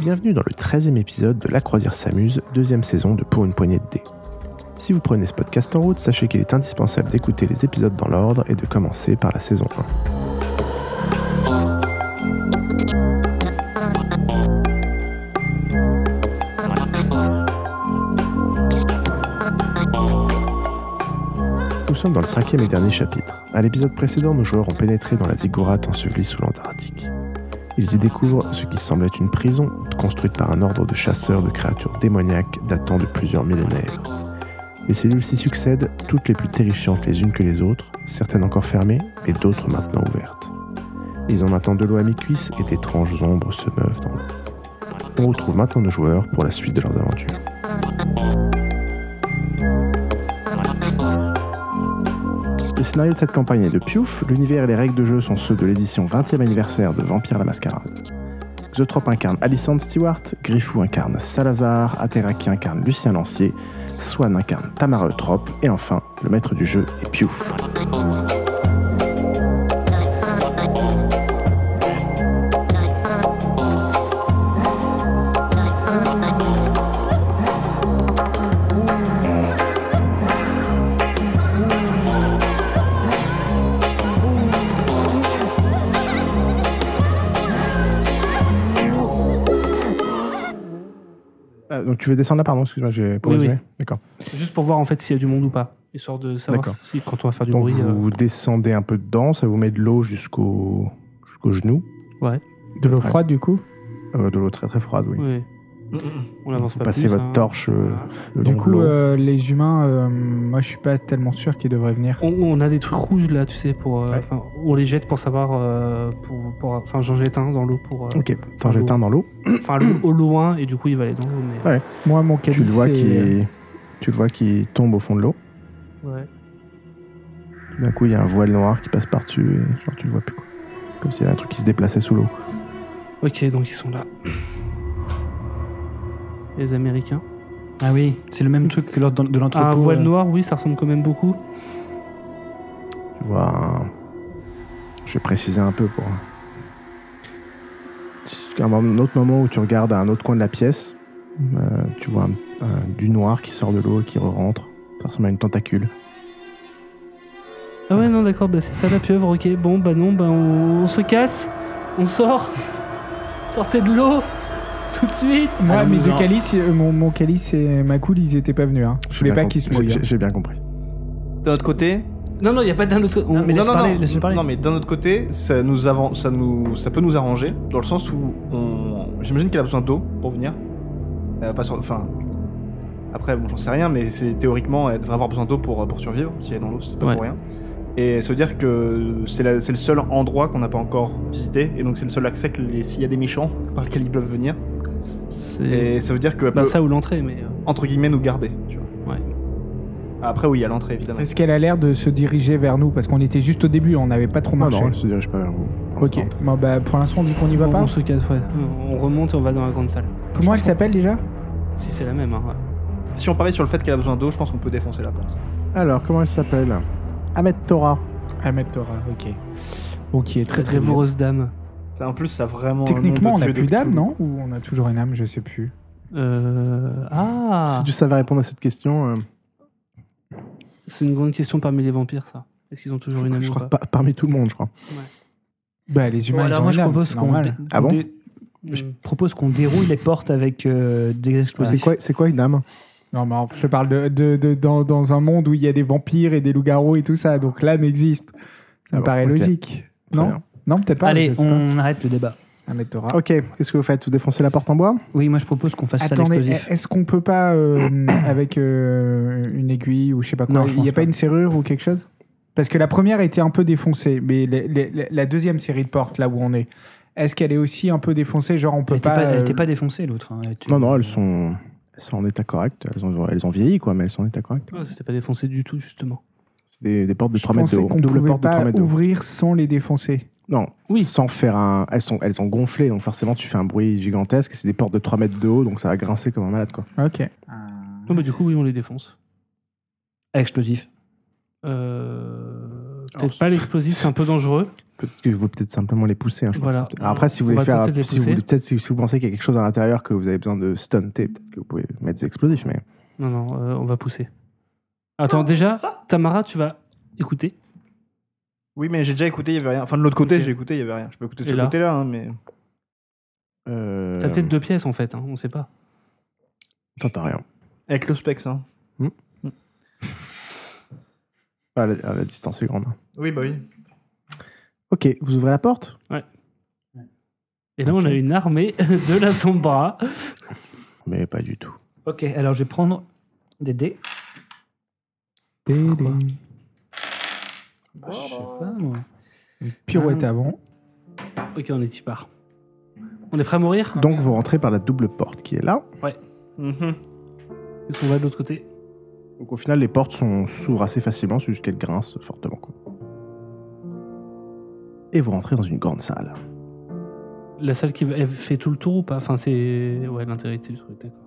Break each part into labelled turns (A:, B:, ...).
A: bienvenue dans le 13e épisode de La Croisière s'amuse, deuxième saison de Pour une poignée de dés. Si vous prenez ce podcast en route, sachez qu'il est indispensable d'écouter les épisodes dans l'ordre et de commencer par la saison 1. Nous sommes dans le cinquième et dernier chapitre. À l'épisode précédent, nos joueurs ont pénétré dans la ziggourate ensevelie sous l'Antarctique. Ils y découvrent ce qui semble être une prison construite par un ordre de chasseurs de créatures démoniaques datant de plusieurs millénaires. Les cellules s'y succèdent, toutes les plus terrifiantes les unes que les autres, certaines encore fermées et d'autres maintenant ouvertes. Ils ont maintenant de l'eau à mi-cuisse et d'étranges ombres se meuvent dans l'eau. On retrouve maintenant nos joueurs pour la suite de leurs aventures. Le scénario de cette campagne est de Piouf, l'univers et les règles de jeu sont ceux de l'édition 20e anniversaire de Vampire la Mascarade. Xotrop incarne Alison Stewart, Griffou incarne Salazar, Ateraki incarne Lucien Lancier, Swan incarne Tamara Eutrope, et enfin, le maître du jeu est Piouf. Ah, donc tu veux descendre là, pardon, excuse-moi, j'ai pas
B: Oui,
A: résumé.
B: oui.
A: D'accord.
B: Juste pour voir en fait s'il y a du monde ou pas. Histoire de savoir
A: D'accord.
B: si quand on va faire du
A: Donc
B: bruit. euh,
A: vous descendez un peu dedans, ça vous met de l'eau jusqu'au jusqu'au genou.
B: Ouais.
C: De l'eau
A: Ouais.
C: froide, du coup
A: Euh, de l'eau très très froide, oui.
B: ouais. Mm, On
A: Vous
B: avance pas
A: passez
B: plus,
A: votre
B: hein.
A: torche euh,
B: Voilà.
A: le long
C: Du
A: de
C: coup,
A: l'eau.
C: euh, les humains, euh, moi, je suis pas tellement sûr qu'ils devraient venir.
B: On, on a des trucs rouges là, tu sais, pour. euh,
A: Ouais.
B: enfin, On les jette pour savoir. euh, pour, pour- enfin, j'en jette un dans l'eau pour. euh,
A: Ok, t'en jettes un dans l'eau.
B: Enfin, l'eau- au loin, et du coup, il va aller dans l'eau. Mais...
A: Ouais.
C: Moi, mon
A: Tu
C: calice, euh,
A: le vois
C: c'est-
A: qui tu le vois qui tombe au fond de l'eau.
B: Ouais.
A: Tout D'un coup, il y a un voile noir qui passe par-dessus et genre tu le vois plus quoi. Comme s'il y avait un truc qui se déplaçait sous l'eau.
B: Ok, donc ils sont là. Les Américains.
D: Ah oui, c'est le même truc que lors de de l'entrepôt.
B: Ah, un
D: euh,
B: voile noir, oui, ça ressemble quand même beaucoup.
A: Tu vois un... Je vais préciser un peu pour... À un autre moment où tu regardes à un autre coin de la pièce, euh, tu vois un- un- du noir qui sort de l'eau et qui rentre. Ça ressemble à une tentacule.
B: Ah ouais, non, d'accord, bah, c'est ça la pieuvre, ok. Bon, bah non, bah on, on se casse, on sort. Sortez de l'eau, tout de suite.
C: Moi,
D: Alors,
C: mes
D: nous
C: deux
D: en-
C: calices, euh, mon, mon calice et ma coule, ils étaient pas venus. Hein. Je voulais
A: J'ai bien
C: pas
A: com-
C: qu'ils se mouillent.
A: j'ai- J'ai bien compris.
E: D'un autre côté,
B: Non, non, il a pas d'un autre côté. On-
D: Non, mais
B: on-
D: laisse
E: non,
D: parler,
E: non,
D: laisse-le
E: non,
D: parler.
E: non, mais d'un autre côté, ça nous avan- ça nous, ça peut nous arranger dans le sens où on, j'imagine qu'elle a besoin d'eau pour venir. Elle va pas sur, enfin, après, bon, j'en sais rien, mais c'est théoriquement, elle devrait avoir besoin d'eau pour pour survivre. Si elle est dans l'eau, c'est pas
B: Ouais.
E: pour rien. Et ça veut dire que c'est la- c'est le seul endroit qu'on n'a pas encore visité, et donc c'est le seul accès que les- s'il y a des méchants par lequel ils peuvent venir.
B: C'est.
E: Et ça veut dire que
B: Bah, ça ou l'entrée, mais. euh,
E: entre guillemets nous garder. Tu vois.
B: Ouais.
E: Après, oui, à l'entrée évidemment.
C: Est-ce qu'elle a l'air de se diriger vers nous Parce qu'on était juste au début, on n'avait pas trop
A: Non,
C: marché.
A: non, je se dirige pas vers vous. pour
C: ok.
A: l'instant.
C: Bon, bah, pour l'instant, on dit qu'on y va
B: on,
C: pas.
B: on se casse, ouais. On remonte et on va dans la grande salle.
C: Comment elle s'appelle déjà
B: Si c'est la même, hein, ouais.
E: Si on parie sur le fait qu'elle a besoin d'eau, je pense qu'on peut défoncer la porte.
A: Alors, comment elle s'appelle Ahmed Torah.
C: Ahmed Torah, ok. Ok, très
B: Très
C: très bien.
B: rêveuse dame.
E: En plus, ça a vraiment.
C: Techniquement, on
E: a
C: a plus d'âme, non Ou on a toujours une âme, je sais plus.
B: Euh. Ah
A: Si tu savais répondre à cette question, euh,
B: C'est une grande question parmi les vampires, ça. Est-ce qu'ils ont toujours une âme
A: je
B: ou
A: crois
B: pas
A: que par- parmi tout le monde, je crois.
C: Bah, les
D: Bon,
C: humains, ils
D: alors
C: ont
D: moi
C: une
D: je
C: âme,
D: propose
C: c'est
D: qu'on
C: normal.
D: dé-
A: Ah bon
D: dé-
B: Hmm.
D: je propose qu'on déroule les portes avec euh, des
A: C'est
D: explosifs.
A: quoi, c'est quoi une âme
C: Non, mais en- je te parle de, de- de- dans, dans un monde où il y a des vampires et des loups-garous et tout ça, donc l'âme existe. Ça me
A: Alors,
C: paraît
A: ok.
C: logique.
A: Très
C: Non
A: bien.
C: Non, peut-être pas.
D: Allez,
C: je sais pas.
D: on arrête le débat.
C: Ah, mais t'auras-
A: Ok, qu'est-ce que vous faites Vous défoncez la porte en bois
D: Oui, moi je propose qu'on fasse ça
C: Attendez,
A: eh,
D: l'explosif.
C: est-ce qu'on peut pas, euh, avec euh, une aiguille ou je sais pas quoi,
D: Non, je
C: il n'y a
D: pense
C: pas
D: pas.
C: une serrure ou quelque chose Parce que la première était un peu défoncée, mais les- les- les- la deuxième série de portes, là où on est, est-ce qu'elle est aussi un peu défoncée Genre, on peut
D: Elle était
C: pas.
D: pas, elle
C: euh,
D: était pas défoncée l'autre. hein. Elle était-
A: Non, non, elles sont, elles sont en état correct. Elles ont, elles ont vieilli, quoi, mais elles sont en état correct.
B: Ah, C'était pas défoncé du tout, justement.
A: C'est des, des portes de
C: je
A: 3 mètres de
C: pensais
A: haut.
C: qu'on
A: Double
C: pouvait
A: porte de 3
C: pas
A: mètres de haut.
C: ouvrir sans les défoncer.
A: Non,
B: Oui.
A: sans faire un. Elles, sont, elles ont gonflé, donc forcément, tu fais un bruit gigantesque. et C'est des portes de 3 mètres de haut, donc ça va grincer comme un malade, quoi.
C: Ok.
B: Non, mais du coup, oui, on les défonce.
D: Explosif.
B: Euh,
A: Alors,
B: Peut-être pas Euh, l'explosif, c'est un peu dangereux.
A: Peut-être que vous peut-être simplement les pousser. hein, je crois
B: Voilà.
A: que c'est peut-être- Alors Après, si vous
B: On
A: voulez
B: va
A: faire,
B: tenter de les
A: si vous,
B: pousser.
A: peut-être si, si vous pensez qu'il y a quelque chose à l'intérieur que vous avez besoin de stunter, peut-être que vous pouvez mettre des explosifs. Mais
B: Non, non, euh, on va pousser. Attends, déjà, Tamara, tu vas écouter.
E: Oui, mais j'ai déjà écouté, il y avait rien. Enfin, de l'autre côté,
B: Ok.
E: j'ai écouté, il y avait rien. Je peux écouter de
B: Et
E: ce
B: là
E: côté-là, hein, mais.
A: euh...
B: T'as peut-être deux pièces en fait, hein, on sait pas.
A: T'entends rien.
E: Avec le specs, hein.
A: Ah, la, ah, la distance est grande.
E: Oui, bah oui.
A: Ok, vous ouvrez la porte.
B: Et là, on a une armée de la Sombra.
A: Mais pas du tout.
D: Ok, alors je vais prendre des dés. Bah, Je sais pas, moi.
C: Pirouette
D: Ah.
C: avant.
B: Ok, on est y part. On est prêt à mourir
A: Donc vous rentrez par la double porte qui est là.
E: Mhm.
B: Est-ce qu'on va de l'autre côté
A: Donc au final, les portes sont- s'ouvrent assez facilement, c'est juste qu'elles grincent fortement. quoi. Et vous rentrez dans une grande salle.
B: La salle qui elle fait tout le tour ou pas Enfin, c'est. Ouais, l'intégrité du truc, d'accord.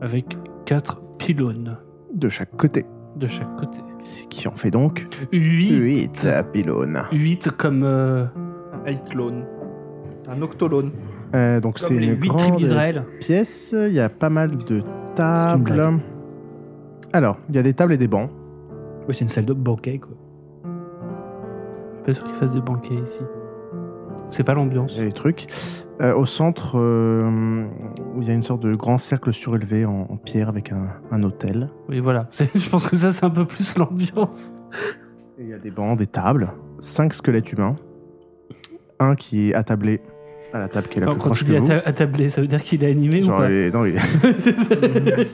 B: Avec quatre pylônes
A: De chaque côté.
B: de chaque côté.
A: C'est qui en fait donc
B: 8,
A: 8 pylônes.
B: 8 comme. euh,
E: Un eight loan. Un octolone.
A: Euh, donc c'est
D: Comme les
A: une
D: 8 tribus
A: grande
D: d'Israël.
A: pièce, il y a pas mal de
D: blague.
A: tables. Alors, il y a des tables et des bancs.
D: Oui, c'est une salle de banquet, quoi.
B: Je suis pas sûr qu'ils fassent des banquets ici. C'est pas l'ambiance.
A: Il y a des trucs. Euh, au centre, euh, il y a une sorte de grand cercle surélevé en, en pierre avec un, un autel.
B: Oui, voilà. C'est- Je pense que ça, c'est un peu plus l'ambiance.
A: Et il y a des bancs, des tables, cinq squelettes humains, un qui est attablé à la table qui est la
B: Enfin,
A: plus
B: quand tu
A: proche que
B: dis
A: vous.
B: atta- attablé, ça veut dire qu'il est animé
A: Genre,
B: ou pas
A: il est- non, il est-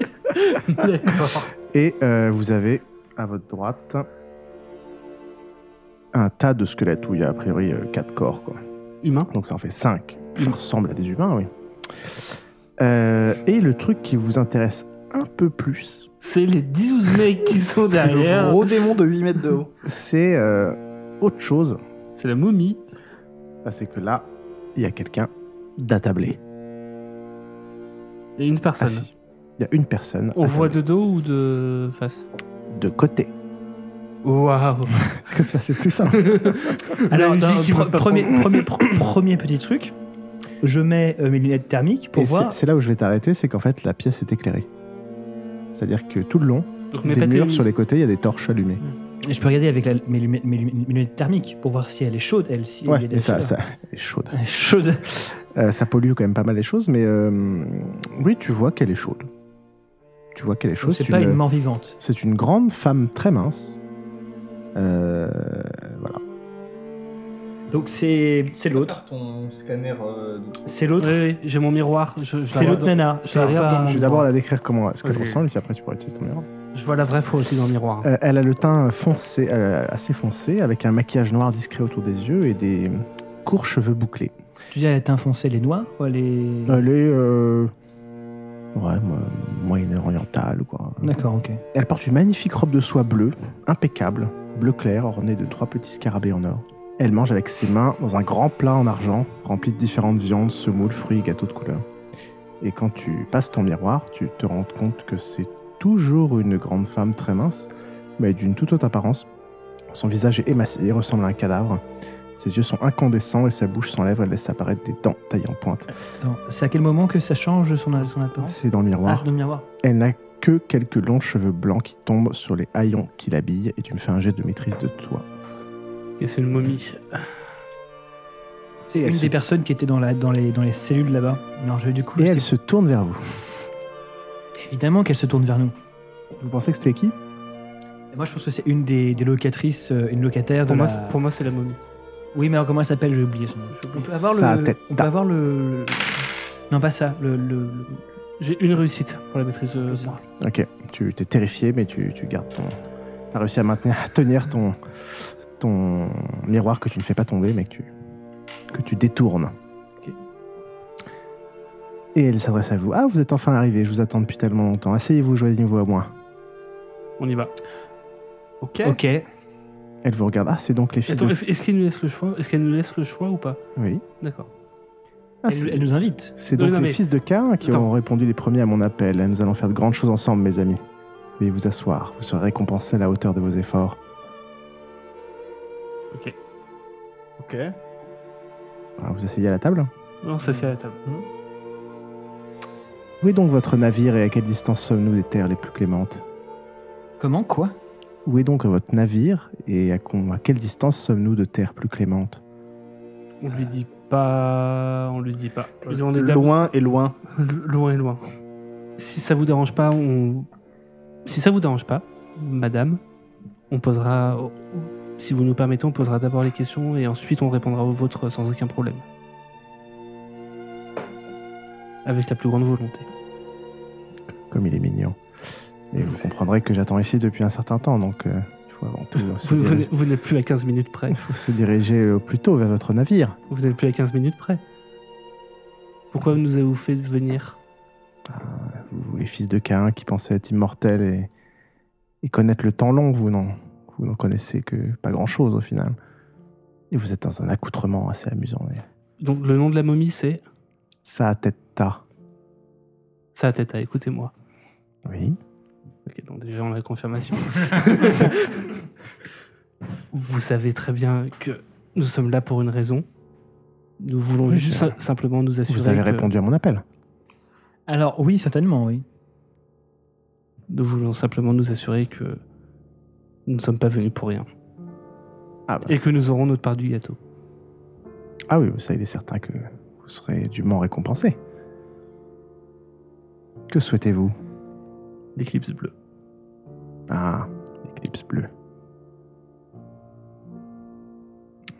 B: D'accord.
A: Et euh, vous avez à votre droite un tas de squelettes où il y a a priori euh, quatre corps. Quoi.
B: Humain
A: Donc ça en fait 5. Ils ressemblent à des humains, oui. Euh, et le truc qui vous intéresse un peu plus,
B: C'est les 12 mecs qui sont
E: Le
B: derrière.
E: gros démon de 8 mètres de haut.
A: c'est euh, autre chose.
B: C'est la momie.
A: Bah, C'est que là, il y a quelqu'un d'attablé,
B: Et une personne.
A: assis. Il y a une personne
B: On voit
A: attablée
B: de dos ou de face
A: de côté.
B: Waouh
A: C'est comme ça, c'est plus simple.
D: Alors,
B: musique,
D: non,
B: il
D: pre-
B: faut pas
D: premier, premier, pr- premier petit truc, je mets euh, mes lunettes thermiques pour
A: Et c'est
D: voir.
A: c'est là où je vais t'arrêter, c'est qu'en fait, la pièce est éclairée. C'est-à-dire que tout le long,
B: Donc mes
A: des
B: pâtés.
A: murs sur les côtés, il y a des torches allumées.
D: Et Je peux regarder avec la- mes, lumi- mes lumi- mes lunettes thermiques pour voir si elle est chaude, elle. Si
A: ouais,
D: elle est
A: mais ça,
D: chaude.
A: ça elle est chaude.
D: Elle est chaude.
A: Euh, ça pollue quand même pas mal les choses, mais euh, oui, tu vois qu'elle est chaude. Tu vois qu'elle est chaude.
D: Donc, C'est pas une mort vivante.
A: C'est une grande femme très mince. Euh, voilà.
D: Donc c'est c'est l'autre.
E: Ton scanner. euh,
D: C'est l'autre.
B: Oui, oui, j'ai mon miroir. Je, je
D: C'est
B: la
D: l'autre
B: vois,
D: nana.
B: je
D: C'est
B: la regarde
D: pas-
B: dans
A: Je vais
B: mon
A: d'abord
B: miroir.
A: la décrire comment est-ce qu'elle
B: Ok.
A: ressemble, puis après tu pourras utiliser ton miroir.
B: Je vois la vraie foi aussi dans le miroir.
A: Euh, elle a le teint foncé, euh, assez foncé, avec un maquillage noir discret autour des yeux et des courts cheveux bouclés.
D: Tu dis elle est infoncée, elle est noire ou elle est.
A: Elle est, euh, ouais, mo- moyenne-orientale quoi.
D: D'accord, ok.
A: Elle porte une magnifique robe de soie bleue, impeccable, bleu clair, ornée de trois petits scarabées en or. Elle mange avec ses mains dans un grand plat en argent, rempli de différentes viandes, semoules, fruits et gâteaux de couleur. Et quand tu passes ton miroir, tu te rends compte que c'est toujours une grande femme très mince, mais d'une toute autre apparence. Son visage est émacié, ressemble à un cadavre. Ses yeux sont incandescents et sa bouche sans lèvres elle laisse apparaître des dents taillées en pointe.
D: Attends, c'est à quel moment que ça change son, son apparence
A: C'est dans le
D: Ah,
A: miroir.
D: c'est dans le miroir.
A: Elle n'a que quelques longs cheveux blancs qui tombent sur les haillons qui l'habillent et tu me fais un jet de maîtrise de toi.
B: Et c'est une momie.
D: C'est une
A: se-
D: des personnes qui était dans, la, dans, les, dans les cellules là-bas. Alors je, du coup,
A: Et
D: je
A: elle
D: sais-
A: se tourne vers vous.
D: évidemment qu'elle se tourne vers nous.
A: Vous pensez que c'était qui
D: Et moi, je pense que c'est une des, des locatrices, euh, une locataire
B: Pour
D: de
B: moi,
D: la-
B: c'est- pour moi, c'est la momie.
D: Oui, mais alors, comment elle s'appelle J'ai oublié son nom. On peut avoir
A: Sa
D: le.
A: tête. Bah.
D: On peut avoir le. Non, pas ça. Le. le- le-
B: J'ai une réussite pour la maîtrise de moi.
A: Ok, tu t'es terrifié, mais tu, tu gardes ton. T'as réussi à maintenir, à tenir ton, ton miroir que tu ne fais pas tomber, mais que tu, que tu détournes.
B: Ok.
A: Et elle s'adresse à vous. Ah, vous êtes enfin arrivé, je vous attends depuis tellement longtemps. Asseyez-vous, joignez-vous à moi.
B: On y va.
E: Ok.
D: Ok.
A: Elle vous regarde. Ah, c'est donc les fils
B: Attends,
A: de.
B: Est-ce est-ce qu'elle nous laisse le choix Est-ce qu'elle nous laisse le choix ou pas
A: Oui.
B: D'accord.
A: Ah,
D: Elle,
A: c'est-
D: elle nous invite.
A: C'est
B: Oui,
A: donc
B: non,
A: les
B: mais-
A: fils de Cain qui
B: Attends.
A: ont répondu les premiers à mon appel. Nous allons faire de grandes choses ensemble, mes amis. Veuillez vous asseoir, vous serez récompensés à la hauteur de vos efforts.
B: Ok.
E: Ok.
A: Alors, Hein, vous asseyez à la table
B: Non, ça c'est à la table.
A: Où est donc votre navire et à quelle distance sommes-nous des terres les plus clémentes
D: Comment Quoi
A: Où est donc votre navire et à, con- à quelle distance sommes-nous de terres plus clémentes
B: On lui dit pas. On lui dit pas. Et on est d'ab-
E: Euh, loin et loin.
B: loin et loin. Si ça vous dérange pas, on. Si ça vous dérange pas, madame, on posera. Si vous nous permettez, on posera d'abord les questions et ensuite on répondra aux vôtres sans aucun problème. Avec la plus grande volonté.
A: Comme il est mignon. Et vous comprendrez que j'attends ici depuis un certain temps, donc euh, il faut avant tout se
B: Vous, vous
A: diriger,
B: n'êtes- vous n'êtes plus à 15 minutes près.
A: il faut se diriger au plus tôt vers votre navire.
B: Vous n'êtes plus à 15 minutes près. Pourquoi nous avez-vous fait venir
A: Vous, les fils de Caïn qui pensaient être immortels et, et connaître le temps long, vous n'en vous n'en connaissez que pas grand-chose au final. Et vous êtes dans un accoutrement assez amusant. d'ailleurs.
B: Donc le nom de la momie c'est
A: Ça a tête tard.
B: Sateta, écoutez-moi.
A: Oui.
B: Ok, donc déjà on a la confirmation. vous savez très bien que nous sommes là pour une raison. Nous voulons
A: Oui,
B: juste
A: c'est
B: sim- simplement nous assurer
A: Vous avez
B: que
A: répondu à mon appel.
D: Alors, oui, certainement, oui.
B: nous voulons simplement nous assurer que nous ne sommes pas venus pour rien
A: Ah, bah,
B: et que nous aurons notre part du gâteau.
A: Ah oui, ça, il est certain que vous serez dûment récompensé. Que souhaitez-vous
B: L'éclipse bleue.
A: Ah, l'éclipse bleue.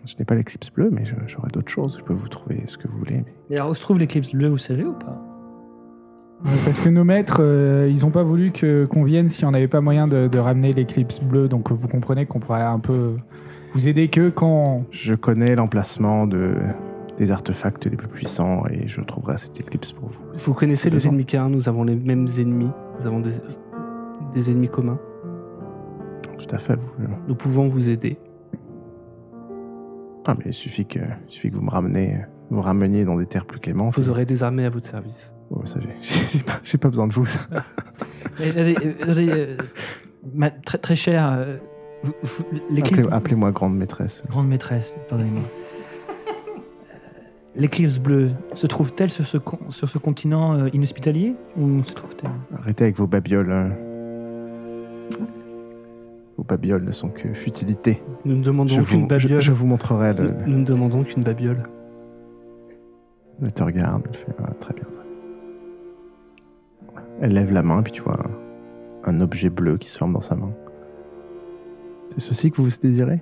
A: Je n'ai pas l'éclipse bleue, mais je- j'aurai d'autres choses. Je peux vous trouver ce que vous voulez. mais-
D: Mais alors, où se trouve l'éclipse bleue, vous savez ou pas
C: Ouais, Parce que nos maîtres, euh, ils ont pas voulu que- qu'on vienne si on n'avait pas moyen de, de ramener l'éclipse bleue. Donc vous comprenez qu'on pourrait un peu vous aider que quand.
A: Je connais l'emplacement de... des artefacts les plus puissants et je trouverai cette éclipse pour vous.
B: Vous connaissez
A: C'est
B: les
A: besoin.
B: ennemis K1, nous avons les mêmes ennemis, nous avons des- des ennemis communs.
A: Tout à fait. vous-
B: Nous pouvons vous aider.
A: Ah, mais il suffit que, il suffit que vous me ramenez, vous rameniez dans des terres plus clémentes.
B: Vous aurez des armées à votre service.
A: Oh, ça, j'ai- j'ai pas, j'ai pas besoin de vous. ça.
D: Mais Attendez, euh, attendez, euh, ma- très, très chère. euh, vous- vous- l'éclipse.
A: Appelez- Appelez-moi grande maîtresse.
D: Grande maîtresse, pardonnez-moi. Euh, L'éclipse bleue se trouve-t-elle sur ce, con- sur ce continent euh, inhospitalier Ou se trouve-t-elle
A: Arrêtez avec vos babioles. hein.
B: Ah.
A: Vos babioles ne sont que futilité.
B: Nous ne demandons
A: Je
B: qu'une
A: vous, je-
B: babiole.
A: je vous montrerai le,
B: Nous- Nous ne demandons qu'une babiole.
A: le- te regarde. Elle fait ah, très bien. Elle lève la main, puis tu vois un, un objet bleu qui se forme dans sa main. C'est ceci que vous désirez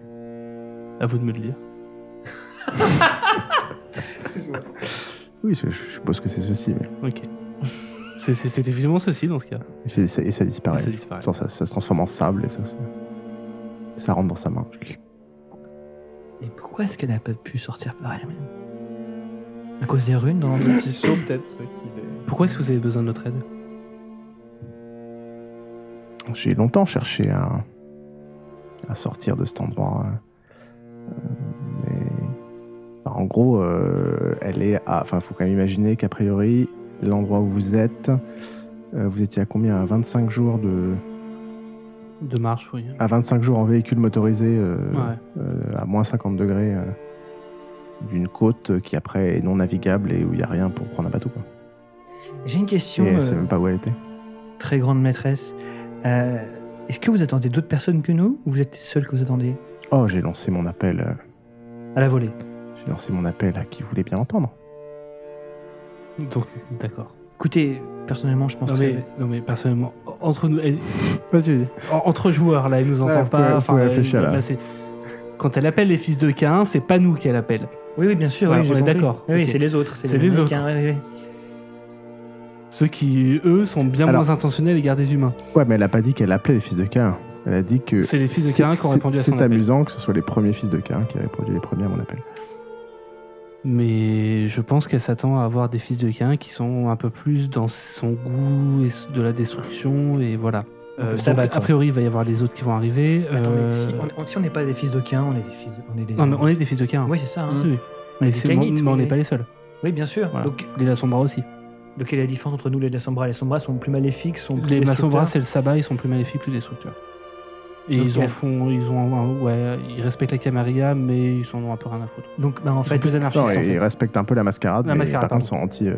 B: À vous de me le dire.
A: Oui, je, je suppose que c'est ceci. mais-
B: Ok. C'est- C'est c'est évidemment ceci dans ce cas.
A: Et, c'est- c'est- et ça disparaît.
B: Ça disparaît.
A: Ça, ça- ça se transforme en sable et ça, se- ça rentre dans sa main.
D: Mais pourquoi est-ce qu'elle n'a pas pu sortir par elle-même À cause des runes dans
E: Un petit saut peut-être. qui les-
B: Pourquoi est-ce que vous avez besoin de notre aide
A: J'ai longtemps cherché à, à sortir de cet endroit. hein. Euh, mais enfin, en gros, euh, elle est à. Enfin, faut quand même imaginer qu'a priori, l'endroit où vous êtes, euh, vous étiez à combien À 25 jours de.
B: De marche, oui.
A: À 25 jours en véhicule motorisé, euh,
B: Ouais.
A: euh, à moins 50 degrés, euh, d'une côte qui après est non navigable et où il n'y a rien pour prendre un bateau. Quoi.
D: J'ai une
A: Et
D: question,
A: elle
D: euh,
A: sait même pas où elle était.
D: très grande maîtresse. Euh, est-ce que vous attendez d'autres personnes que nous Ou vous êtes les seuls que vous attendez
A: Oh, j'ai lancé mon appel. euh,
D: À la volée.
A: j'ai lancé mon appel à qui voulait bien entendre.
B: Donc, d'accord.
D: Écoutez, personnellement, je pense
B: Non
D: que
B: mais,
D: c'est-
B: non mais personnellement, entre nous, elle-
A: Vas-y, vas-y.
B: en- entre joueurs là, elle nous
A: Ouais,
B: entend
A: vous
B: pas.
A: pouvez- vous
B: enfin,
A: pouvez
B: elle-
A: réfléchir, là.
B: c'est- Quand elle appelle les fils de Cain, c'est pas nous qu'elle appelle.
D: Oui, oui, bien sûr.
B: Voilà,
D: oui, j'ai
B: on est
D: compris.
B: d'accord.
D: Oui,
B: Ok.
D: c'est les autres. C'est,
B: C'est les
D: Américains, oui, oui.
B: Ceux qui, eux, sont bien
A: Alors-
B: moins intentionnels à l'égard des humains.
A: Ouais, mais elle a pas dit qu'elle appelait les fils de Cain. Elle a dit que.
B: C'est les fils de Caïn qui ont
A: c'est-
B: répondu à son
A: C'est
B: appel.
A: amusant que ce soit les premiers fils de Cain qui aient répondu les premiers à mon appel.
B: Mais je pense qu'elle s'attend à avoir des fils de Cain qui sont un peu plus dans son goût et s- de la destruction et voilà.
D: Un peu
B: Euh, donc,
D: sabbat,
B: a priori, il va y avoir les autres qui vont arriver.
D: Attends, mais
B: euh,
D: si on- on si on n'est pas des fils de Cain, on est des fils de. On est des...
B: Non, Mm. mais on est des fils de Cain.
D: Oui, c'est ça.
B: Oui.
D: hein. On est
B: Mais
D: des
B: c'est-
D: Caïnites,
B: mais on
D: oui,
B: n'est
D: oui.
B: pas les seuls.
D: Oui, bien sûr.
B: Voilà.
D: Donc,
B: Les Lasombras aussi.
D: de quelle est la différence entre nous et les Sombras Les Sombras sont plus maléfiques, sont plus
B: Les
D: destructeurs.
B: Lasombras, c'est le sabbat, ils sont plus maléfiques, plus destructeurs. Et ils
D: Ok.
B: en font, ils ont, un- ouais, ils respectent la Camarilla, mais ils en ont un peu rien à foutre.
D: Donc, bah, en
B: En fait,
D: fait,
B: plus
A: Non,
B: anarchistes en
A: ils
B: fait.
A: respectent un peu la mascarade,
B: La
A: mais
B: mascarade,
A: par
B: pardon.
A: contre sont anti. euh,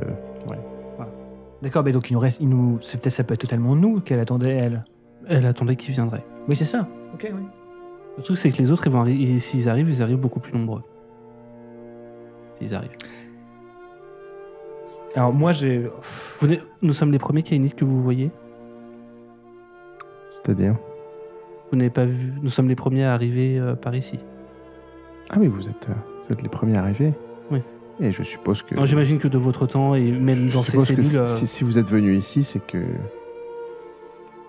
D: d'accord, mais donc il nous reste, il nous, c'est peut-être ça peut être totalement nous qu'elle attendait elle.
B: Elle attendait qu'ils viendraient.
D: Oui, c'est ça. Ok, oui.
B: Le truc, c'est que les autres, ils vont arri- et s'ils arrivent, ils arrivent beaucoup plus nombreux. S'ils arrivent.
D: Alors moi, j'ai,
B: Vous n'êtes- nous sommes les premiers Kainites que vous voyez.
A: C'est-à-dire.
B: Vous n'avez pas vu. Nous sommes les premiers à arriver euh, par ici.
A: Ah oui, vous êtes, euh, vous êtes les premiers arrivés.
B: Oui.
A: Et je suppose que.
B: Alors, J'imagine que de votre temps et même
A: je
B: dans ces
A: suppose que
B: cellules.
A: si-
B: euh,
A: si, si vous êtes venu ici, c'est que.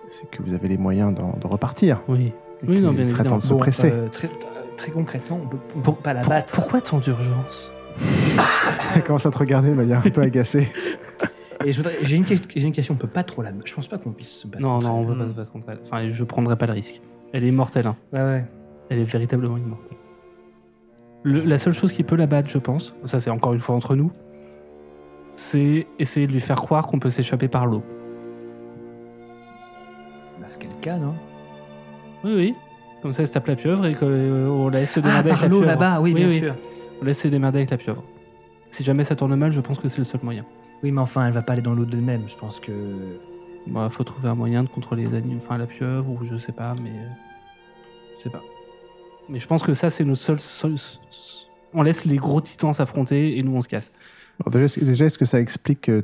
A: C'est que vous avez les moyens d'en- de repartir.
B: Oui.
A: Et
B: Oui,
A: que
B: non, bien
A: il serait temps
B: évidemment.
A: de se
D: Bon,
A: presser.
D: euh, très, très concrètement, on peut, on peut
B: Pour-
D: pas la
B: pour-
D: battre.
B: Pourquoi tant d'urgence
A: Elle commence à te regarder de manière un peu agacée.
D: Et je voudrais- j'ai une, que- j'ai une question, on peut pas trop la. Je pense pas qu'on puisse se battre.
B: Non,
D: contre
B: non, on
D: elle.
B: ne peut pas se battre contre elle. Enfin, je prendrai pas le risque. Elle est mortelle. hein.
D: Ouais, ouais.
B: Elle est véritablement immortelle. Le- la seule chose qui peut la battre, je pense, ça c'est encore une fois entre nous, c'est essayer de lui faire croire qu'on peut s'échapper par l'eau.
D: Bah, c'est le cas, non
B: Oui, oui. Comme ça, elle se tape la pieuvre et qu'on laisse se
D: Ah,
B: démerder avec
D: par
B: la
D: l'eau
B: pieuvre.
D: là-bas, oui,
B: Oui,
D: bien
B: oui.
D: sûr.
B: On laisse se démerder avec la pieuvre. Si jamais ça tourne mal, je pense que c'est le seul moyen.
D: Oui, mais enfin, elle va pas aller dans l'eau d'elle-même. Je pense que.
B: Il Bah, faut trouver un moyen de contrôler les animaux, enfin la pieuvre, ou je sais pas, mais. euh, Je sais pas. Mais je pense que ça, c'est notre seul. seul- seul- On laisse les gros titans s'affronter et nous, on se casse.
A: Alors déjà, est-ce que- déjà, est-ce que ça explique. euh,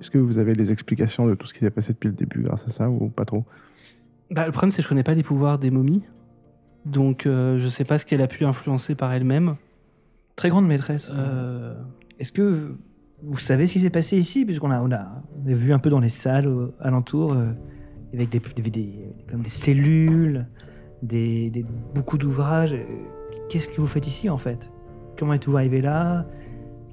A: Est-ce que vous avez les explications de tout ce qui s'est passé depuis le début grâce à ça ou pas trop
B: Bah, le problème, c'est que je connais pas les pouvoirs des momies. Donc, euh, je sais pas ce qu'elle a pu influencer par elle-même.
D: Très grande maîtresse.
B: Euh,
D: Est-ce que vous savez ce qui s'est passé ici Puisqu'on a, on a, on a vu un peu dans les salles euh, alentour, euh, avec des, des, des- comme des cellules, des, des- beaucoup d'ouvrages. Euh, Qu'est-ce que vous faites ici en fait Comment êtes-vous arrivé là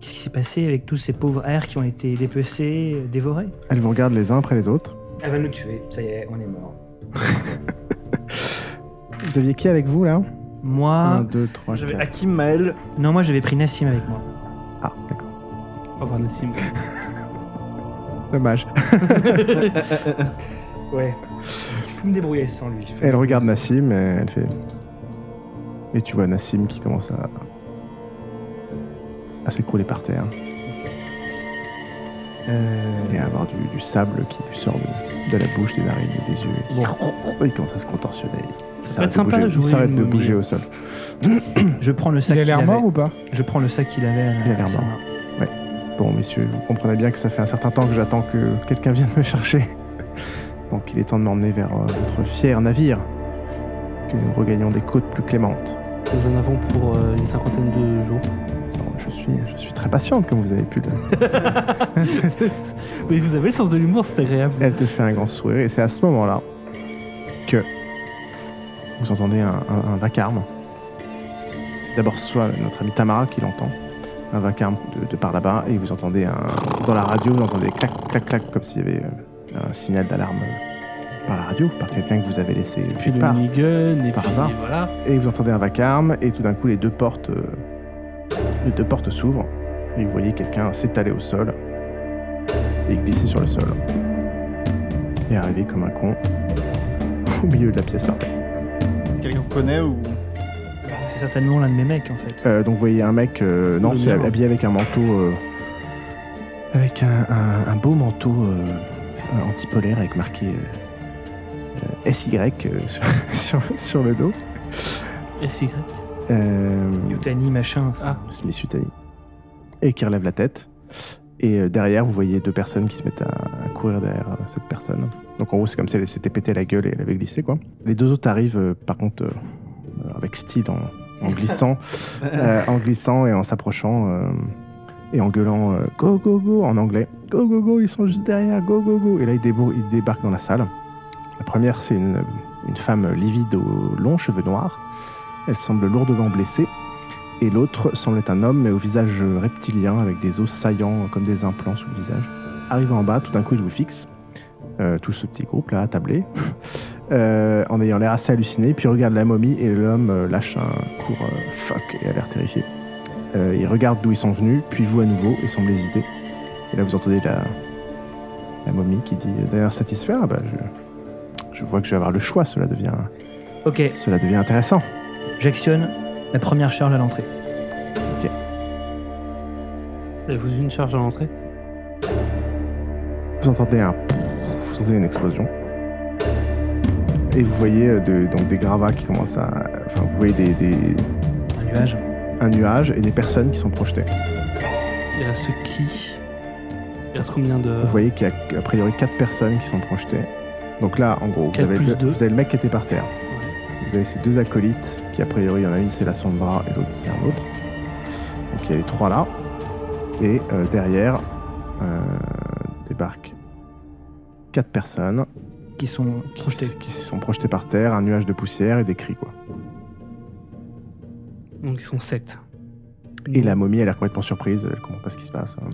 D: Qu'est-ce qui s'est passé avec tous ces pauvres airs qui ont été dépecés, euh, dévorés
A: Elle vous regarde les uns après les autres.
D: Elle va nous tuer, ça y est, on est mort.
A: Vous aviez qui avec vous là Un,
B: Ah.
D: Moi,
A: deux, trois,
E: J'avais
A: quatre.
E: Hakim Maël.
D: non, moi j'avais pris Nassim avec moi.
A: Ah, d'accord.
B: Au revoir, Nassim.
A: Dommage.
D: Ouais. Je peux me débrouiller sans lui. je fais-
A: Elle regarde Nassim et elle fait. Et tu vois Nassim qui commence à. à s'écrouler par terre
D: Euh,
A: et à avoir du, du sable qui lui sort de, de la bouche, des narines et des yeux. Il commence à se contorsionner. Il
B: Ça
A: s'arrête
B: peut être
A: de
B: sympa
A: bouger-
B: à
A: il
B: jouer.
A: s'arrête
B: une
A: de
B: momie.
A: bouger au sol.
D: Je prends le sac
C: Il a
D: qu'il
C: l'air
D: avait.
C: mort ou pas
D: Je prends le sac qu'il avait. à la-
A: Il a l'air
D: à sa
A: mort.
D: main.
A: Bon, messieurs, vous comprenez bien que ça fait un certain temps que j'attends que quelqu'un vienne me chercher. Donc il est temps de m'emmener vers euh, votre fier navire, que nous regagnons des côtes plus clémentes.
B: Nous en avons pour euh, une cinquantaine de jours.
A: Bon, je, suis, je suis très patiente, comme vous avez pu le...
B: Mais vous avez le sens de l'humour, c'est agréable.
A: Elle te fait un grand sourire, et c'est à ce moment-là que vous entendez un, un- un vacarme. C'est d'abord soit notre ami Tamara qui l'entend, un vacarme de, de par là-bas, et vous entendez un- dans la radio, vous entendez clac, clac, clac, comme s'il y avait euh, un signal d'alarme euh, par la radio, par quelqu'un que vous avez laissé.
B: Et puis le
A: par,
B: minigun, et
A: par
B: puis
A: hasard.
B: voilà.
A: et vous entendez un vacarme, et tout d'un coup, les deux portes, euh, les deux portes s'ouvrent, et vous voyez quelqu'un s'étaler au sol, et glisser sur le sol, et arriver comme un con au milieu de la pièce par terre.
E: Est-ce quelqu'un qu'on connaît ou.
D: C'est certainement l'un de mes mecs en fait.
A: Euh, donc vous voyez un mec, euh, non,
B: Le
A: c'est
B: mien.
A: habillé avec un manteau, euh, avec un, un- un beau manteau euh, euh, antipolaire avec marqué euh, euh, SY euh, sur, sur, sur le dos.
B: SY.
A: Euh,
D: Yutani, machin.
A: Smith Yutani. Et qui relève la tête. Et euh, derrière, vous voyez deux personnes qui se mettent à, à courir derrière euh, cette personne. Donc en gros, c'est comme si elle s'était pété la gueule et elle avait glissé, quoi. Les deux autres arrivent, euh, par contre, euh, euh, avec style, en, en glissant, euh, en glissant et en s'approchant euh, et en gueulant euh, Go, go, go en anglais. Go, go, go, ils sont juste derrière, go, go, go. Et là, ils, débou- ils débarquent dans la salle. La première, c'est une, une femme livide aux longs cheveux noirs. Elle semble lourdement blessée et l'autre semble être un homme, mais au visage reptilien, avec des os saillants euh, comme des implants sous le visage. Arrivant en bas, tout d'un coup, il vous fixe, euh, tout ce petit groupe-là, attablé, euh, en ayant l'air assez halluciné, puis il regarde la momie, et l'homme euh, lâche un court euh, fuck, et a l'air terrifié. Euh, il regarde d'où ils sont venus, puis vous à nouveau, et semble hésiter. Et là, vous entendez la, euh, la momie qui dit, d'ailleurs satisfait, Ah bah, je, je vois que je vais avoir le choix, cela devient
D: Ok,
A: Cela devient intéressant.
D: j'actionne la première charge à l'entrée.
B: Avez-vous une charge à l'entrée
A: Vous entendez un... Vous sentez une explosion. Et vous voyez euh, de- donc des gravats qui commencent à... Enfin, vous voyez des, des-
D: Un nuage.
A: un nuage et des personnes qui sont projetées.
B: Il reste qui Il reste combien de.
A: Vous voyez qu'il y a a priori quatre personnes qui sont projetées. Donc là, en gros, vous
B: Quatre
A: avez,
B: plus
A: le,
B: deux.
A: vous avez le mec qui était par terre.
B: Ouais.
A: Vous avez ces deux acolytes, qui a priori, il y en a une c'est la Sombra et l'autre c'est un autre. Donc il y a les trois là. Et euh, derrière, euh, débarquent quatre personnes
D: qui sont
A: qui,
D: projetés.
A: s- qui se sont projetées par terre, un nuage de poussière et des cris quoi.
B: Donc ils sont 7.
D: Mm.
A: Et la momie, elle a l'air complètement surprise, elle comprend pas ce qui se passe. hein.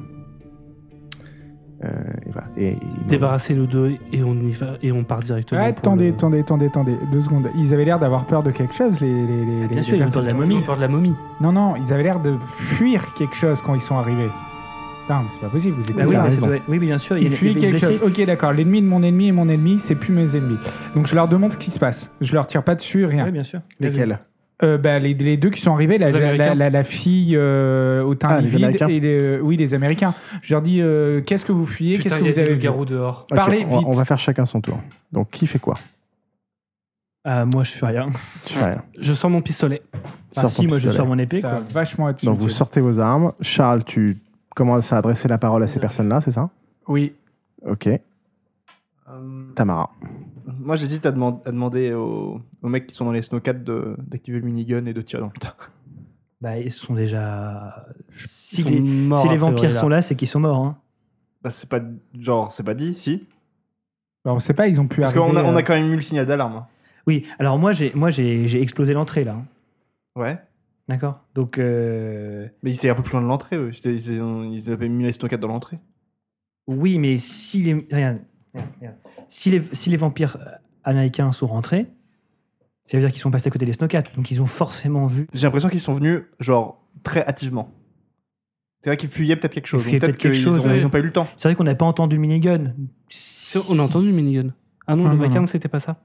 A: Euh, et voilà. Et, et-
B: Débarrassez-nous d'eux et on y va et on part directement. pour
C: Ah, attendez,
B: le-
C: attendez, attendez, attendez, deux secondes. Ils avaient l'air d'avoir peur de quelque chose, les. les, les- les-
D: Ah, bien sûr,
C: les
D: ils ont peur de la
C: personnes.
D: momie.
B: Ils ont peur de la momie.
C: Non, non, ils avaient l'air de fuir quelque chose quand ils sont arrivés. Non, mais c'est pas possible, vous êtes
D: Bah
A: Il
D: oui,
A: a
D: mais ça
A: raison.
D: doit être- oui, mais bien sûr, il y
C: Ils
D: a- il y a
C: fuient
D: des
C: quelque
D: blessés.
C: chose. Ok, d'accord, l'ennemi de mon ennemi est mon ennemi, c'est plus mes ennemis. Donc je leur demande ce qui se passe. Je leur tire pas dessus, rien.
D: Oui, bien sûr.
A: Lesquels
C: Euh, bah, les, les deux qui sont arrivés, la,
B: Les
C: la,
B: Américains.
C: la- la fille euh, au teint
A: Ah, les
C: livide
A: Américains.
C: et les- euh, oui, les Américains. Je leur dis euh, qu'est-ce que vous fuyez, qu'est-ce
B: Putain,
C: que
B: il y a
C: vous
B: des
C: avez vu
B: loups-garous dehors.
A: Ok,
C: Parlez
A: on va-
C: vite.
A: on va faire chacun son tour. Donc qui fait quoi
D: Ah, moi, je fais rien.
A: Tu fais rien.
B: Je sors mon pistolet.
D: Ah,
A: Sors ton
D: si, moi, je
A: pistolet.
D: sors mon épée.
C: Ça
D: quoi.
C: va vachement être
A: Donc vous
C: utile.
A: sortez vos armes. Charles, tu commences à adresser la parole à ces
B: Ouais.
A: personnes-là, c'est ça
C: Oui.
A: Ok. Tamara.
E: Moi, j'hésite à, demand- à demander aux... aux mecs qui sont dans les snowcats de- d'activer le minigun et de tirer dans le tas.
D: Bah, ils sont déjà. Si
B: Ils sont
D: les,
B: morts,
D: si les
B: a priori,
D: vampires sont là, c'est qu'ils sont morts. hein.
E: Bah, c'est pas. Genre, c'est pas dit, si.
C: Bah, on sait pas, ils ont pu
E: Parce
C: arriver.
E: qu'on a, on
C: euh,
E: a quand même eu le signal d'alarme. hein.
D: Oui, alors moi, j'ai moi, j'ai j'ai explosé l'entrée, là. hein.
E: Ouais.
D: D'accord Donc, euh,
E: Mais ils étaient un peu plus loin de l'entrée, eux. C'était- Ils, ont- ils avaient mis les snowcats dans l'entrée.
D: oui, mais si les. Regarde, regarde, regarde. Si les, si les vampires euh, américains sont rentrés, ça veut dire qu'ils sont passés à côté des snowcats. Donc, ils ont forcément vu.
E: J'ai l'impression qu'ils sont venus, genre, très hâtivement. C'est vrai qu'ils fuyaient peut-être quelque chose.
D: fuyaient
E: donc Peut-être
D: peut-être quelque
E: qu'ils
D: chose,
E: ont,
D: ouais.
E: ils ont pas eu le temps.
D: C'est vrai qu'on n'a pas entendu le minigun.
B: Si, On a entendu le minigun. Ah non,
C: Ah,
B: le
C: non,
B: vacarme, c'était pas ça.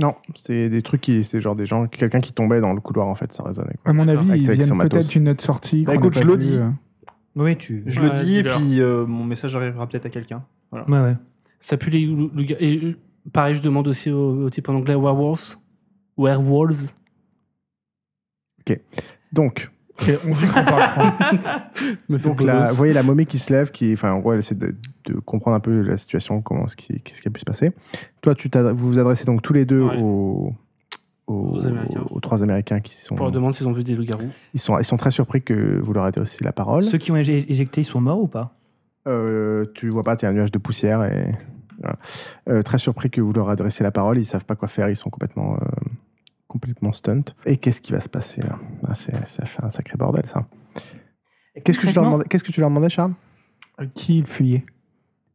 A: Non, c'est des trucs qui. C'est genre des gens. Quelqu'un qui tombait dans le couloir, en fait, ça résonnait. quoi.
C: À
E: Ah,
C: mon
A: Avec
C: avis, ils
A: son
C: viennent
A: matos.
C: peut-être d'une autre sortie.
E: Bah,
C: qu'on
E: écoute,
C: n'a
E: je
C: pas
E: le
C: vue,
E: dis.
C: euh.
D: Oui, tu.
E: Je
B: Ouais,
E: le dis, et
B: dealer.
E: puis euh, mon message arrivera peut-être à quelqu'un.
D: Ouais, ouais.
B: Ça pue les loups- loups- Et euh, pareil, je demande aussi au, au type en anglais werewolves. Werewolves.
A: Donc,
C: Ok, on dit qu'on parle franc.
B: Me
A: donc la, vous voyez la momie qui se lève, qui. Enfin, en gros, elle essaie de, de comprendre un peu la situation, comment ce qui, qu'est-ce qui a pu se passer. Toi, tu t'adre- vous vous adressez donc tous les deux
B: Ouais.
A: aux. Aux,
B: Aux Américains.
A: aux trois Américains qui sont,
B: Pour euh, leur demander s'ils ont vu des loups-garous.
A: ils sont. Ils sont très surpris que vous leur adressiez la parole.
D: Ceux qui ont éje- éjecté, ils sont morts ou pas
A: Euh, tu vois pas, il y a un nuage de poussière et voilà. Euh, très surpris que vous leur adressiez la parole, ils savent pas quoi faire, ils sont complètement euh, complètement stunt. Et qu'est-ce qui va se passer là Ah, c'est- Ça fait un sacré bordel ça. Qu'est-ce que tu leur
D: Concrètement,
A: demandais, qu'est-ce que tu leur demandais, Charles
C: Qui il fuyait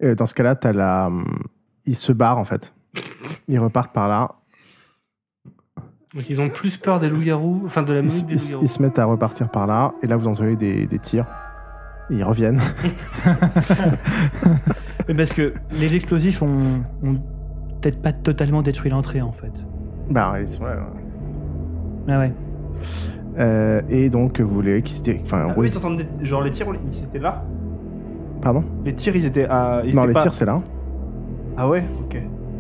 A: Euh, Dans ce cas-là, t'as la, hum, ils se barrent en fait. Ils repartent par là.
B: Donc ils ont plus peur des loups-garous, enfin de la
A: Ils, se-
B: momie que des
A: ils se-
B: loups-garous.
A: ils se mettent à repartir par là et là vous entendez des, des tirs. Ils reviennent.
D: Mais Parce que les explosifs ont, ont peut-être pas totalement détruit l'entrée en fait.
A: bah ils sont là. ouais.
D: Ah ouais.
A: Euh, et donc vous voulez qu'ils se dé- enfin en
E: Ah
A: gros,
E: oui, ils sont en train de- Genre, les tirs, ils étaient là.
A: pardon.
E: Les tirs, ils étaient. à- ils
A: Non
E: étaient
A: les
E: pas-
A: tirs c'est là.
E: Ah ouais Ok.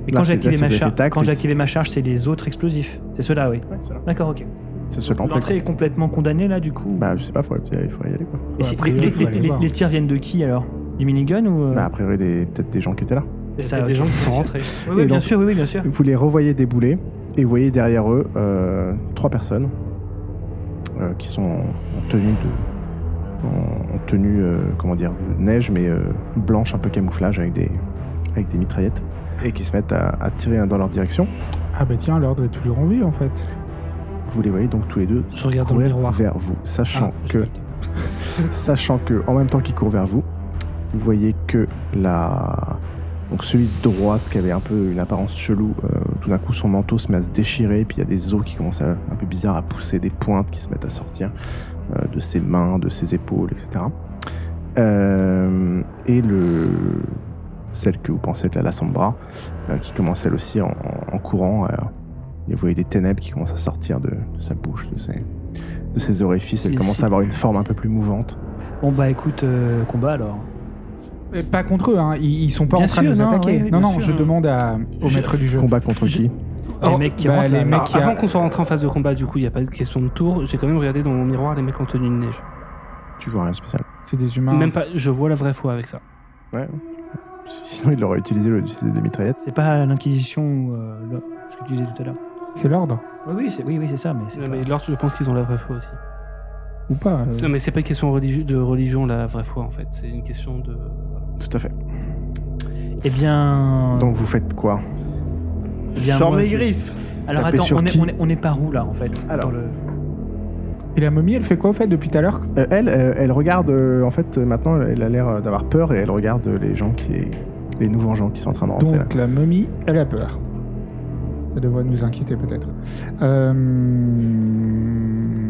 D: Mais
A: Là,
D: quand
A: c'est-
D: j'ai activé
A: là, c'est
D: ma,
A: des
D: char-
A: attaques,
D: quand
A: les-
D: j'ai activé ma charge, c'est les autres explosifs. C'est ceux-là, oui. D'accord, ok.
A: C'est ce plan.
D: L'entrée est complètement condamnée là du coup.
A: Bah je sais pas, faut- il faut y aller quoi.
D: Et c'est-
C: a priori,
D: les,
C: faut
D: les-
C: aller
D: les-
C: voir.
D: les tirs viennent de qui alors Du minigun ou euh,
A: Bah, a priori, des- peut-être des gens qui étaient là.
B: Il y a
D: ça,
B: peut-être des
D: ok.
B: gens qui sont rentrés.
D: Oui, oui,
A: Et
D: bien
A: donc-
D: sûr, oui, oui, bien sûr.
A: Vous les revoyez débouler et vous voyez derrière eux euh, trois personnes euh, qui sont en tenue de. en, en tenue, euh, comment dire, de neige, mais euh, blanche, un peu camouflage, avec des, avec des mitraillettes, et qui se mettent à, à tirer dans leur direction.
C: Ah bah tiens, l'ordre est toujours en vie en fait.
A: Vous les voyez donc tous les deux
B: Je regarde dans le
A: courir
B: miroir.
A: vers vous, sachant
B: Ah, j'ai
A: que
B: pas le temps.
A: sachant que en même temps qu'il court vers vous, vous voyez que la donc celui de droite qui avait un peu une apparence chelou, euh, tout d'un coup son manteau se met à se déchirer, puis il y a des os qui commencent à, un peu bizarre à pousser, des pointes qui se mettent à sortir euh, de ses mains, de ses épaules, etc. Euh, et le celle que vous pensez être la Lassambra, euh, qui commence elle aussi en, en courant, euh, Et vous voyez des ténèbres qui commencent à sortir de, de sa bouche, de ses, de ses orifices. Elle
D: C'est-
A: commence
D: c'est-
A: à avoir une forme un peu plus mouvante.
D: Bon bah écoute, euh, combat alors.
C: Mais Pas contre eux, hein. ils, ils sont pas
D: Bien
C: en train de
D: sûr,
C: nous
D: non,
C: attaquer.
D: oui, oui,
C: non,
D: bien
C: non,
D: sûr.
C: je demande à- au
B: Je-
C: maître du jeu.
A: Combat contre
B: Je-
A: qui
B: Oh,
D: les mecs qui
C: bah,
D: rentrent
C: les
D: là,
C: mecs-
B: Alors,
C: qui a-
B: avant qu'on soit rentré en phase de combat, du coup, il n'y a pas de question de tour. J'ai quand même regardé dans mon miroir les mecs en tenue de neige.
A: Tu vois rien de spécial.
C: C'est des humains.
B: Même pas, je vois la vraie foi avec ça.
A: Ouais. Sinon, il l'aurait utilisé, il aurait utilisé des mitraillettes.
D: C'est pas l'inquisition ou euh, le- ce que tu disais tout à l'heure.
C: C'est l'ordre
D: Oui oui c'est oui, oui, c'est ça mais c'est
B: Non,
D: pas-
B: mais l'ordre, je pense qu'ils ont la vraie foi aussi.
C: ou pas euh,
B: Non, mais c'est pas une question religi- de religion, la vraie foi, en fait. C'est une question de.
A: Tout à fait.
D: Eh bien.
A: Donc, vous faites quoi
D: eh bien,
E: Sors
D: moi,
E: mes
D: je-
E: griffes
D: Alors
A: Taper
D: attends,
A: sur
D: on est,
A: qui
D: on, est, on est par où là en fait dans
A: Alors.
D: le-
C: Et la momie, elle fait quoi au fait depuis tout à l'heure
A: Euh, Elle, euh, elle regarde. euh, en fait, euh, maintenant, elle a l'air euh, d'avoir peur et elle regarde euh, les gens qui. les nouveaux gens qui sont en train de rentrer là.
C: Donc la momie, elle a peur. Ça devrait nous inquiéter peut-être. Euh...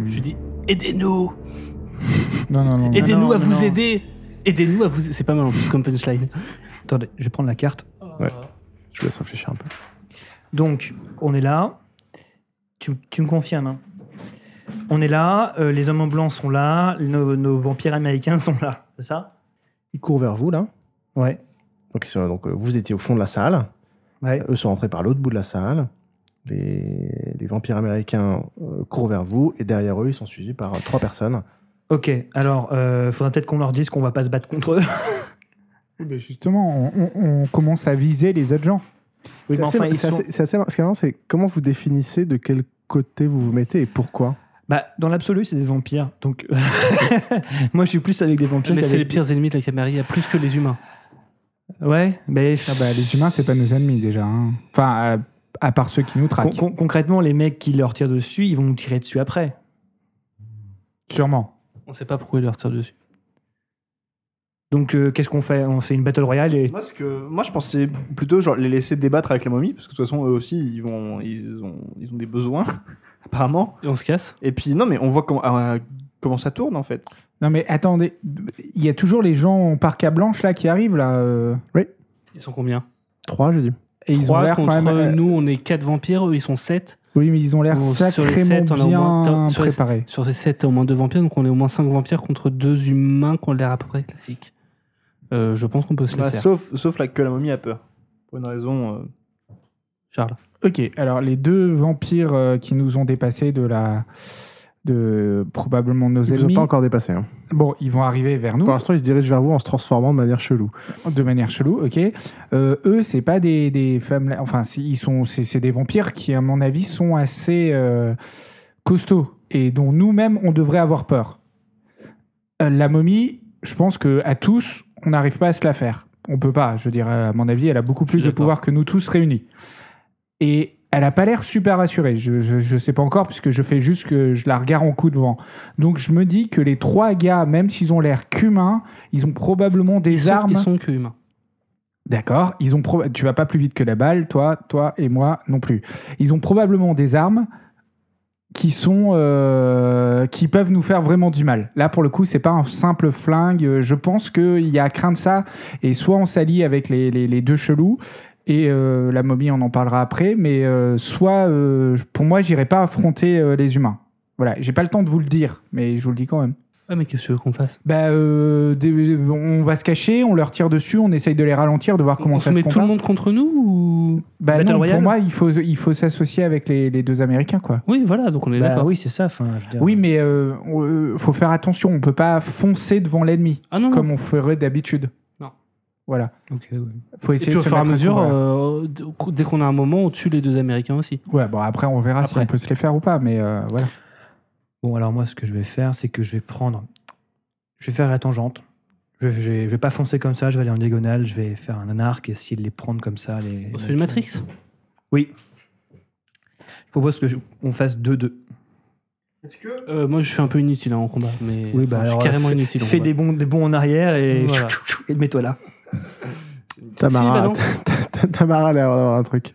B: Je lui dis aidez-nous
C: Non, Ah non, non. non.
D: Et-
B: Aidez-nous
D: non,
B: à
D: non,
B: vous
D: non.
B: aider Aidez-nous à vous. C'est pas mal en plus comme punchline.
D: Attendez, je vais prendre la carte.
C: Ah,
A: Ouais. Je vous laisse réfléchir un peu.
D: Donc, on est là. Tu, tu me confirmes. hein. On est là, euh, les hommes en blanc sont là, nos, nos vampires américains sont là, c'est ça
A: Ils courent vers vous là.
D: Ouais.
A: Donc, ils sont- donc, euh, vous étiez au fond de la salle.
D: Ouais.
A: Eux sont rentrés par l'autre bout de la salle. Les, les vampires américains euh, courent vers vous et derrière eux, ils sont suivis par euh, trois personnes.
D: Ok, alors, euh, faudrait peut-être qu'on leur dise qu'on va pas se battre contre eux.
C: Oui, mais justement, on, on- on commence à viser les autres gens.
A: C'est
D: Oui, mais
A: assez-
D: enfin, ils
A: c'est
D: sont-
A: assez- c'est assez marrant. Ce qui est marrant, c'est comment vous définissez de quel côté vous vous mettez et pourquoi.
D: Bah, dans l'absolu, c'est des vampires. Donc, moi, je suis plus avec des vampires
B: Ah, Mais c'est les
D: qu'avec...
B: pires ennemis de la Camarilla, plus que les humains.
D: Ouais, mais...
C: Ah bah, les humains, c'est pas nos ennemis déjà. hein. Enfin, à, à part ceux qui nous
D: con-
C: traquent,
D: con- concrètement, les mecs qui leur tirent dessus, ils vont nous tirer dessus après.
C: sûrement.
B: On sait pas pourquoi ils leur tirent dessus.
D: Donc, euh, qu'est-ce qu'on fait On fait une battle royale et...
E: Moi, ce que, moi, je pensais plutôt genre, les laisser débattre avec la momie, parce que de toute façon, eux aussi, ils, vont, ils, ont, ils ont des besoins, apparemment.
B: Et on se casse
E: Et puis, non, mais on voit comment, euh, comment ça tourne, en fait.
C: Non mais attendez, il y a toujours les gens en parka blanche là qui arrivent là. euh,
B: Ils sont combien
A: Trois, j'ai dit.
C: Et ils ont
B: Trois
C: l'air quand
B: contre
C: même. euh,
B: nous, on est quatre vampires, eux ils sont sept.
C: Oui, mais ils ont l'air
B: Ou sur les
C: sacrément
B: sept, on a au moins
C: bien
B: t- sur les-
C: préparés.
B: Sur ces 7, au moins 2 vampires, donc on est au moins 5 vampires contre 2 humains qui ont l'air à peu près classique. Euh, je pense qu'on peut se le
E: Bah,
B: faire.
E: sauf sauf là, que la momie a peur. Pour une raison. euh,
B: Charles.
C: Ok, alors les deux vampires euh, qui nous ont dépassés de la, de probablement nos
A: Ils vous ont
C: ennemis.
A: pas encore dépassé. hein.
C: Bon, ils vont arriver vers nous
A: Pour l'instant, ils se dirigent vers vous en se transformant de manière chelou.
C: de manière chelou, ok. Euh, eux, c'est pas des, des femmes, enfin, c'est- ils sont, c'est c'est des vampires qui, à mon avis, sont assez euh, costauds et dont nous-mêmes on devrait avoir peur. Euh, la momie, je pense que à tous, on n'arrive pas à se la faire. On peut pas, je dirais, à mon avis, elle a beaucoup plus de
B: d'accord.
C: pouvoir que nous tous réunis. Et elle a pas l'air super rassurée. Je, je, je sais pas encore puisque je fais juste que je la regarde en coup de vent. Donc je me dis que les trois gars, même s'ils ont l'air qu'humains, ils ont probablement des
B: Ils sont,
C: armes.
B: ils sont que humains.
C: D'accord, ils ont proba- tu vas pas plus vite que la balle, toi, toi et moi non plus. Ils ont probablement des armes qui sont euh, qui peuvent nous faire vraiment du mal. Là pour le coup, c'est pas un simple flingue. Euh, Je pense qu'il y a à craindre ça et soit on s'allie avec les, les- les deux chelous et euh, la momie on en parlera après, mais euh, soit euh, pour moi j'irai pas affronter euh, les humains. Voilà, j'ai pas le temps de vous le dire, mais je vous le dis quand même.
B: Ah, mais qu'est-ce que tu veux qu'on fasse
C: Bah, euh, des- on va se cacher, on leur tire dessus, on essaye de les ralentir, de voir comment
B: On
C: ça
B: se
C: se
B: met tout
C: combat.
B: le monde contre nous ou...
C: Bah
D: Battle
C: non,
D: Royale
C: pour moi, il faut, il faut s'associer avec les, les deux Américains, quoi.
B: Oui, voilà, donc on est
D: Bah
B: d'accord.
D: oui, c'est ça, enfin, je veux dire-
C: Oui, mais euh, on- euh, faut faire attention, on peut pas foncer devant l'ennemi,
B: Ah non, non.
C: comme on ferait d'habitude.
B: Non.
C: Voilà.
D: Ok, oui.
C: Faut
B: Et
C: essayer
B: puis
C: de
B: au
C: se
B: fur et à
C: mettre hein.
B: mesure,
C: couvert.
B: euh, d- dès qu'on a un moment, on tue les deux Américains aussi.
C: Ouais, bon, après, on verra si
B: Après.
C: on peut se les faire ou pas, mais euh, voilà.
D: Bon, alors moi, ce que je vais faire, c'est que je vais prendre. Je vais faire la tangente. Je vais, je vais- je vais pas foncer comme ça, je vais aller en diagonale, je vais faire un arc et essayer de les prendre comme ça. Les,
B: C'est une Matrix
D: Je propose qu'on fasse 2-2.
B: Euh, Moi, je suis un peu inutile hein, en combat. Mais...
D: Oui, bah
B: je
D: alors,
B: suis carrément
D: fais-
B: inutile. en
D: Fais
B: combat.
D: des bons, des bons en arrière et,
B: Voilà.
D: et mets-toi là.
B: Si, bah
A: Tamara,
B: non.
A: Tamara a l'air d'avoir un truc.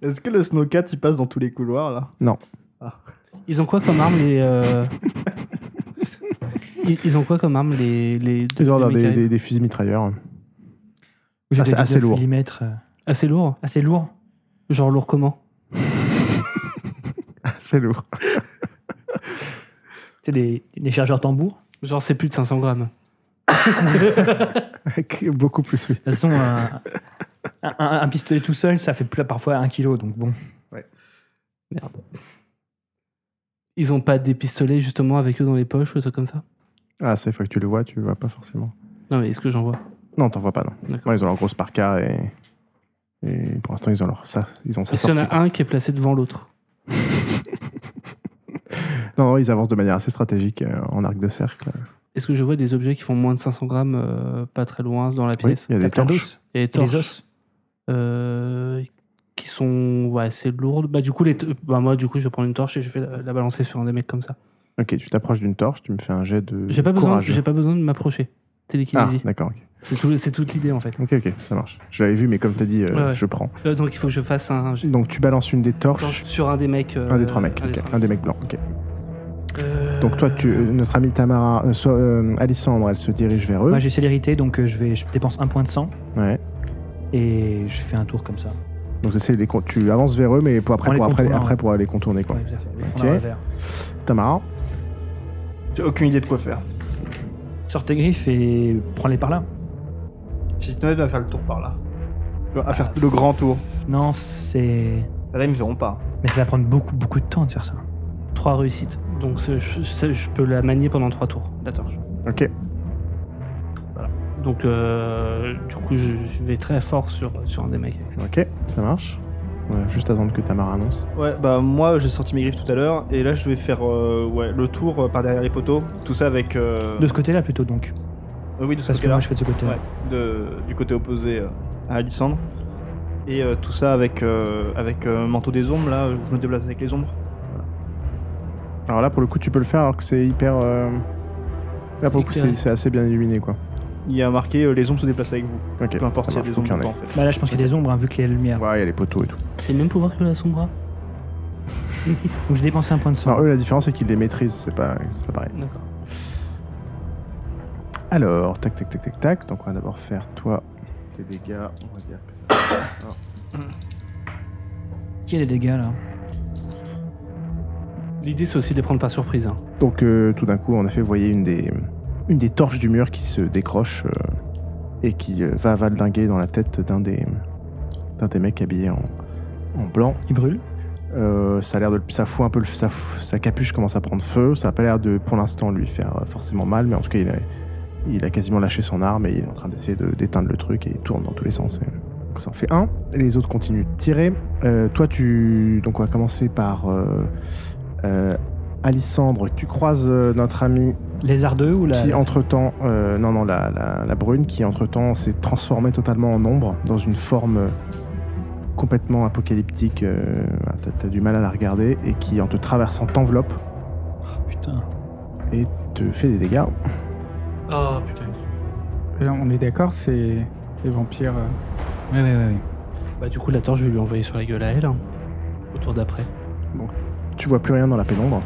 E: Est-ce que le snowcat, il passe dans tous les couloirs, là
B: Ils ont quoi comme arme les. euh, ils, ils ont quoi comme arme les. les
A: Ils ont l'air
B: les
A: des,
B: mécanismes
A: des- des fusils mitrailleurs.
D: J'ai
A: Ah, c'est
D: des
A: assez
D: 19
A: lourd.
D: millimètres, euh,
B: Assez lourd
D: Assez lourd.
B: Genre lourd comment
A: c'est lourd.
D: Tu sais, des, des chargeurs tambours.
B: Genre, c'est plus de 500 grammes.
A: Beaucoup plus vite.
D: De toute façon, un, un- un- un pistolet tout seul, ça fait plus, parfois un kilo, donc bon.
B: Ils ont pas des pistolets justement avec eux dans les poches ou des trucs comme ça
A: Ah, c'est fois que tu le vois, tu le vois pas forcément.
B: Non, mais est-ce que j'en vois
A: Non, t'en vois pas, non.
B: D'accord.
A: Ouais, ils ont leur grosse parka et, et pour l'instant, ils ont leur ça. Ils ont ça
B: Est-ce qu'il y
A: sorti.
B: en a un qui est placé devant l'autre
A: Non, non, ils avancent de manière assez stratégique euh, en arc de cercle.
B: Est-ce que je vois des objets qui font moins de 500 grammes euh, pas très loin dans la
A: Oui,
B: pièce
A: il y a des
D: T'as plein
A: torches.
D: d'os.
B: Et les
D: Et
B: torches
D: les os.
B: euh, qui sont ouais, assez lourdes. Bah, du coup, les t- bah, moi, du coup, je vais prendre une torche et je vais la, la balancer sur un des mecs comme ça.
A: Ok, tu t'approches d'une torche, tu me fais un jet de
B: J'ai pas, besoin-
A: courage.
B: j'ai pas besoin de m'approcher.
A: ah,
B: Télékinésie.
A: d'accord, ok.
B: C'est tout- c'est toute l'idée en fait.
A: Ok, ok, ça marche. Je l'avais vu, mais comme t'as dit, euh,
B: Ouais, ouais.
A: je prends.
B: Euh, donc il faut que je fasse un. jet de
A: Donc tu balances une des
B: torche
A: torches,
B: Sur un des mecs. euh,
A: un des trois mecs,
B: un des
A: ok,
B: trois
A: un
B: mecs.
A: des mecs blancs. ok.
B: Euh,
A: Donc toi, tu, euh, notre amie Tamara, euh, so- euh, Alessandre, elle se dirige vers eux.
D: Moi, j'ai célérité, donc euh, je, vais, je dépense un point de sang
A: Ouais.
D: et je fais un tour comme ça.
A: Donc c'est les, con- tu avances vers eux, mais pour après,
D: En les
A: pour après,
D: contournant,
A: après
D: ouais.
A: pour les contourner quoi.
D: Ouais,
A: Ok.
D: tout à fait. On a un revers.
A: Tamara,
E: J'ai aucune idée de quoi faire.
D: Sors tes griffes et prends-les par là.
E: J'hésiterais à faire le tour par là. Tu vois, À faire le grand tour.
D: Non, c'est.
E: Là, ils me verront pas.
D: Mais ça va prendre beaucoup, beaucoup de temps de faire ça.
B: Trois réussites. Donc c'est- je, c'est- je peux la manier pendant trois tours, la torche.
A: ok.
B: Donc euh, du coup, je, je vais très fort sur, sur un des mecs. avec ça.
A: Ok, ça marche. On va juste attendre que Tamara annonce.
E: Ouais, bah moi j'ai sorti mes griffes tout à l'heure et là je vais faire euh, ouais, le tour euh, par derrière les poteaux. Tout ça avec. euh,
D: De ce côté-là plutôt, donc.
E: euh, oui, de ce
D: Parce que
E: côté-là.
D: moi, je fais de ce côté.
E: Ouais, de- du côté opposé euh, à Alissandre. Et euh, tout ça avec, euh, avec euh, Manteau des Ombres là, où je me déplace avec les ombres.
A: Alors là, pour le coup, tu peux le faire alors que c'est hyper. euh, Là, pour le coup,
B: Éclairé.
A: c'est c'est assez bien illuminé quoi.
E: Il y a marqué euh, les ombres se déplacent avec vous.
A: Ok.
E: Peu importe
A: ça
E: s'il y a
A: marche,
E: des
A: faut
E: ombres
A: qu'il y en
E: ou pas
A: ait.
E: en fait.
D: Bah là, je pense qu'il y a des ombres, hein, vu qu'il y a la lumière.
A: Ouais, il y a les poteaux et tout.
B: C'est le même pouvoir que la sombra
D: Donc, j'ai dépensé un point de sang.
A: Alors eux, la différence c'est qu'ils les maîtrisent, c'est pas, c'est pas pareil.
B: D'accord.
A: Alors, tac, tac, tac, tac, tac. Donc, on va d'abord faire toi. Tes dégâts, on va dire que ça.
D: Qui a les dégâts là
B: L'idée, c'est aussi de les prendre par surprise. hein.
A: Donc, euh, tout d'un coup, en effet, vous voyez une des, une des torches du mur qui se décroche euh, et qui euh, va valdinguer dans la tête d'un des, d'un des mecs habillés en, en blanc.
D: Il brûle.
A: Euh, ça a l'air de, le- ça fout un peu, le, ça, f- sa capuche commence à prendre feu. Ça a pas l'air de, pour l'instant, lui faire euh, forcément mal, mais en tout cas, il a, il a quasiment lâché son arme et il est en train d'essayer de- d'éteindre le truc et il tourne dans tous les sens. et- donc ça en fait un. Et Les autres continuent de tirer. Euh, toi, tu, donc on va commencer par euh, euh, Alissandre. Tu croises euh, notre ami
D: Les ardeux ou la.
A: qui entre-temps, euh, non, non, la, la- la brune, qui entre-temps s'est transformée totalement en ombre, dans une forme euh, complètement apocalyptique. euh, t'as- T'as du mal à la regarder, et qui, en te traversant, t'enveloppe,
D: Putain.
A: te fait des dégâts.
B: Oh putain.
C: Et là, on est d'accord, c'est les vampires. euh,
D: Ouais, ouais, ouais. ouais.
B: Bah du coup, la torche, je vais lui envoyer sur la gueule à elle. hein, au tour d'après.
A: Tu vois plus rien dans la pénombre,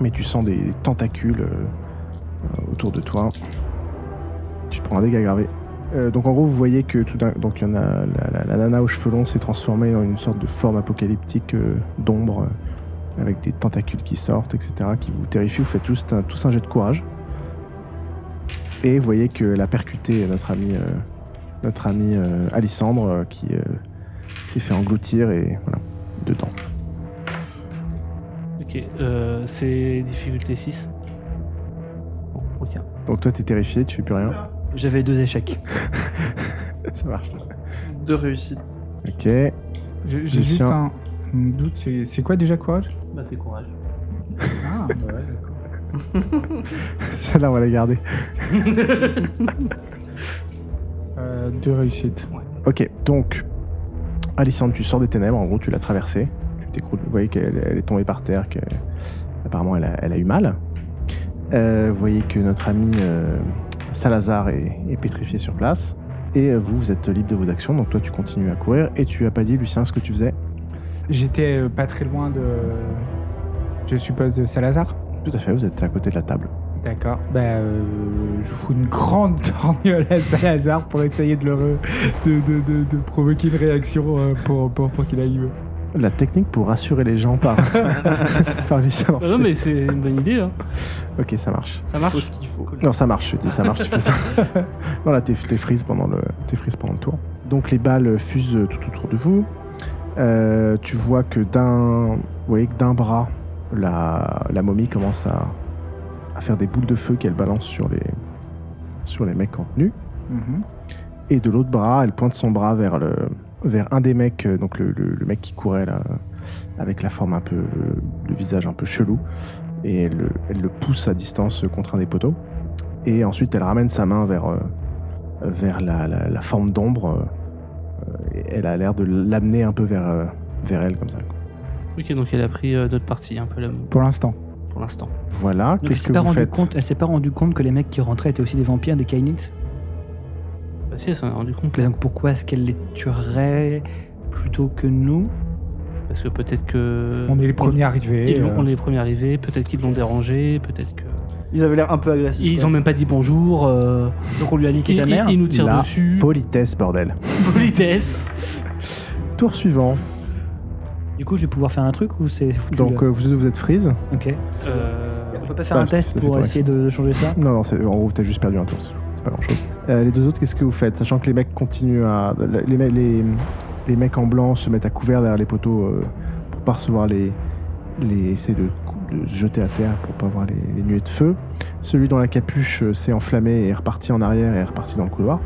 A: mais tu sens des tentacules euh, euh, autour de toi. Tu te prends un dégât gravé. Euh, donc en gros, vous voyez que tout d'un, donc il y en a la, la- la nana aux cheveux longs s'est transformée en une sorte de forme apocalyptique euh, d'ombre euh, avec des tentacules qui sortent, etc., qui vous terrifient. Vous faites juste un, tous un jet de courage. Et vous voyez que elle a percuté notre ami, euh, notre ami euh, Alissandre euh, qui, euh, qui s'est fait engloutir et voilà dedans.
B: Ok, euh, c'est difficulté 6. Bon, ok.
A: Donc toi t'es terrifié, tu fais plus rien.
D: J'avais deux échecs.
A: Ça marche.
E: Deux réussites.
A: Ok.
C: J'ai
A: Lucien.
C: j'ai juste un doute. C'est c'est quoi déjà courage
B: Bah c'est courage.
C: Ah, bah ouais.
A: Celle-là, on va la garder.
C: Euh, deux réussites.
A: Ok, donc, Alissandre, tu sors des ténèbres, en gros, tu l'as traversée. Tu t'écroules. Vous voyez qu'elle elle est tombée par terre, que apparemment elle a, elle a eu mal. Euh, vous voyez que notre ami euh, Salazar est, est pétrifié sur place. Et euh, vous, vous êtes libre de vos actions, donc toi, tu continues à courir. Et tu as pas dit, Lucien, ce que tu faisais
C: J'étais euh, pas très loin de. Je suppose de Salazar.
A: Tout à fait, vous êtes à côté de la table.
C: D'accord. Bah, euh, je fous une grande torgnole à Salazar pour essayer de le re- de, de, de- de provoquer une réaction euh, pour, pour, pour qu'il aille
A: La technique pour rassurer les gens par, par lui
B: Ah non, mais c'est une bonne idée, hein.
A: Ok, ça marche.
B: ça marche.
E: Faut ce qu'il faut.
A: Non, ça marche, je dis, ça marche, tu fais ça. non, là, t'es, t'es freeze pendant le, t'es freeze pendant le tour. Donc, les balles fusent tout autour de vous. Euh, tu vois que d'un, vous voyez que d'un bras, la, la momie commence à, à faire des boules de feu qu'elle balance sur les, sur les mecs en tenue.
C: Mhm.
A: Et de l'autre bras, elle pointe son bras vers, le, vers un des mecs, euh, donc le, le- le mec qui courait là, avec la forme un peu, le, le visage un peu chelou, et elle, le- elle le pousse à distance contre un des poteaux. Et ensuite, elle ramène sa main vers, euh, vers la, la- la forme d'ombre. euh, et elle a l'air de l'amener un peu vers, euh, vers elle, comme ça. quoi.
B: Ok, donc elle a pris euh, notre partie, un peu là,
C: Pour l'instant.
B: pour l'instant.
A: Voilà,
D: Donc, elle
A: qu'est-ce
D: s'est
A: que
D: pas
A: vous
D: rendue
A: faites
D: compte- elle s'est pas rendue compte que les mecs qui rentraient étaient aussi des vampires, des Kainix.
B: Bah, si, elle s'en est rendu compte,
D: Mais
B: là.
D: donc pourquoi est-ce qu'elle les tuerait plutôt que nous
B: Parce que peut-être que.
C: On est les premiers arrivés.
B: Ils l'ont-
C: euh,
B: on est les premiers arrivés, peut-être qu'ils l'ont dérangé, peut-être que.
E: Ils avaient l'air un peu agressifs.
B: Ils ont même pas dit bonjour. euh,
D: Donc on lui a niqué
B: ils,
D: sa
B: ils-
D: mère.
B: ils nous tirent
A: La
B: dessus.
A: Politesse, bordel.
B: Politesse.
A: Tour suivant.
D: Du coup, je vais pouvoir faire un truc ou c'est foutu
A: Donc,
D: là
A: euh, vous, vous êtes freeze
D: Ok.
B: Euh,
D: On peut pas faire
A: Ah,
D: un
A: ça fait
D: test pour
A: ton
D: essayer de changer ça
A: Non, non, c'est- en gros, t'as juste perdu un tour, c'est c'est pas grand chose. les deux autres, qu'est-ce que vous faites Sachant que les mecs continuent à. Les, me- les, les mecs en blanc se mettent à couvert derrière les poteaux euh, pour pas recevoir les. les essayer de, de se jeter à terre pour pas voir les, les nuées de feu. Celui dont la capuche euh, s'est enflammée et est reparti en arrière et est reparti dans le couloir.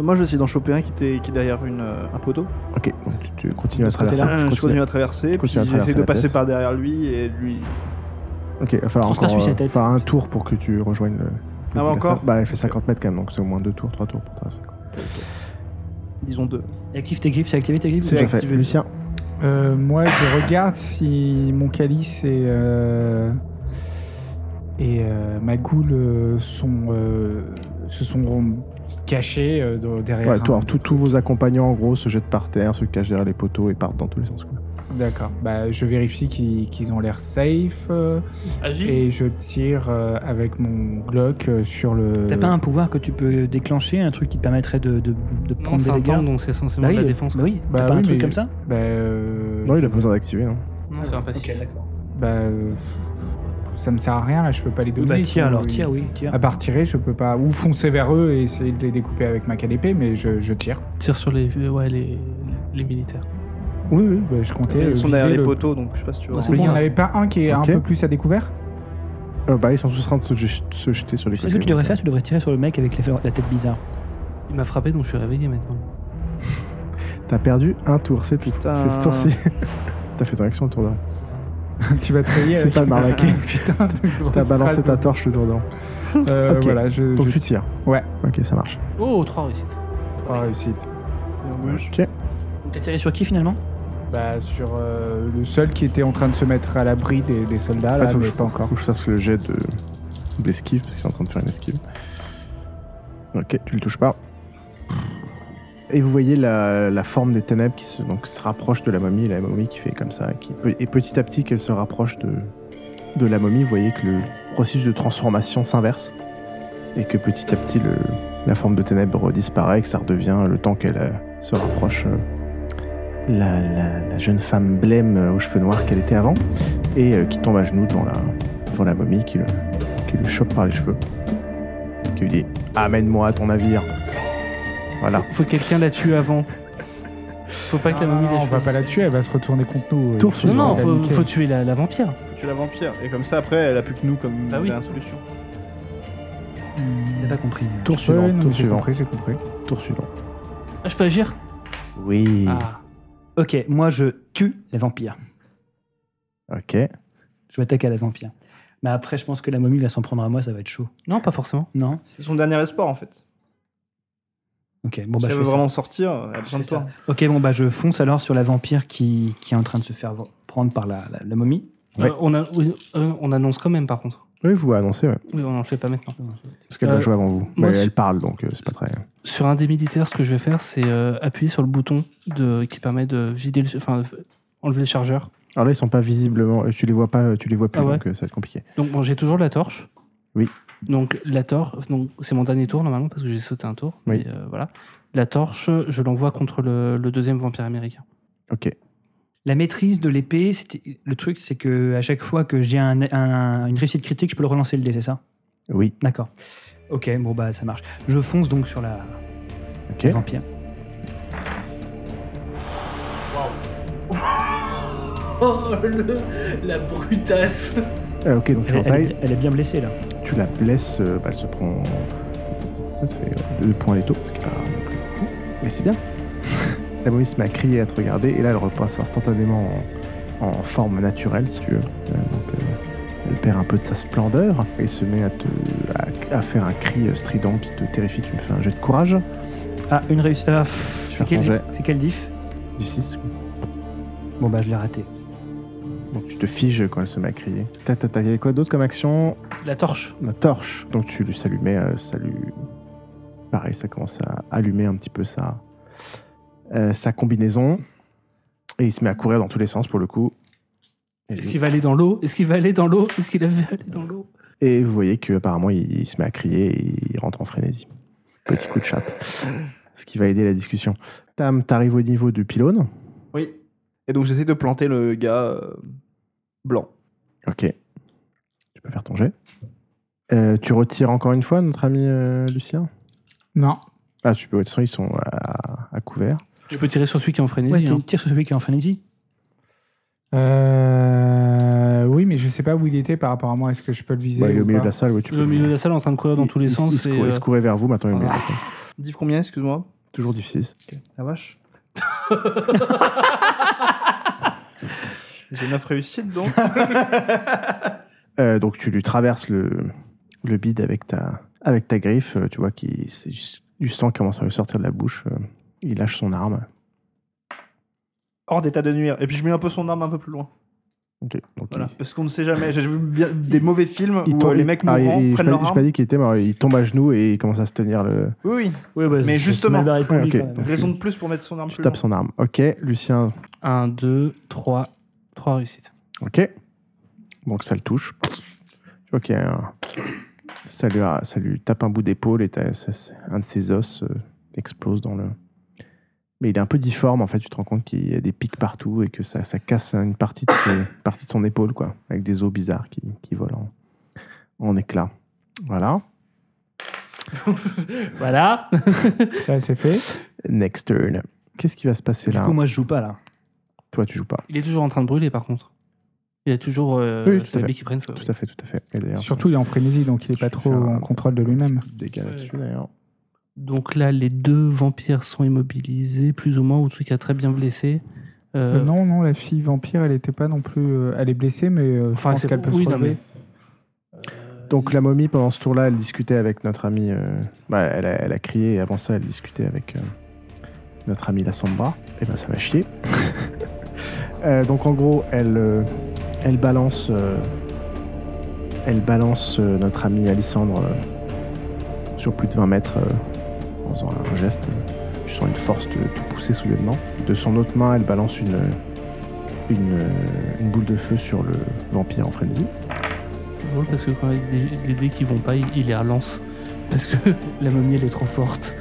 E: Moi, je vais essayer d'en choper un qui, était, qui est derrière une, euh, un poteau.
A: Ok, donc tu, tu continues à
E: Parce que t'es
A: traverser. tu
E: là, je
A: continues
E: continue à traverser, puis
A: Continue à
E: j'essaie
A: traverser
E: de
A: la
E: passer
A: pièce.
E: par derrière lui et lui.
A: à- Ok, il va falloir
D: Transperce
A: encore,
D: lui sa
A: euh,
D: tête.
A: faire un tour pour que tu rejoignes le.
E: Ah ouais,
A: le-
E: encore
A: Bah, il fait 50 mètres quand même, donc c'est au moins deux tours, trois tours pour traverser.
E: Disons deux.
D: Et Active tes griffes, c'est activé tes griffes
A: C'est déjà fait.
E: activé.
A: Lucien,
C: euh, moi, je regarde si mon calice et, euh, et euh, ma goule euh, sont, euh, se sont cachés euh, dans- derrière.
A: Ouais, toi,
C: un-
A: alors, tout- tous vos accompagnants, en gros, se jettent par terre, se cachent derrière les poteaux et partent dans tous les sens. quoi.
C: D'accord. Bah, je vérifie qu'ils qu'ils ont l'air safe euh,
B: Agile.
C: et je tire euh, avec mon Glock euh, sur le.
D: T'as pas un pouvoir que tu peux déclencher, un truc qui te permettrait de, de, de
B: Non,
D: prendre
B: c'est
D: des
B: un
D: dégâts
B: temps, donc c'est censément
D: Bah
B: de
D: oui,
B: la défense.
D: bah oui.
C: Bah
D: T'as pas
C: oui,
D: un truc
C: mais-
D: comme ça
C: Bah, euh,
A: Non, il a pas besoin d'activer, non
B: Non, c'est un passif.
D: Ok, d'accord.
C: Bah, euh, ça me sert à rien là. Je peux pas les
D: Oui,
C: dominer.
D: bah
C: sinon,
D: tire alors,
C: ils-
D: tire, oui, tire.
A: Ah, bah,
C: À part tirer, je peux pas. Ou foncer vers eux et essayer de les découper avec ma canne épée, mais je, je tire.
B: Tire sur les, euh, ouais, les, les militaires.
C: Oui, oui, bah, je comptais.
E: Mais
C: euh,
E: ils sont
C: viser
E: derrière les
C: le-
E: poteaux, donc je sais pas si tu vois.
B: Bah, c'est
C: Oui, Ah, il n'y en
B: bien.
C: avait pas un qui est
A: Ok.
C: un peu plus à découvert
A: Euh, Bah, ils sont tous en train de se, je- se jeter sur les
D: C'est ce que tu devrais faire, tu devrais tirer sur le mec avec les- la tête bizarre.
B: Il m'a frappé, donc je suis réveillé maintenant.
A: T'as perdu un tour, c'est tout.
E: Putain.
A: C'est ce tour-ci. T'as fait ton action le tour d'avant.
C: Tu vas trahir.
A: C'est pas marlaqué.
C: Putain, de grosse
A: T'as balancé ta
C: phrase.
A: torche le tour d'avant.
C: Euh,
A: Ok.
C: Voilà, je.
A: Donc
C: je-
A: tu tires.
C: Ouais.
A: Ok, ça marche.
B: Oh, trois réussites.
C: Trois réussites.
A: Ok.
D: T'as tiré sur qui finalement
C: Bah, sur euh, le seul qui était en train de se mettre à l'abri des, des soldats,
A: Pas
C: là,
A: faut que
C: mais
A: je
C: pas encore.
A: faut que je fasse le jet de d'esquive parce qu'ils sont en train de faire une esquive. Ok, tu le touches pas. Et vous voyez la, la forme des ténèbres qui se, donc, se rapproche de la momie, la momie qui fait comme ça, qui, pe- et petit à petit qu'elle se rapproche de, de la momie, vous voyez que le processus de transformation s'inverse, et que petit à petit le, la forme de ténèbres disparaît, que ça redevient le temps qu'elle euh, se rapproche euh, la, la- la jeune femme blême euh, aux cheveux noirs qu'elle était avant, et euh, qui tombe à genoux devant la, devant la momie, qui le, qui le chope par les cheveux, qui lui dit « Amène-moi à ton navire !» Voilà.
B: Faut, faut que quelqu'un la tue avant. Faut pas que la
C: Non,
B: momie
C: non,
B: la
C: Ah, on va pas la tuer, elle va se retourner contre nous. euh,
A: Tour
C: Il faut
B: Non,
A: suivant.
B: non,
C: la
B: faut,
C: niquer.
B: faut tuer la, la vampire.
E: Faut tuer la vampire. Et comme ça, après, elle a plus que nous comme
B: Bah oui.
E: dernière solution.
D: T'as pas compris.
A: Tour
C: Ouais,
A: suivant,
C: non, mais
A: tour
C: J'ai
A: suivant,
C: compris, j'ai compris.
A: tour suivant.
B: Ah, je peux agir
A: Oui.
B: Ah.
D: Ok, moi je tue les vampires.
A: Ah. Ok.
D: Je m'attaque à la vampire. Mais après, je pense que la momie va s'en prendre à moi, ça va être chaud.
B: Non, pas forcément.
D: Non
E: C'est son dernier espoir en fait.
D: Ok, bon
E: si
D: bah
E: elle
D: je
E: veut
D: fais ça.
E: vraiment sortir, elle a besoin de
D: fais
E: toi.
D: Ok, bon bah je fonce alors sur la vampire qui, qui est en train de se faire vo- prendre par la, la- la momie.
A: Ouais.
B: Euh, on, a- oui, euh, on annonce quand même, par contre.
A: Oui, vous annoncez, ouais.
B: Oui, on en fait pas maintenant.
A: Parce qu'elle va
B: Euh,
A: jouer avant vous.
B: moi,
A: Mais
B: je-
A: elle parle, donc euh, c'est pas très...
B: Sur un des militaires, ce que je vais faire, c'est euh, appuyer sur le bouton de, qui permet de vider le. Enfin, f- enlever le chargeur.
A: Alors là, ils sont pas visiblement... euh, Tu les vois pas, euh, tu les vois plus,
B: Ah ouais.
A: donc euh, ça va être compliqué.
B: Donc, bon, j'ai toujours la torche.
A: Oui.
B: Donc, la torche, donc c'est mon dernier tour normalement parce que j'ai sauté un tour.
A: Oui.
B: Mais, euh, voilà. La torche, je l'envoie contre le, le deuxième vampire américain.
A: Ok.
D: La maîtrise de l'épée, c'était- le truc, c'est que à chaque fois que j'ai un- un- une réussite critique, je peux le relancer le dé, c'est ça
A: Oui.
D: D'accord. Ok, bon bah ça marche. Je fonce donc sur la
A: Ok.
D: le vampire.
B: Oh, la brutasse
A: Ah, ok, donc tu
D: Elle, elle
A: l'entailles,
D: est, elle est bien blessée là.
A: tu la blesses, euh, bah, elle se prend. Ça se fait euh, deux points l'étau, ce qui est pas grave non plus. Mais c'est bien. la momie m'a crié à te regarder, et là elle repasse instantanément en, en forme naturelle, si tu veux. Euh, donc, euh, elle perd un peu de sa splendeur et se met à, te, à, à faire un cri euh, strident qui te terrifie. Tu me fais un jet de courage.
D: Ah, une réussite. Ah, pff,
A: fais
D: c'est quel,
A: ton jet.
D: c'est quel diff
A: Du 6.
D: Bon bah je l'ai raté.
A: Donc tu te figes quand elle se met à crier. T'as- t'as- t'as- Il y avait quoi d'autre comme action
B: La torche
A: la torche. Donc tu lui s'allumais, euh, ça lui. Pareil, ça commence à allumer un petit peu sa, euh, sa combinaison. Et il se met à courir dans tous les sens pour le coup. Et,
B: Est-ce qu'il va aller dans l'eau Est-ce qu'il va aller dans l'eau Est-ce qu'il va aller dans l'eau
A: et vous voyez qu'apparemment, il, il se met à crier et il rentre en frénésie. Petit coup de chat. Ce qui va aider la discussion. Tam, t'arrives au niveau du pylône.
E: Oui. Et donc j'essaie de planter le gars euh, blanc.
A: Ok. Tu peux faire ton jet. Euh, tu retires encore une fois notre ami euh, Lucien
C: Non.
A: Ah, tu peux. De toute façon, ils sont à, à couvert.
B: Tu peux tirer sur celui qui est en frénésie.
D: Ouais, t'es-
B: hein.
D: tire sur celui qui est en frénésie.
C: Euh, oui, mais je sais pas où il était par rapport à moi. Est-ce que je peux le viser
A: Ouais, Bah, il est
C: ou
A: au milieu
C: pas
A: de la salle. Oui, tu
B: Le
A: peux-
B: milieu de la salle en train de courir dans
A: Il-
B: tous les
A: il-
B: sens.
A: Il, se
B: et,
A: courait- il se
B: euh,
A: courait vers vous, maintenant il est
B: voilà.
A: blessé.
E: Div combien, excuse-moi
A: Toujours difficile.
E: La vache. J'ai 9 réussites donc.
A: Euh, donc tu lui traverses le, le bide avec ta, avec ta griffe. euh, Tu vois qu'il c'est du- du sang qui commence à lui sortir de la bouche. euh, Il lâche son arme.
E: Hors d'état de nuire. Et puis je mets un peu son arme un peu plus loin.
A: Ok, donc
E: Voilà.
A: il-
E: Parce qu'on ne sait jamais. J'ai vu bien des mauvais films
A: il
E: où
A: tombe-
E: euh, les mecs
A: ah, il-
E: mourants
A: il- je
E: prennent
A: pas-
E: leur
A: Je
E: arme.
A: pas dit qu'il était mort. Il tombe à genoux et il commence à se tenir le.
E: Oui, oui.
D: Ouais, bah,
E: Mais
D: c'est-
E: justement.
D: c'est mal barré pour
A: Ouais,
D: lui,
A: ok.
D: quand même.
A: Donc,
E: Raison de plus pour mettre son arme
A: Tu
E: plus
A: tapes
E: loin.
A: son arme. Ok, Lucien.
B: 1, 2, 3. 3 réussites.
A: Ok. Donc ça le touche. Tu vois qu'il y a un- ça, lui a- ça lui tape un bout d'épaule et t'as- ça- c'est- un de ses os euh, explose dans le. Mais il est un peu difforme en fait. Tu te rends compte qu'il y a des pics partout et que ça, ça casse une partie de, ses- partie de son épaule quoi, avec des os bizarres qui, qui volent en, en éclats. Voilà.
B: Voilà.
C: Ça, c'est fait.
A: Next turn. Qu'est-ce qui va se passer
D: Du
A: là
D: coup, moi je joue pas là.
A: Toi, tu joues pas.
B: Il est toujours en train de brûler par contre. Il y a toujours euh,
A: Oui, tout à
B: ses
A: fait.
B: habits qui prennent feu.
A: Tout à fait, tout à fait. Et d'ailleurs,
C: Surtout, il est en frénésie, donc il est
A: je vais
C: pas trop
A: faire un
C: en contrôle de lui-même.
A: petit peu de Dégâts là-dessus d'ailleurs.
B: Donc là, les deux vampires sont immobilisés, plus ou moins. Utsuka très bien blessé. Euh,
C: Euh, non, non, la fille vampire, elle était pas non plus. euh, elle est blessée, mais euh,
B: Enfin,
C: je pense
B: c'est-
C: qu'elle peut
B: oui,
C: se
B: non,
C: relever.
A: Donc la momie, pendant ce tour-là, elle discutait avec notre ami... euh, bah, elle, a, elle a crié, et avant ça, elle discutait avec euh, notre ami la Sombra. Et ben ça va chier. Euh, donc en gros, elle, euh, elle balance... euh, elle balance euh, notre ami Alissandre euh, sur plus de 20 mètres euh, en faisant un geste. euh, Tu sens une force te, te pousser soudainement. De son autre main, elle balance une, une, euh, une boule de feu sur le vampire en frenzy.
B: C'est drôle parce que quand il y a des, des dés qui vont pas, il, il les relance. Parce que la momie, elle est trop forte.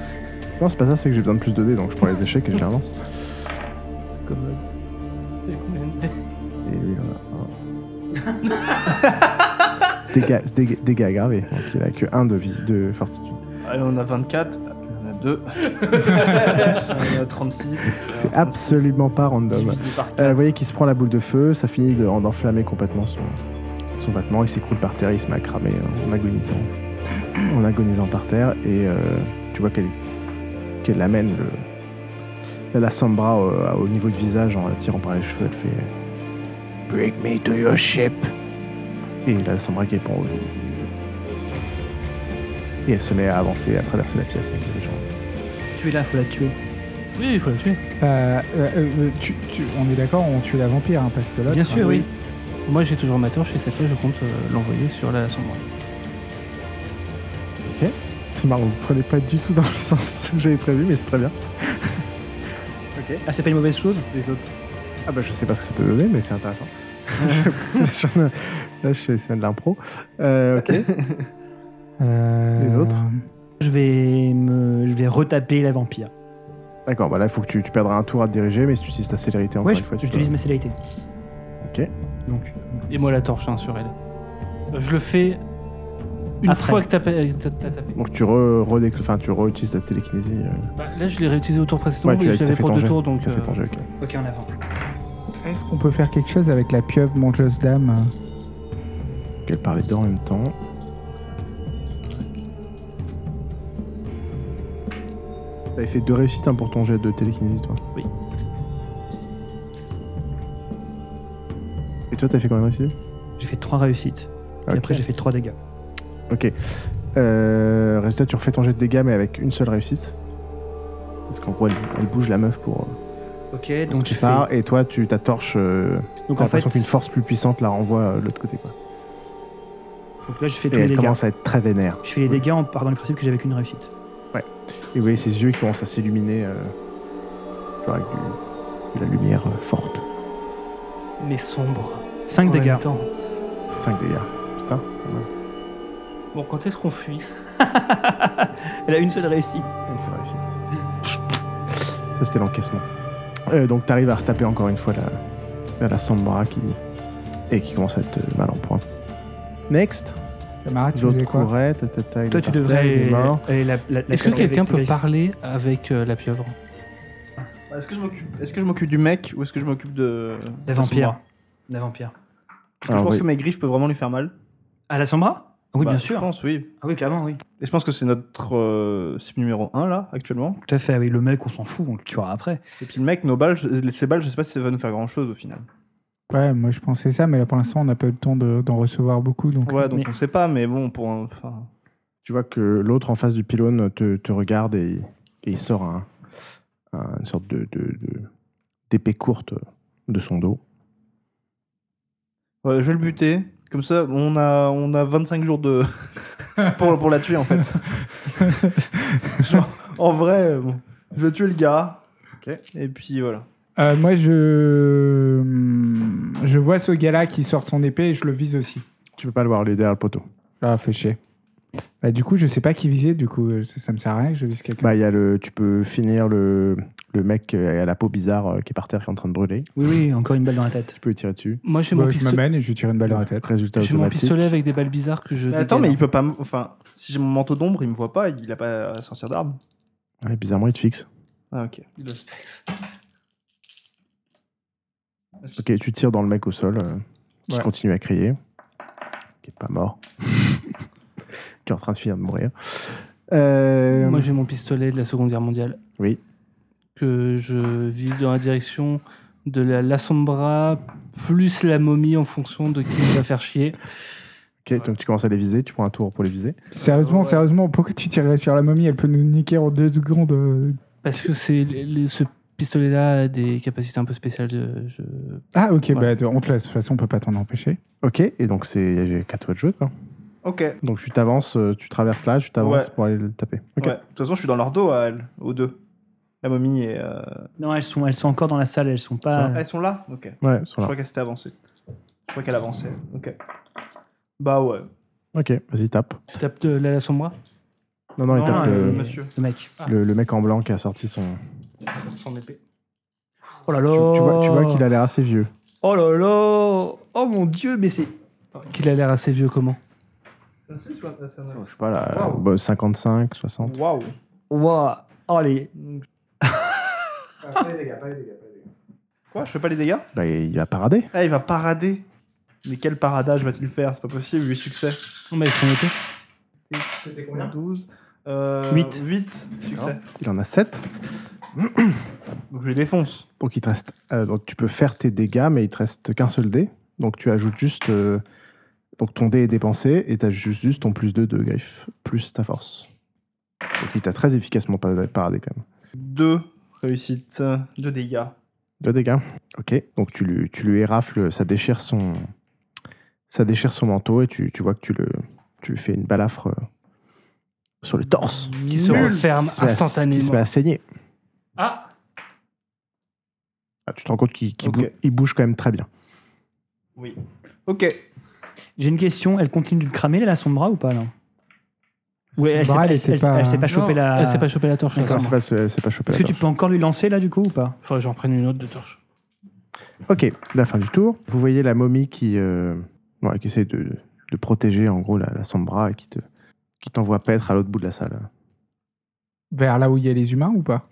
A: Non, c'est pas ça, c'est que j'ai besoin de plus de dés, donc je prends les échecs et je les relance.
B: C'est Comme, euh, c'est comme un dé.
A: Et lui, il en a un. dégâts, dégâts, dégâts aggravés. Donc il a que 1 de, vis- de fortitude.
E: Allez, on a 24. On a 2. on a 36.
A: C'est absolument pas random.
E: Divisé par 4.
A: Euh, vous voyez qu'il se prend la boule de feu, ça finit de- d'enflammer complètement son, son vêtement, il s'écroule par terre, il se met à cramer euh, en agonisant, en agonisant par terre, et euh, tu vois qu'elle qu'elle amène le, la Sambra au, au niveau du visage en la tirant par les cheveux, elle fait « Bring me to your ship !» Et la Sambra qui répond « Et elle se met à avancer, à traverser la pièce en se dirigeant.
D: Tu es là, faut la tuer.
B: Oui, il faut la tuer.
C: Euh, euh, euh, tu- tu- on est d'accord, on tue la vampire, hein, parce que là.
D: Bien sûr, oui.
B: Moi, j'ai toujours ma torche et cette fois, je compte euh, l'envoyer sur la sombre.
A: C'est marrant, vous ne prenez pas du tout dans le sens que j'avais prévu, mais c'est très bien.
D: Ah, c'est pas une mauvaise chose
A: les autres Ah bah je sais pas ce que ça peut donner, mais c'est intéressant. Sur le- Là, je suis c'est de l'impro. Euh, ok.
C: Euh,
A: Les autres
D: Je vais me, je vais retaper la vampire.
A: D'accord, bah là, il faut que tu, tu perdras un tour à te diriger, mais si tu utilises ta célérité encore
D: Ouais,
A: une fois, tu
D: j'utilise ma célérité.
C: Donc,
B: Et moi, la torche hein, sur elle. Euh, Je le fais une
D: Après.
B: fois que t'as pa- que t'as t'as tapé.
A: dois- Donc tu re, redéc- enfin, tu réutilises ta télékinésie. euh,
B: Bah, là, je l'ai réutilisé au tour précédent.
A: Ouais, tu
B: et
A: l'as-
B: je
A: t'as
B: l'avais
A: fait
B: pour
A: ton
B: deux
A: jet.
B: tours, donc.
A: T'as fait
B: euh,
A: ton jeu, ok.
D: Ok, en avant.
C: est-ce qu'on peut faire quelque chose avec la pieuvre mangeuse d'âme euh,
A: Qu'elle parlait dedans en même temps. T'avais fait deux réussites hein, pour ton jet de télékinésie, toi
B: Oui.
A: Et toi, t'as fait combien de réussites
D: J'ai fait 3 réussites. Et
A: Ok.
D: après, j'ai fait 3 dégâts.
A: Ok. Euh, résultat, tu refais ton jet de dégâts, mais avec une seule réussite. Parce qu'en gros, elle, elle bouge la meuf pour. euh,
D: Ok, donc je
A: tu
D: fais.
A: pars, et toi, tu ta torche. euh,
D: Donc
A: t'as
D: en fait,
A: l'impression qu'une force plus puissante la renvoie euh, de l'autre côté, quoi.
D: donc là, je fais tous
A: Et
D: les
A: elle
D: dégâts.
A: commence à être très vénère.
D: Je fais les dégâts en partant du principe que j'avais qu'une réussite.
A: Et vous voyez ses yeux qui commencent à s'illuminer, euh, genre avec du- de la lumière euh, forte.
B: Mais sombre.
D: 5
B: en même
D: dégâts.
B: temps.
A: 5 dégâts. Putain.
B: Bon, quand est-ce qu'on fuit
D: Elle a une seule réussite.
A: C'est réussi. Ça, c'était l'encaissement. Euh, donc, t'arrives à retaper encore une fois la, la, la Sambara qui, et qui commence à être euh, mal en point. Next.
C: Camarade, tu
A: L'autre
C: faisais quoi
A: courait. ta, ta, ta, il
D: Toi,
A: est
D: tu
A: par terre, il
D: devrais.
A: est mort.
D: aller la- la- la-
B: Est-ce que
D: la-
B: quelqu'un peut
D: la-
B: parler avec euh, la pieuvre
E: Est-ce que je m'occupe Est-ce que je m'occupe du mec ou est-ce que je m'occupe de
D: La vampire. La vampire.
E: Parce que je
A: Alors,
E: pense
A: oui.
E: que mes griffes peuvent vraiment lui faire mal.
D: Ah, la Sombra Oui,
E: Bah,
D: bien
E: Je
D: sûr.
E: pense, oui.
D: Ah oui, clairement, oui.
E: Et je pense que c'est notre euh, cible numéro 1 là, actuellement.
D: Tout à fait, Ah oui. Le mec, on s'en fout, on le tuera après.
E: Et puis le mec, nos balles, je- ses balles, je sais pas si ça va nous faire grand chose au final.
C: Ouais, moi je pensais ça, mais là pour l'instant on n'a pas eu le temps de- d'en recevoir beaucoup. Donc,
E: Ouais, donc
D: mais-
E: on sait pas, mais bon, pour un. enfin,
A: Tu vois que l'autre en face du pylône te, te regarde et, et il sort un, un- une sorte de, de- de- d'épée courte de son dos.
E: ouais, je vais le buter. Comme ça, on a, on a 25 jours de. pour, pour la tuer en fait. Genre, en vrai, euh, bon, je vais tuer le gars. Et puis voilà.
C: Euh, moi je. Je vois ce gars-là qui sort son épée et je le vise aussi.
A: Tu peux pas le voir, il est derrière le poteau.
C: Ah, fait chier. Bah, du coup, je sais pas qui viser, du coup, euh, ça, ça me sert à rien que je vise quelqu'un.
A: Bah, il y a le, tu peux finir le, le mec euh, à la peau bizarre euh, qui est par terre, qui est en train de brûler.
D: Oui, oui, encore une balle dans la tête.
A: Tu peux lui tirer dessus.
B: Moi, j'ai
C: Bah,
B: mon,
C: je
B: pistolet-
C: m'amène et je lui tire une balle dans la tête.
A: Résultat
B: j'ai mon
A: automatique.
B: pistolet avec des balles bizarres que je.
E: Mais attends, mais
B: dégaine.
E: il peut pas. m- Enfin, si j'ai mon manteau d'ombre, il me voit pas, il a pas à sortir d'arme.
A: Ouais, bizarrement, il te fixe.
E: Ah, ok.
B: Il le specs.
A: Ok, tu tires dans le mec au sol, euh, qui
C: Ouais.
A: continue à crier, qui est pas mort, qui est en train de finir de mourir. Euh,
B: Moi, j'ai mon pistolet de la Seconde Guerre mondiale.
A: Oui.
B: Que je vise dans la direction de la, la sombra plus la momie en fonction de qui me va faire chier.
A: ok, donc tu commences à les viser, tu prends un tour pour les viser.
C: Sérieusement,
E: Ouais.
C: sérieusement, pourquoi tu tirerais sur la momie Elle peut nous niquer en deux secondes. euh.
B: Parce que c'est les- les- ce pistolet-là a des capacités un peu spéciales. De, je...
C: Ah, ok,
B: Ouais.
C: bah, attends, on te laisse. De toute façon, on peut pas t'en empêcher.
A: Ok, et donc c'est j'ai 4 tours de jeu, quoi.
E: Ok.
A: Donc tu t'avances, euh, tu traverses là, tu t'avances
E: Ouais.
A: pour aller le taper. Ok.
E: Ouais. De toute façon, je suis dans leur dos à elles, aux deux. La momie et. euh,
D: Non, elles sont, elles sont encore dans la salle, elles sont pas.
E: Ah, Elles sont là Ok. Je
A: Ouais, ils sont là.
E: crois qu'elles s'étaient avancées. Je crois qu'elle avançait. Ok. Bah ouais.
A: Ok, vas-y, tape.
B: Tu tapes de la, la sombra
A: Non, non, il
E: Non,
A: tape
E: euh,
A: le,
E: monsieur.
D: Le mec.
A: le- le mec en blanc qui a sorti son.
B: Son épée.
D: Oh là là
A: Tu, tu vois, tu vois qu'il a l'air assez vieux.
D: Oh là là Oh mon dieu, mais c'est.
B: Qu'il a l'air assez vieux, comment
A: Je sais pas, là,
E: Wow.
A: bah, 55, 60.
E: Waouh.
D: Waouh Oh les.
E: Ah, Quoi Je fais pas les dégâts
A: Bah, il va parader.
E: Ah, il va parader. Mais quel paradage va-t-il faire C'est pas possible, 8 succès.
B: Non, mais ils sont épées.
E: C'était combien 12. Euh,
D: Huit.
E: 8 succès.
A: Il en a 7.
E: Donc je les défonce.
A: Donc, il te reste, euh, donc tu peux faire tes dégâts, mais il te reste qu'un seul dé. Donc tu ajoutes juste. euh, donc ton dé est dépensé et tu juste, juste ton plus 2 de griffe, plus ta force. Donc il t'a très efficacement par- paradé quand même.
E: 2 réussites, 2 dégâts.
A: Deux dégâts. Ok. Donc tu lui, tu lui érafles, ça déchire son. Ça déchire son manteau et tu, tu vois que tu, le, tu lui fais une balafre euh, sur le torse.
B: Qui se
E: Nul.
B: referment
A: Qui se met à- Qui se met
B: instantanément.
A: à saigner.
B: Ah
A: Ah, tu te rends compte qu'il qu'il
E: Ok.
A: bou- il bouge quand même très bien.
E: Oui. Ok.
D: J'ai une question, elle continue de cramer la sombra ou pas là Ouais, elle s'est
C: Barrel,
D: pas,
C: elle s'est
D: elle s'est-
C: pas-
D: elle s'est pas chopée la.
B: Elle s'est Eh, pas chopée la torche. là,
A: hein. Elle
B: sûrement.
A: s'est pas, elle s'est pas chopée
D: Est-ce
A: la
D: que tu
A: torche.
D: peux encore lui lancer là du coup ou pas
B: Faudrait que j'en prenne une autre de torche.
A: Ok, la fin du tour. Vous voyez la momie qui, euh, ouais, qui essaie de, de protéger en gros la, la Sombra et qui te qui t'envoie paître à l'autre bout de la salle.
C: Vers là où il y a les humains ou pas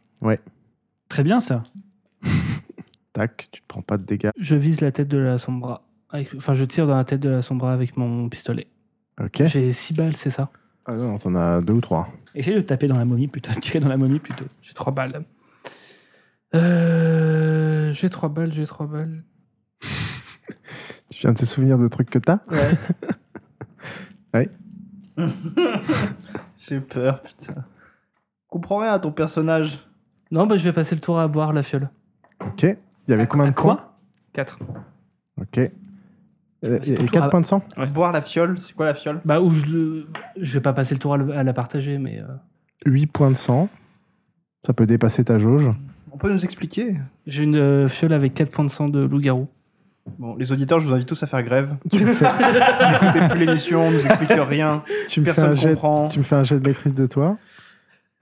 D: Très bien ça.
A: Tac, tu te prends pas de dégâts.
B: Je vise la tête de la sombra. Avec- Enfin, je tire dans la tête de la sombra avec mon pistolet.
A: Ok.
B: J'ai 6 balles, c'est ça
A: Ah non, t'en as deux ou trois.
D: Essaye de taper dans la momie plutôt, de tirer dans la momie plutôt.
B: J'ai 3 balles. Euh, j'ai 3 balles, j'ai 3 balles.
A: Tu viens de te souvenir de trucs que t'as
E: J'ai peur, putain. Comprends rien à ton personnage.
B: Non, bah je vais passer le tour à boire la fiole.
A: Ok. Il y avait combien de points
B: 4.
A: Ok. Euh,
D: C'est
A: Il y
D: ton
A: a
D: tour,
A: 4
D: ah.
A: points de sang
E: Boire la fiole, c'est quoi la fiole
B: Bah, ou je, le- je vais pas passer le tour à, le- à la partager, mais. euh,
A: 8 points de sang. Ça peut dépasser ta jauge.
E: On peut nous expliquer
B: J'ai une euh, fiole avec 4 points de sang de loup-garou.
E: Bon, les auditeurs, je vous invite tous à faire grève.
A: Tu me fais,
E: N'écoutez plus l'émission, on nous explique rien.
A: tu me fais
E: Personne
A: un jet,
E: comprend.
A: tu me fais un jet de maîtrise de toi.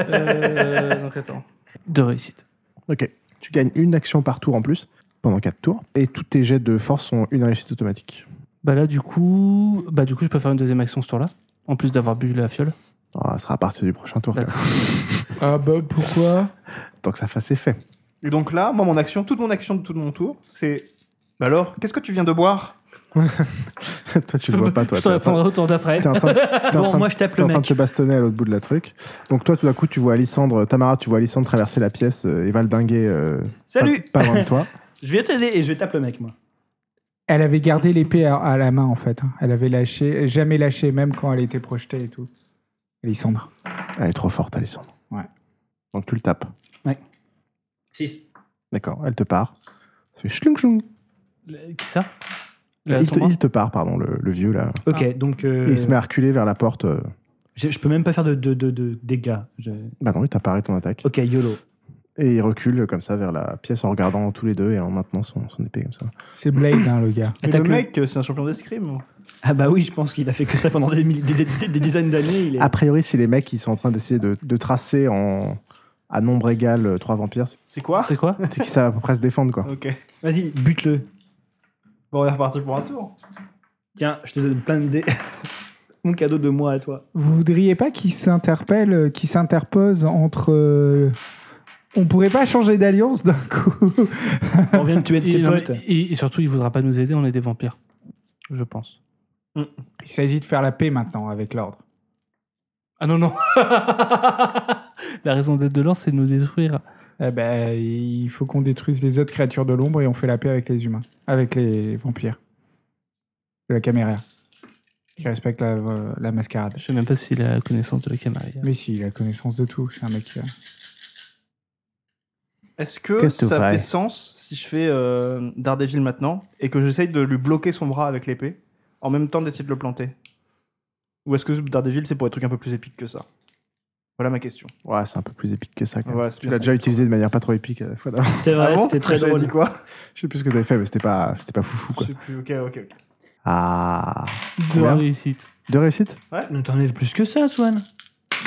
B: Euh, donc attends. Deux réussites.
A: Ok. Tu gagnes une action par tour en plus pendant 4 tours. Et tous tes jets de force sont une réussite automatique.
B: Bah là, du coup. Bah, du coup, je peux faire une deuxième action ce tour-là. En plus d'avoir bu la fiole.
A: Ah, ça sera à partir du prochain tour.
B: D'accord.
C: Ah bah pourquoi
A: Tant que ça fasse effet.
E: Et donc là, moi, mon action, toute mon action de tout mon tour, c'est. Bah alors, qu'est-ce que tu viens de boire
A: toi, tu le vois pas, toi.
B: Je te
A: T'es en train-
B: répondrai au tour d'après.
A: t'es en train de- t'es en
D: Bon,
A: train de-
D: moi je tape
A: T'es
D: le
A: en train de
D: mec.
A: te bastonner à l'autre bout de la truc. Donc toi, tout d'un coup, tu vois Alissandre, Tamara, tu vois Alissandre traverser la pièce euh, et valdinguer euh,
D: Salut
A: pas, pas loin de toi.
D: Je viens t'aider et je tape le mec moi.
C: Elle avait gardé l'épée à, à la main en fait. hein. Elle avait lâché, jamais lâché, même quand elle était projetée et tout. Alexandre.
A: Elle est trop forte, Alissandre.
C: Ouais.
A: Donc tu le tapes.
D: 6.
A: D'accord, elle te part. Ça fait schlung schlung.
B: Le- Qui ça La
A: Il te,
B: sombra
A: il te part, pardon, le, le vieux là.
D: Ok, donc. euh,
A: Il se met à reculer vers la porte. euh,
D: Je, je peux même pas faire de, de, de, de dégâts. Je-
A: Bah non, il t'a paré ton attaque.
D: Ok, YOLO.
A: Et il recule euh, comme ça vers la pièce en regardant tous les deux et en maintenant son, son épée comme ça.
C: C'est Blade, hein, le gars.
E: Mais
D: Attaque
E: le
D: le-
E: mec, c'est un champion d'escrime.
D: Ah bah oui, je pense qu'il a fait que ça pendant des, milli- des, des- des dizaines d'années. il est-
A: A priori, si les mecs qui sont en train d'essayer de, de tracer en, à nombre égal euh, trois vampires, c'est
E: C'est quoi
B: C'est quoi
A: c'est qu'ils savent à peu près se défendre quoi.
E: Ok.
D: Vas-y, bute-le.
E: Bon, on est reparti pour un tour.
D: Tiens, je te donne plein de dés. Mon cadeau de moi à toi.
C: Vous voudriez pas qu'il s'interpelle, euh, qu'il s'interpose entre. euh, On pourrait pas changer d'alliance d'un coup
D: On vient de tuer de ses
B: Et- non, mais-
D: potes.
B: Et, et surtout, il voudra pas nous aider, on est des vampires. Je pense.
C: Il s'agit de faire la paix maintenant avec l'ordre.
B: Ah non, non La raison d'être de l'ordre, c'est de nous détruire.
C: Eh ben, il faut qu'on détruise les autres créatures de l'ombre et on fait la paix avec les humains, avec les vampires. De la caméra. Qui respecte la, euh, la mascarade.
B: Je sais même pas s'il a connaissance de la camarilla.
C: Mais si, il a connaissance de tout. C'est un mec qui a-
E: Est-ce que
A: Qu'est-ce que
E: ça
A: tu fais
E: fait sens si je fais euh, Daredevil maintenant et que j'essaye de lui bloquer son bras avec l'épée en même temps d'essayer de le planter Ou est-ce que Daredevil c'est pour des trucs un peu plus épiques que ça Voilà ma question.
A: Ouais, c'est un peu plus épique que ça. Quand même.
E: Ouais, c'est
A: tu
E: plus
A: l'as
E: ça.
A: déjà utilisé de manière pas trop épique à la fois d'avant.
D: C'est vrai,
E: Ah bon
D: c'était très
E: J'avais
D: drôle.
E: dit quoi
A: Je sais plus ce que t'avais fait, mais c'était pas, c'était pas foufou
E: Je
A: quoi.
E: sais plus. Ok, ok, ok.
A: Ah.
B: Deux
A: Combien
B: réussites.
A: Deux réussites
D: Ne t'enlève plus que ça, Swan.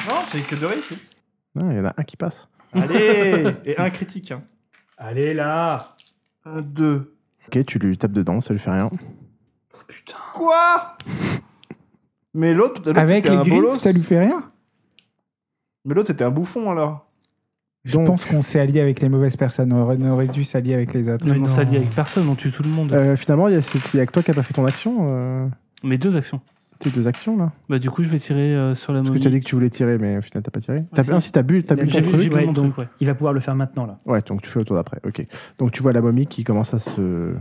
E: Non, j'ai que deux réussites.
A: Non, il y en a un qui passe.
E: Allez Et un critique. hein.
D: Allez là
E: Un, deux.
A: Ok, tu lui tapes dedans, ça lui fait rien.
E: Quoi Mais l'autre, l'autre,
C: Avec
E: c'était
C: les
E: un
C: griffes,
E: bolos.
C: ça lui fait rien
E: Mais l'autre, c'était un bouffon alors.
C: Je
A: Donc-
C: pense qu'on s'est allié avec les mauvaises personnes. On aurait, on aurait dû s'allier avec les autres.
D: Mais
B: on
D: non.
B: s'allie avec personne, on tue tout le monde.
A: Euh, finalement, il y a- c'est c'est avec toi qui a pas fait ton action, euh,
B: Mes deux actions.
A: tes deux actions là.
B: Bah, du coup, je vais tirer euh, sur la
A: Parce que tu as
B: momie.
A: dit que tu voulais tirer, mais au final, t'as pas tiré. T'as,
B: si.
A: ah, si, t'as bu, t'as
D: Il a
A: bu ton
D: bu,
B: J'ai
A: truc.
B: bu, j'ai bu
D: Ouais,
B: mon
D: donc-
B: truc, ouais.
D: Il va pouvoir le faire maintenant là.
A: Ouais, donc tu fais le tour d'après. Ok. Donc tu vois la momie qui commence à se.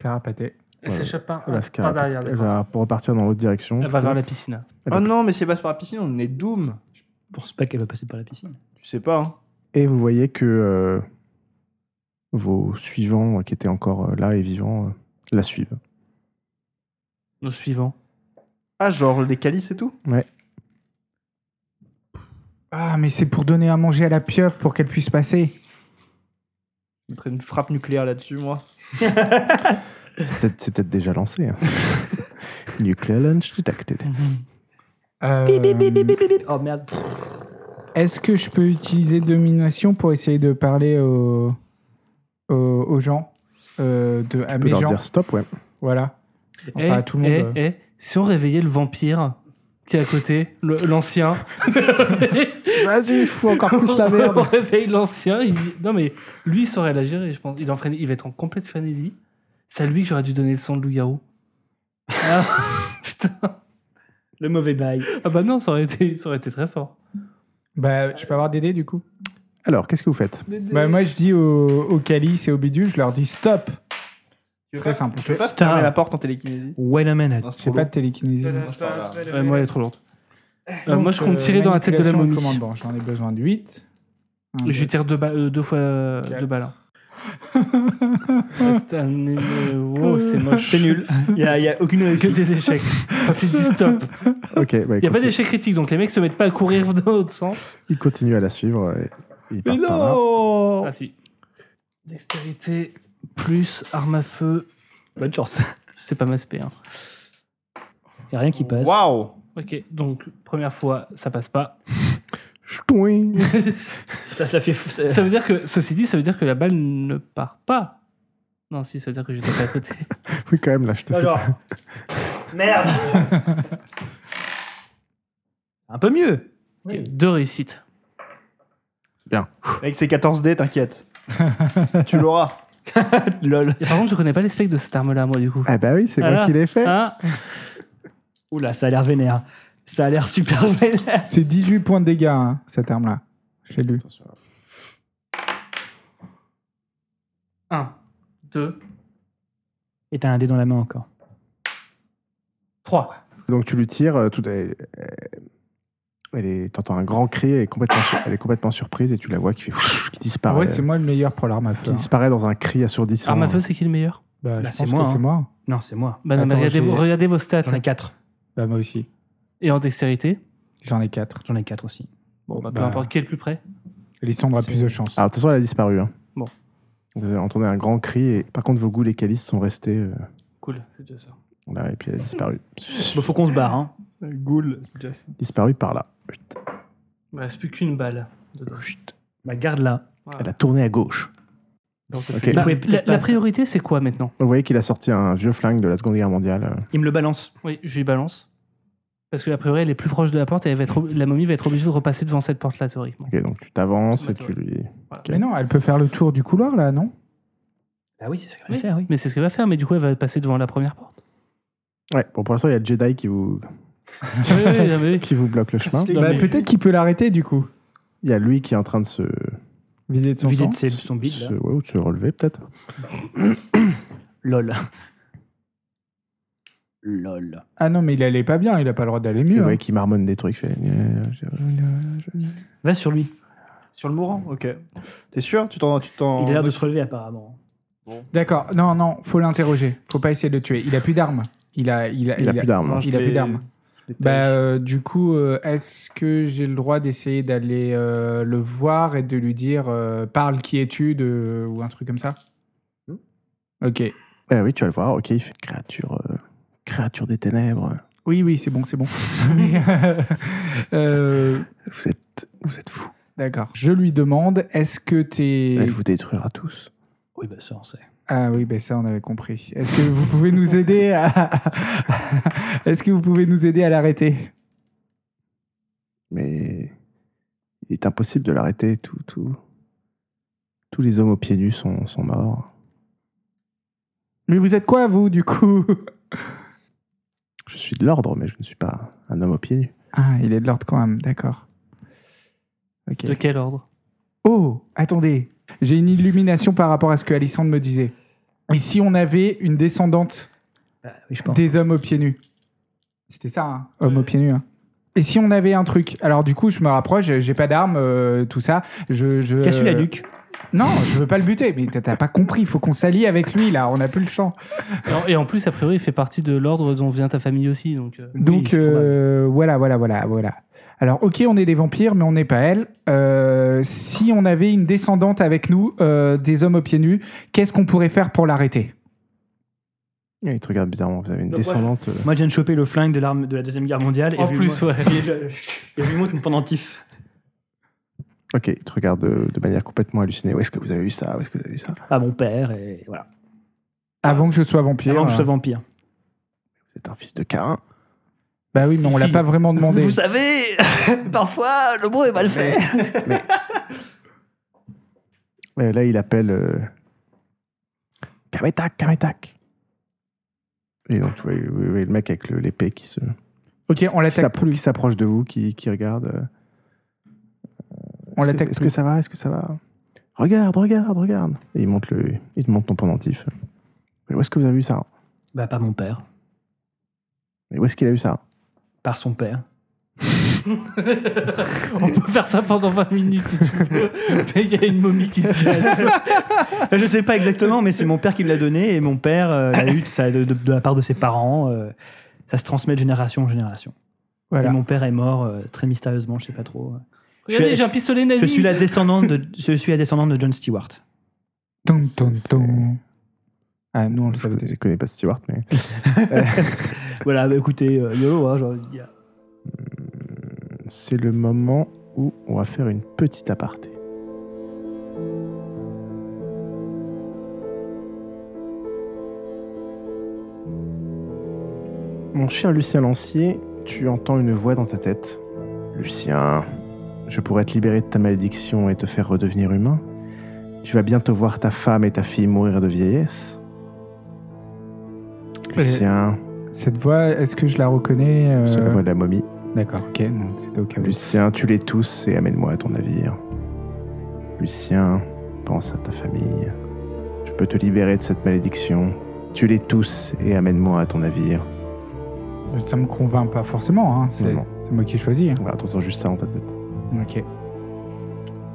C: Carapaté.
B: Elle
A: Ouais.
B: s'échappe pas,
A: à se
B: pas derrière.
A: carapater. Elle
B: d'accord.
A: va pour repartir dans l'autre direction.
B: Elle va vers la piscine.
A: Elle
E: Oh
D: Ah,
A: a-
E: non, mais si elle passe par la piscine, on est Doom.
D: Je pense pas qu'elle va passer par la piscine.
E: Tu sais pas, hein.
A: Et vous voyez que euh, vos suivants euh, qui étaient encore euh, là et vivants euh, la suivent.
B: Nos suivants.
E: Ah, genre les calices et tout
C: Ah, mais c'est pour donner à manger à la pieuvre pour qu'elle puisse passer.
E: Je mettrais une frappe nucléaire là-dessus, moi.
B: Mm-hmm.
A: C'est peut-être, c'est peut-être déjà lancé. hein. Nuclear launch detected.
C: Euh,
D: Oh merde.
C: Est-ce que je peux utiliser domination pour essayer de parler aux, aux, aux gens euh, de, À
A: Tu peux
C: mes
A: leur
C: gens
A: dire stop, ouais.
C: Voilà. Enfin, à
B: Eh,
C: tout le monde.
B: eh,
C: euh.
B: eh, si on réveillait le vampire qui est à côté, le- l'ancien.
A: Vas-y, fous encore plus la
B: on
A: merde.
B: réveille l'ancien. il dit- Non, mais lui, il saurait la gérer, je pense. Il, en fréné- il va être en complète frénésie. C'est à lui que j'aurais dû donner le son de loup-garou. Ah, putain.
D: Le mauvais bail.
B: Ah bah non, ça aurait été, ça aurait été très fort.
C: Bah, je peux avoir des dés du coup
A: Alors, qu'est-ce que vous faites
C: Bah, moi, je dis aux, aux Calice et aux Bidule, je leur dis stop.
E: Tu veux
C: Très
E: pas-
C: simple.
E: Tu peux pas
D: Putain.
E: fermer la porte en télékinésie
D: Wait a minute.
E: Non, c'est
C: J'ai
E: trop
C: pas
E: long.
C: de télékinésie.
E: Moi, je parle à-
B: Ouais, moi, elle est trop lourde. Euh, moi, je compte tirer dans la tête de la momie.
C: J'en ai besoin de 8.
B: Je tire deux, ba- euh, deux fois euh,
C: Quatre.
B: deux balles. Ouais, c'est un éne- wow, c'est moche.
D: C'est nul. Il n'y a, il y a aucune.
B: Que des échecs. Quand ils disent stop.
A: Ok, bah,
B: Il n'y a pas
A: continue.
B: d'échec critique, donc les mecs se mettent pas à courir dans l'autre sens.
A: il continue à la suivre. euh, et il part par là.
B: Ah si. Dextérité plus arme à feu.
D: Bonne chance.
B: C'est pas ma spé. hein.
D: Il n'y a rien qui passe.
E: Waouh
B: Ok, donc première fois, ça passe pas.
A: Ch'touing.
D: Ça, ça fait fou. ça-
B: Ça veut dire que, ceci dit, ça veut dire que la balle ne part pas. Non, si, ça veut dire que j'étais pas à côté.
A: Oui, quand même, là, je te
D: Non, genre. Merde Un peu mieux
B: Ok, Deux réussites.
E: Avec ses 14 dés, t'inquiète. tu l'auras.
D: Lol.
B: Et par contre, je connais pas les specs de cette arme-là, moi, du coup.
A: Ah bah oui, c'est moi
B: Alors,
A: qui l'ai fait.
B: Ah,
D: Oula, ça a l'air vénère. Ça a l'air super vénère.
C: C'est 18 points de dégâts, hein, cette arme-là. Je l'ai lu.
B: 1, 2,
D: Et t'as un dé dans la main encore.
B: 3.
A: Donc tu lui tires, euh, tout, elle, elle est, t'entends un grand cri, elle est complètement, sur- elle est complètement surprise et tu la vois qui fait whoosh, qui
C: En
A: disparaît, euh,
C: vrai, c'est moi le meilleur pour l'arme à
A: qui
C: feu. hein.
A: disparaît dans un cri assourdissant.
B: Arme à feu, c'est qui le meilleur
C: Bah,
D: Bah,
C: je
D: c'est
C: pense
D: moi,
C: que
D: hein.
C: c'est moi.
D: Non, c'est moi.
B: Bah non, mais
C: Attends,
B: regardez,
C: j'ai-
B: vos, regardez vos stats.
D: J'en ai 4.
C: Bah, moi aussi.
B: Et en dextérité
C: J'en ai 4.
D: J'en ai 4 aussi.
B: Bon, bah, peu
C: Bah.
B: importe qui est le plus près.
C: Lissandre a
D: C'est-
C: plus de chance.
A: Alors de toute façon, elle a disparu. hein.
B: Bon.
A: Vous avez entendu un grand cri et par contre vos goûts les calices sont restés. euh,
B: Cool, c'est déjà ça.
A: là, et puis elle a disparu.
D: Bon, faut qu'on se barre, hein.
E: Ghoul, c'est déjà ça.
A: disparu par là.
B: Il me reste plus qu'une balle. dedans.
D: Bah, garde-la.
B: Voilà.
A: Elle a tourné à gauche.
B: Donc, ça
A: Ok.
B: fait-
A: Vous
B: Bah,
D: pouvez
B: la,
D: peut-être pas-
B: la priorité, c'est quoi maintenant
A: Vous voyez qu'il a sorti un vieux flingue de la Seconde Guerre mondiale. euh.
D: Il me le balance.
B: Oui, je lui balance. Parce que la priori, elle est plus proche de la porte et elle va être ob- la momie va être obligée de repasser devant cette porte-là, théoriquement.
A: Ok, donc tu t'avances et tu lui.
C: Mais non, elle peut faire le tour du couloir, là, non
D: Bah oui, c'est ce qu'elle
B: Oui.
D: va faire, oui.
B: Mais c'est ce qu'elle va faire, mais du coup, elle va passer devant la première porte.
A: Ouais. Bon, pour l'instant, il y a le Jedi qui vous
B: oui, oui, oui, oui.
A: qui vous bloque le chemin.
B: Non,
C: Bah,
B: mais-
C: peut-être qu'il peut l'arrêter, du coup.
A: Il y a lui qui est en train de se,
C: Vider de son
D: Vider
C: sang.
D: de ses- son bide, là.
A: se- ouais, ou de se relever peut-être.
D: Lol. Lol.
C: Ah non, mais il allait pas bien, il a pas le droit d'aller
A: Vous
C: mieux.
A: voyez
C: hein.
A: qu'il marmonne des trucs. il Fait... euh,
D: Va sur lui.
E: Sur le mourant, ok. T'es sûr Tu t'en. Tu t'en...
D: Il a l'air de se relever,
C: hein.
D: apparemment.
C: D'accord, non, non, faut l'interroger. Faut pas essayer de le tuer. Il a plus d'armes. Il a, il a,
A: Il a plus d'armes.
E: Non,
A: hein.
E: je
C: il a
E: l'ai-
C: plus d'armes.
E: je l'ai
C: Bah,
E: taillé.
C: euh, du coup, euh, est-ce que j'ai le droit d'essayer d'aller euh, le voir et de lui dire euh, parle qui es-tu de... ou un truc comme ça
E: Hmm.
C: Ok.
A: Eh oui, tu vas le voir. Ok, il fait créature, euh, créature des ténèbres.
C: Oui, oui, c'est bon, c'est bon. Mais, euh, euh,
A: Vous êtes, vous êtes fous.
C: D'accord. Je lui demande est-ce que t'es.
A: Elle vous détruira tous.
D: Oui, bah ça, on sait.
C: Ah oui, ben ça, on avait compris. Est-ce que vous pouvez nous aider à. est-ce que vous pouvez nous aider à l'arrêter
A: Mais il est impossible de l'arrêter. Tout, tout, tous les hommes aux pieds nus sont, sont morts.
C: Mais vous êtes quoi, vous, du coup
A: Je suis de l'ordre, mais je ne suis pas un homme aux pieds nus.
C: Ah, il est de l'ordre quand même, d'accord. Ok.
B: De quel ordre
C: Oh, attendez, j'ai une illumination par rapport à ce que Alissandre me disait. Et si on avait une descendante
D: Bah, oui, je pense.
C: des hommes aux pieds nus C'était ça, hein hommes aux pieds nus. hein. Et si on avait un truc Alors du coup, je me rapproche, j'ai pas d'arme, euh, tout ça. Je, je... euh,
D: Casse-lui la nuque.
C: Non, je veux pas le buter, mais t'as- t'as pas compris, faut qu'on s'allie avec lui là, on a plus le champ.
B: et en, et en plus, a priori, il fait partie de l'ordre dont vient ta famille aussi. Donc, euh,
C: Donc
D: c'est probable.
C: euh, voilà, voilà, voilà, voilà. Alors ok, on est des vampires, mais on n'est pas elle. Euh, si on avait une descendante avec nous, euh, des hommes aux pieds nus, qu'est-ce qu'on pourrait faire pour l'arrêter
A: Il te regarde bizarrement. Vous avez une
D: Donc,
A: descendante. euh,
D: Moi, je viens de choper le flingue de, l'arme- de la Deuxième Guerre mondiale.
B: En plus, ouais.
D: ouais. Et vu mon pendentif.
A: Ok, il te regarde euh, de manière complètement hallucinée. Où est-ce que vous avez eu ça Où est-ce que vous avez eu ça
D: À mon père, et voilà.
C: Avant que je sois vampire.
D: Avant que je sois
C: euh,
D: vampire.
A: Vous êtes un fils de Cain.
C: Bah oui, mais on l'a
B: Fille.
C: pas vraiment demandé.
D: savez, parfois, le monde est mal fait.
A: Euh, là, il appelle euh, Kametak, Kametak. Et donc, tu vois, oui, oui, le mec avec le- l'épée qui se.
C: Ok, on
A: qui
C: l'attaque
A: s'appro-
C: plus.
A: Qui s'approche de vous, qui, qui regarde. euh,
C: On
A: Est-ce que-
C: l'attaque
A: Est-ce
C: plus.
A: que ça va Est-ce que ça va Regarde, regarde, regarde. Et il monte le, il te montre ton pendentif. Mais où est-ce que vous avez vu ça
D: Bah, par mon père.
A: Mais où est-ce qu'il a eu ça
D: Par son père.
B: On peut faire ça pendant 20 minutes si tu veux. Mais il y a une momie qui se casse.
D: Bah, Je sais pas exactement, mais c'est mon père qui me l'a donné. Et mon père euh, l'a eu de, sa- de- de- de la part de ses parents. euh, ça se transmet de génération en génération.
C: Voilà.
D: Et mon père est mort euh, très mystérieusement, je sais pas trop.
B: Regardez, j'ai un pistolet nazi.
D: Je suis la descendante de, je suis la descendante de John Stewart.
C: Ton, ton,
A: C'est-
C: ton. Ah, nous, on le
A: Je
C: savait.
A: connais, je connais pas Stewart, mais.
D: Voilà, bah, écoutez, euh, YOLO, hein, j'ai envie de dire.
A: C'est le moment où on va faire une petite aparté. Mon cher Lucien Lancier, tu entends une voix dans ta tête. Lucien, je pourrais te libérer de ta malédiction et te faire redevenir humain. Tu vas bientôt voir ta femme et ta fille mourir de vieillesse. Lucien,
C: Cette voix, est-ce que je la reconnais euh,
A: c'est la voix de la momie.
C: D'accord, ok, non, c'était au cas où.
A: Lucien, tue-les tous et amène-moi à ton navire. Lucien, pense à ta famille. Je peux te libérer de cette malédiction. Tue-les tous et amène-moi à ton navire.
C: Ça me convainc pas forcément, hein, c'est
A: Non.
C: c'est moi qui choisis. hein.
A: Voilà, t'entends juste ça dans ta tête.
C: Ok.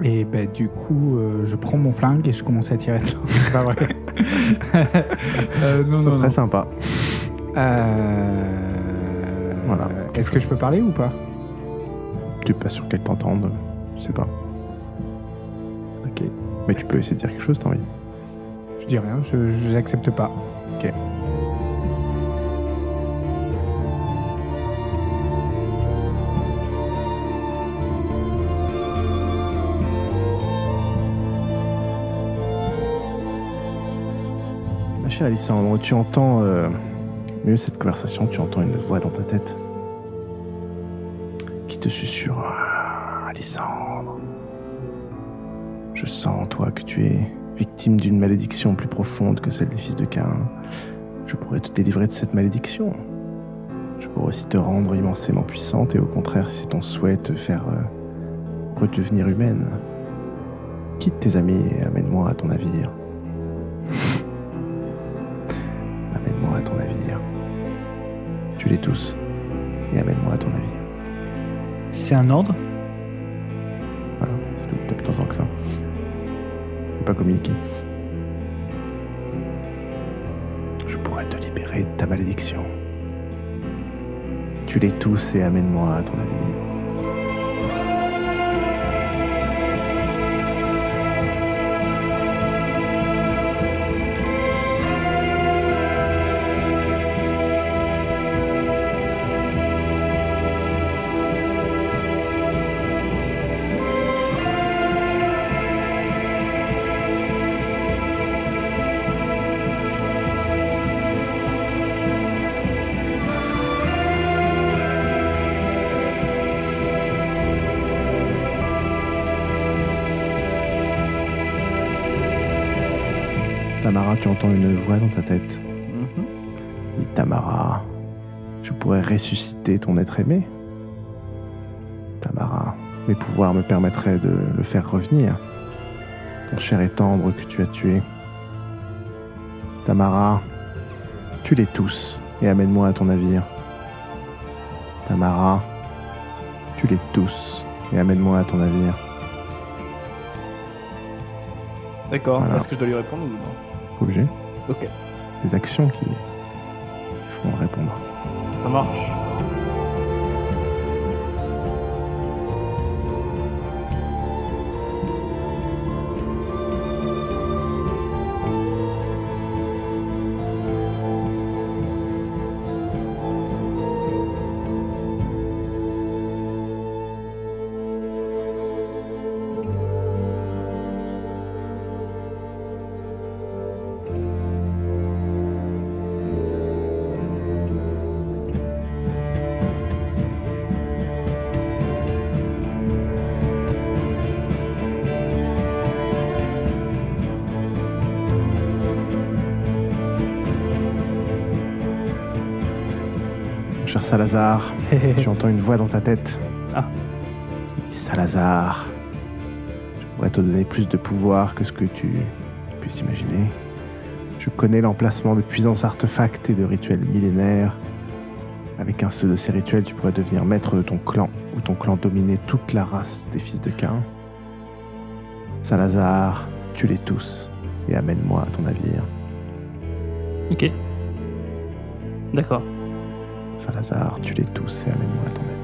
C: Et bah, du coup, euh, je prends mon flingue et je commence à tirer. Non, c'est pas vrai. Euh, non,
A: ça
C: non,
A: serait
C: non.
A: sympa.
C: Euh,
A: Voilà.
C: Est-ce que je peux parler ou pas
A: Tu es pas sûr qu'elle t'entende. Je sais pas. Ok. Mais tu peux essayer de dire quelque chose, t'as envie.
C: Je dis rien, je je- j'accepte pas.
A: Ma chère Alissandre, tu entends euh, mieux cette conversation, tu entends une voix dans ta tête qui te susurre Ah, Alissandre, je sens en toi que tu es victime d'une malédiction plus profonde que celle des fils de Cain. Je pourrais te délivrer de cette malédiction. Je pourrais aussi te rendre immensément puissante et au contraire, si ton souhait te faire euh, redevenir humaine, quitte tes amis et amène-moi à ton navire. Amène-moi à ton navire. Tue-les tous et amène-moi à ton navire.
D: C'est un ordre.
A: Voilà, c'est tout. T'as plus d'enfants que ça. Je peux pas communiquer. Je pourrais te libérer de ta malédiction. Tue-les tous et amène-moi à ton navire. Tamara, tu entends une voix dans ta tête.
E: Mhm.
A: Mais Tamara, je pourrais ressusciter ton être aimé. Tamara, mes pouvoirs me permettraient de le faire revenir. Ton cher et tendre que tu as tué. Tamara, tue-les tous et amène-moi à ton navire. Tamara, tue-les tous et amène-moi à ton navire.
E: D'accord.
A: Voilà.
E: Est-ce que je dois lui répondre ou non
A: Pas Obligé
E: Ok.
A: C'est tes actions qui feront répondre.
E: Ça marche.
A: cher Salazar. Tu entends une voix dans ta tête.
B: Ah.
A: Il dit, Salazar, je pourrais te donner plus de pouvoir que ce que tu puisses imaginer. Je connais l'emplacement de puissants artefacts et de rituels millénaires. Avec un seul de ces rituels, tu pourrais devenir maître de ton clan, ou ton clan dominer toute la race des fils de Cain. Salazar, tue-les tous et amène-moi à ton navire.
B: Ok. D'accord.
A: Salazar, tue-les tous et amène-moi à ton navire.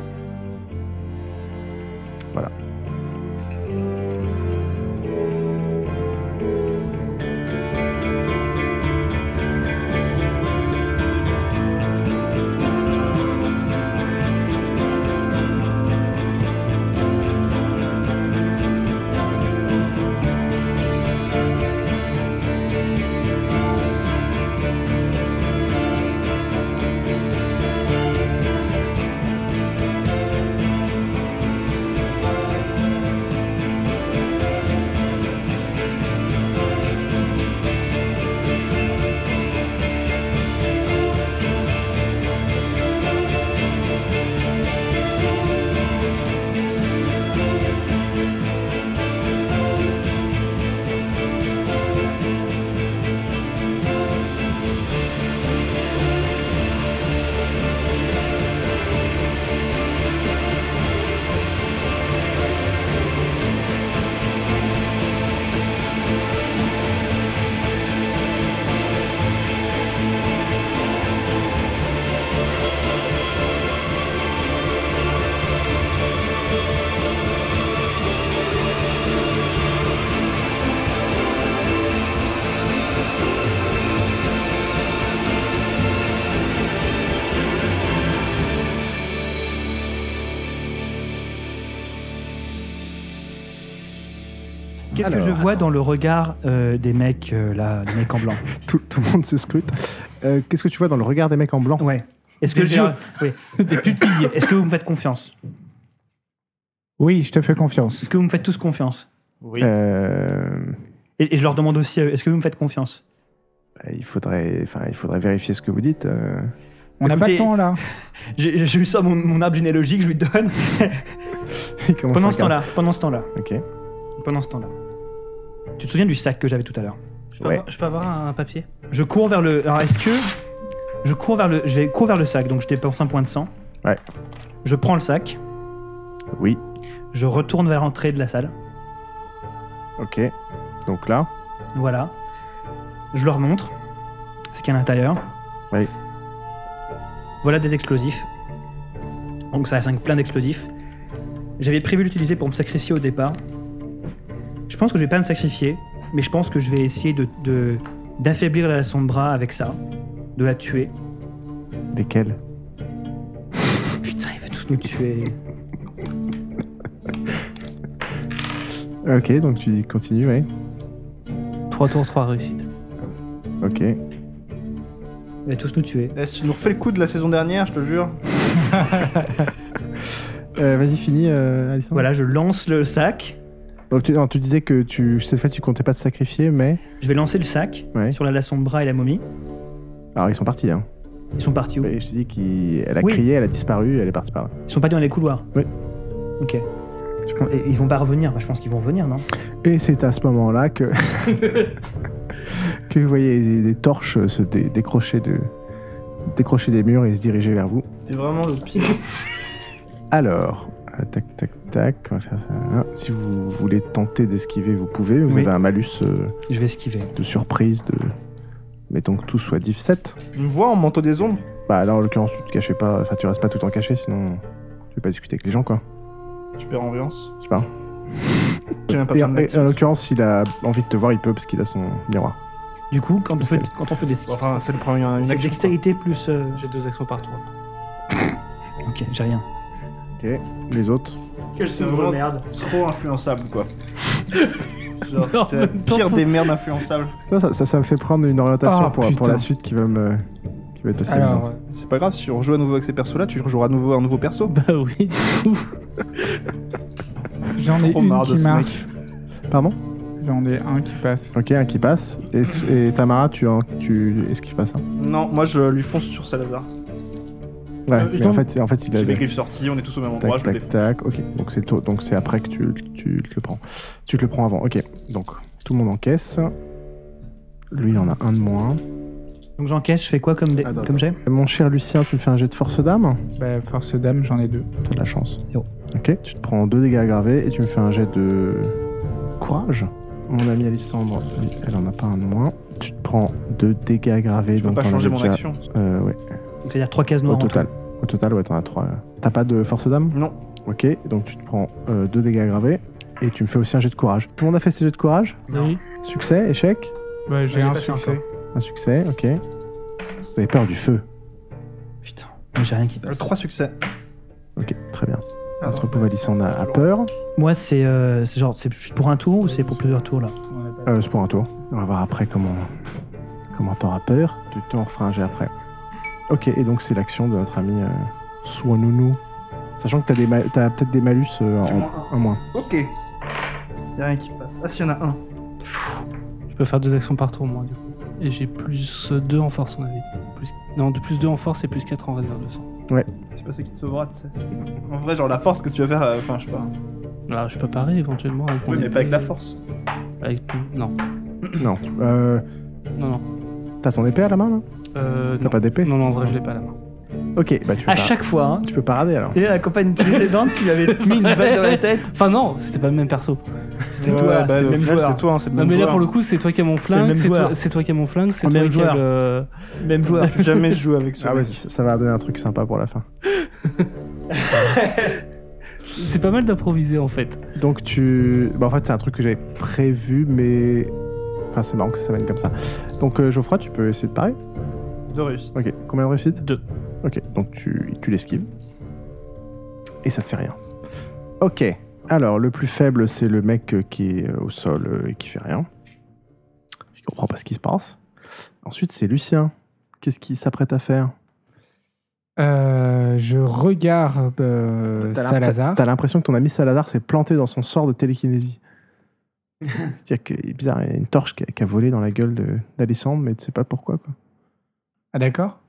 D: Qu'est-ce que je
A: Alors,
D: vois dans le regard euh, des mecs euh, là, des mecs en blanc
A: Tout, tout le monde se scrute. Euh, Qu'est-ce que tu vois dans le regard des mecs en blanc
D: Ouais. Est-ce que
B: Des
D: je-
B: yeux.
D: oui. Est-ce que vous me faites confiance
C: Oui, je te fais confiance.
D: Est-ce que vous me faites tous confiance
E: Oui.
A: Euh,
D: et, et je leur demande aussi euh, est-ce que vous me faites confiance
A: bah, il, faudrait, enfin, il faudrait vérifier ce que vous dites. euh.
C: On n'a pas
D: Écoutez-
C: le temps là.
D: J'ai j'ai eu ça mon, mon arbre généalogique, je lui donne.
A: Il commence
D: pendant
A: à
D: ce temps-là, pendant ce temps-là,
A: regarder. Ok.
D: pendant ce temps-là. Tu te souviens du sac que j'avais tout à l'heure
B: Je peux,
A: Ouais.
B: avoir, je peux avoir un, un papier
D: Je cours vers le. Alors est-ce que je cours vers le, je vais courir vers le sac, donc je dépense un point de sang.
A: Ouais.
D: Je prends le sac,
A: Oui.
D: je retourne vers l'entrée de la salle.
A: Ok. Donc là,
D: Voilà. Je leur montre ce qu'il y a à l'intérieur.
A: Oui.
D: Voilà des explosifs. Donc ça a cinq- plein d'explosifs. J'avais prévu l'utiliser pour me sacrifier au départ. Je pense que je vais pas me sacrifier, mais je pense que je vais essayer de de- d'affaiblir la sombra avec ça, de la tuer.
A: lesquels
D: Putain, il va tous nous tuer.
A: Ok, donc tu dis continue, ouais.
B: Trois tours, trois réussites.
A: Ok.
D: Il va tous nous tuer.
E: Eh, si tu nous refais le coup de la saison dernière, je te jure.
A: Euh, Vas-y, finis, euh, Alison.
D: Voilà, je lance le sac.
A: Donc tu, non, tu disais que tu, cette fois, tu comptais pas te sacrifier, mais.
D: Je vais lancer le sac
A: Ouais.
D: sur la, la sombra et la momie.
A: Alors ils sont partis, hein.
D: Ils sont partis où
A: Et je te dis qu'elle a
D: Oui.
A: crié, elle a disparu, elle est partie par là.
D: Ils sont pas dans les couloirs
A: Oui.
D: Ok. Je pense- et ils vont pas revenir. Bah, je pense qu'ils vont revenir, non
A: Et c'est à ce moment-là que. que vous voyez des, des torches se dé- décrocher, de, décrocher des murs et se diriger vers vous.
E: T'es vraiment le pire.
A: Alors, euh, tac, tac, tac, on va faire ça. Ah, Si vous voulez tenter d'esquiver, vous pouvez. Vous
D: Oui.
A: avez un malus euh,
D: Je vais esquiver.
A: de surprise de. Mettons que tout soit div 7.
E: Tu me vois en manteau des ombres
A: Bah là, en l'occurrence, tu te cachais pas. Enfin, tu restes pas tout le temps caché, sinon. Tu peux pas discuter avec les gens, quoi.
E: Super ambiance.
A: Je sais pas.
E: J'ai même pas
A: Et,
E: besoin de
A: et-
E: l'actif.
A: en l'occurrence, s'il a envie de te voir, il peut parce qu'il a son miroir.
D: Du coup, quand on fait,
A: Esquive.
D: quand on fait des
E: Bon, Enfin, c'est le premier. Une
D: c'est
E: action,
D: dextérité plus. euh,
B: J'ai deux actions par tour.
D: Ok, j'ai rien.
A: Les autres.
E: quoi. Quel
D: C'est
E: sevrant
D: merde.
E: trop influençable, quoi. Genre,
B: Non,
E: t'es
B: en
E: la
B: même temps,
E: pire
B: faut-
E: des merdes influençables.
A: Ça, ça, ça, ça me fait prendre une orientation
E: Oh,
C: Ah,
A: pour, pour
C: putain.
A: la suite qui va me. qui va être assez
C: Alors,
A: amusante.
E: C'est pas grave, si on rejoue à nouveau avec ces persos-là, tu rejoueras à nouveau un nouveau perso.
B: Bah oui, du coup.
C: j'en ai
E: Trop
C: une
E: marre de
C: qui
E: ce
C: marche.
E: euh,
A: Pardon
C: J'en ai un qui passe.
A: Ok, un qui passe. Et, et Tamara, tu, en- tu esquives pas ça.
E: Bah Non, moi je lui fonce sur Salazar.
A: Ouais,
E: Euh,
A: mais
E: donc-
A: en fait, en fait, il
E: J'ai mes
A: avait.
E: griffes sorties, on est tous au même endroit,
A: Tac,
E: je
A: tac,
E: le défonce.
A: tac. Ok, donc c'est toi- donc c'est après que tu, tu te le prends. Tu te le prends avant. Ok, donc tout le monde encaisse. Lui, il en a un de moins.
D: Donc j'encaisse, je fais quoi comme, dé-
E: Attends,
D: comme j'ai
A: Mon cher Lucien, tu me fais un jet de force d'âme
C: Bah, force dame, j'en ai deux.
A: T'as de la chance.
D: Zéro.
A: Ok, tu te prends deux dégâts aggravés et tu me fais un jet de courage. Mon ami Alissandre, lui, elle en a pas un de moins. Tu te prends deux dégâts aggravés.
E: Je peux
A: donc
E: pas
A: t'en
E: changer
A: avais
E: mon
A: déjà-
E: action.
A: Euh, ouais.
D: C'est-à-dire trois cases
A: Au
D: noires en tout.
A: total. Au total, ouais, t'en as trois. là. T'as pas de force d'âme
E: Non.
A: Ok, donc tu te prends euh, deux dégâts aggravés et tu me fais aussi un jet de courage. Tout le monde a fait ses jets de courage
B: Oui.
A: Succès, échec
B: Bah,
C: Ouais,
E: j'ai
C: j'ai un
E: pas fait
C: succès.
A: Un succès, ok. Vous avez peur du feu.
D: Putain, mais j'ai rien qui passe.
E: Trois succès.
A: Ok, très bien.
E: Ah,
A: Notre pauvre Alissandre a, a peur.
D: Moi, c'est euh, c'est genre, c'est juste pour un tour ou c'est pour plusieurs tours là
A: Euh, c'est pour un tour. On va voir après comment comment t'auras peur. Tu t'en referas un jet après. Ok, et donc c'est l'action de notre ami euh, Swanounou. Sachant que t'as, des ma- t'as peut-être des malus euh, en, en moins.
E: Ok. Y'a rien qui passe. Ah, si, y'en a un.
B: Je peux faire deux actions par tour, moi. du coup. Et j'ai plus 2 en force, on avait dit. Plus... Non, de plus 2 en force et plus 4 en réserve de sang.
E: C'est pas ce qui te sauvera, tu sais. En vrai, genre la force, qu'est-ce que tu vas faire euh, Enfin, je sais pas.
B: Alors, Ah, je peux parer éventuellement avec mon
E: Oui, mais
B: épée,
E: pas avec la force.
B: avec- Non,
A: Non. Euh,
B: non, non.
A: t'as ton épée à la main là
B: Euh,
A: T'as
B: non.
A: pas d'épée
B: non, non, en vrai, je l'ai pas à la main.
A: Ok, bah tu peux,
D: À
A: par-
D: chaque fois, hein.
A: tu peux parader alors.
D: Et la campagne précédente, tu lui avais mis une balle dans la tête.
B: Enfin, non, c'était pas le même perso.
D: C'était toi, c'était le
E: au
D: même
E: final,
D: joueur.
E: C'est toi, hein, c'est le
B: Non,
E: même
B: mais là,
E: joueur.
B: pour le coup, c'est toi qui as mon flingue,
D: même
B: c'est
D: joueur.
B: toi, c'est toi qui as mon flingue, c'est
D: Le
B: toi
D: même
B: qui as
D: joueur.
B: le.
D: Même joueur.
E: Plus jamais je joue avec ce
A: Ah ouais,
E: mec.
A: ça, ça va donner un truc sympa pour la fin.
B: C'est pas mal d'improviser en fait.
A: Donc tu... Bah, en fait c'est un truc que j'avais prévu mais... Enfin c'est marrant que ça s'amène comme ça. Donc euh, Geoffroy, tu peux essayer de parer
E: De réussite.
A: Ok, combien de réussites
B: Deux.
A: Ok, donc tu, tu l'esquives. Et ça te fait rien. Ok, alors le plus faible, c'est le mec euh, qui est euh, au sol euh, et qui fait rien. Il comprend pas ce qui se passe. Ensuite, c'est Lucien. Qu'est-ce qu'il s'apprête à faire
C: Euh, je regarde euh,
A: T'as l'im-
C: Salazar.
A: T'as l'impression que ton ami Salazar s'est planté dans son sort de télékinésie. C'est-à-dire que c'est bizarre, il y a une torche qui a, qui a volé dans la gueule de- d'Alessandre, mais tu sais pas pourquoi. Quoi.
C: Ah, d'accord.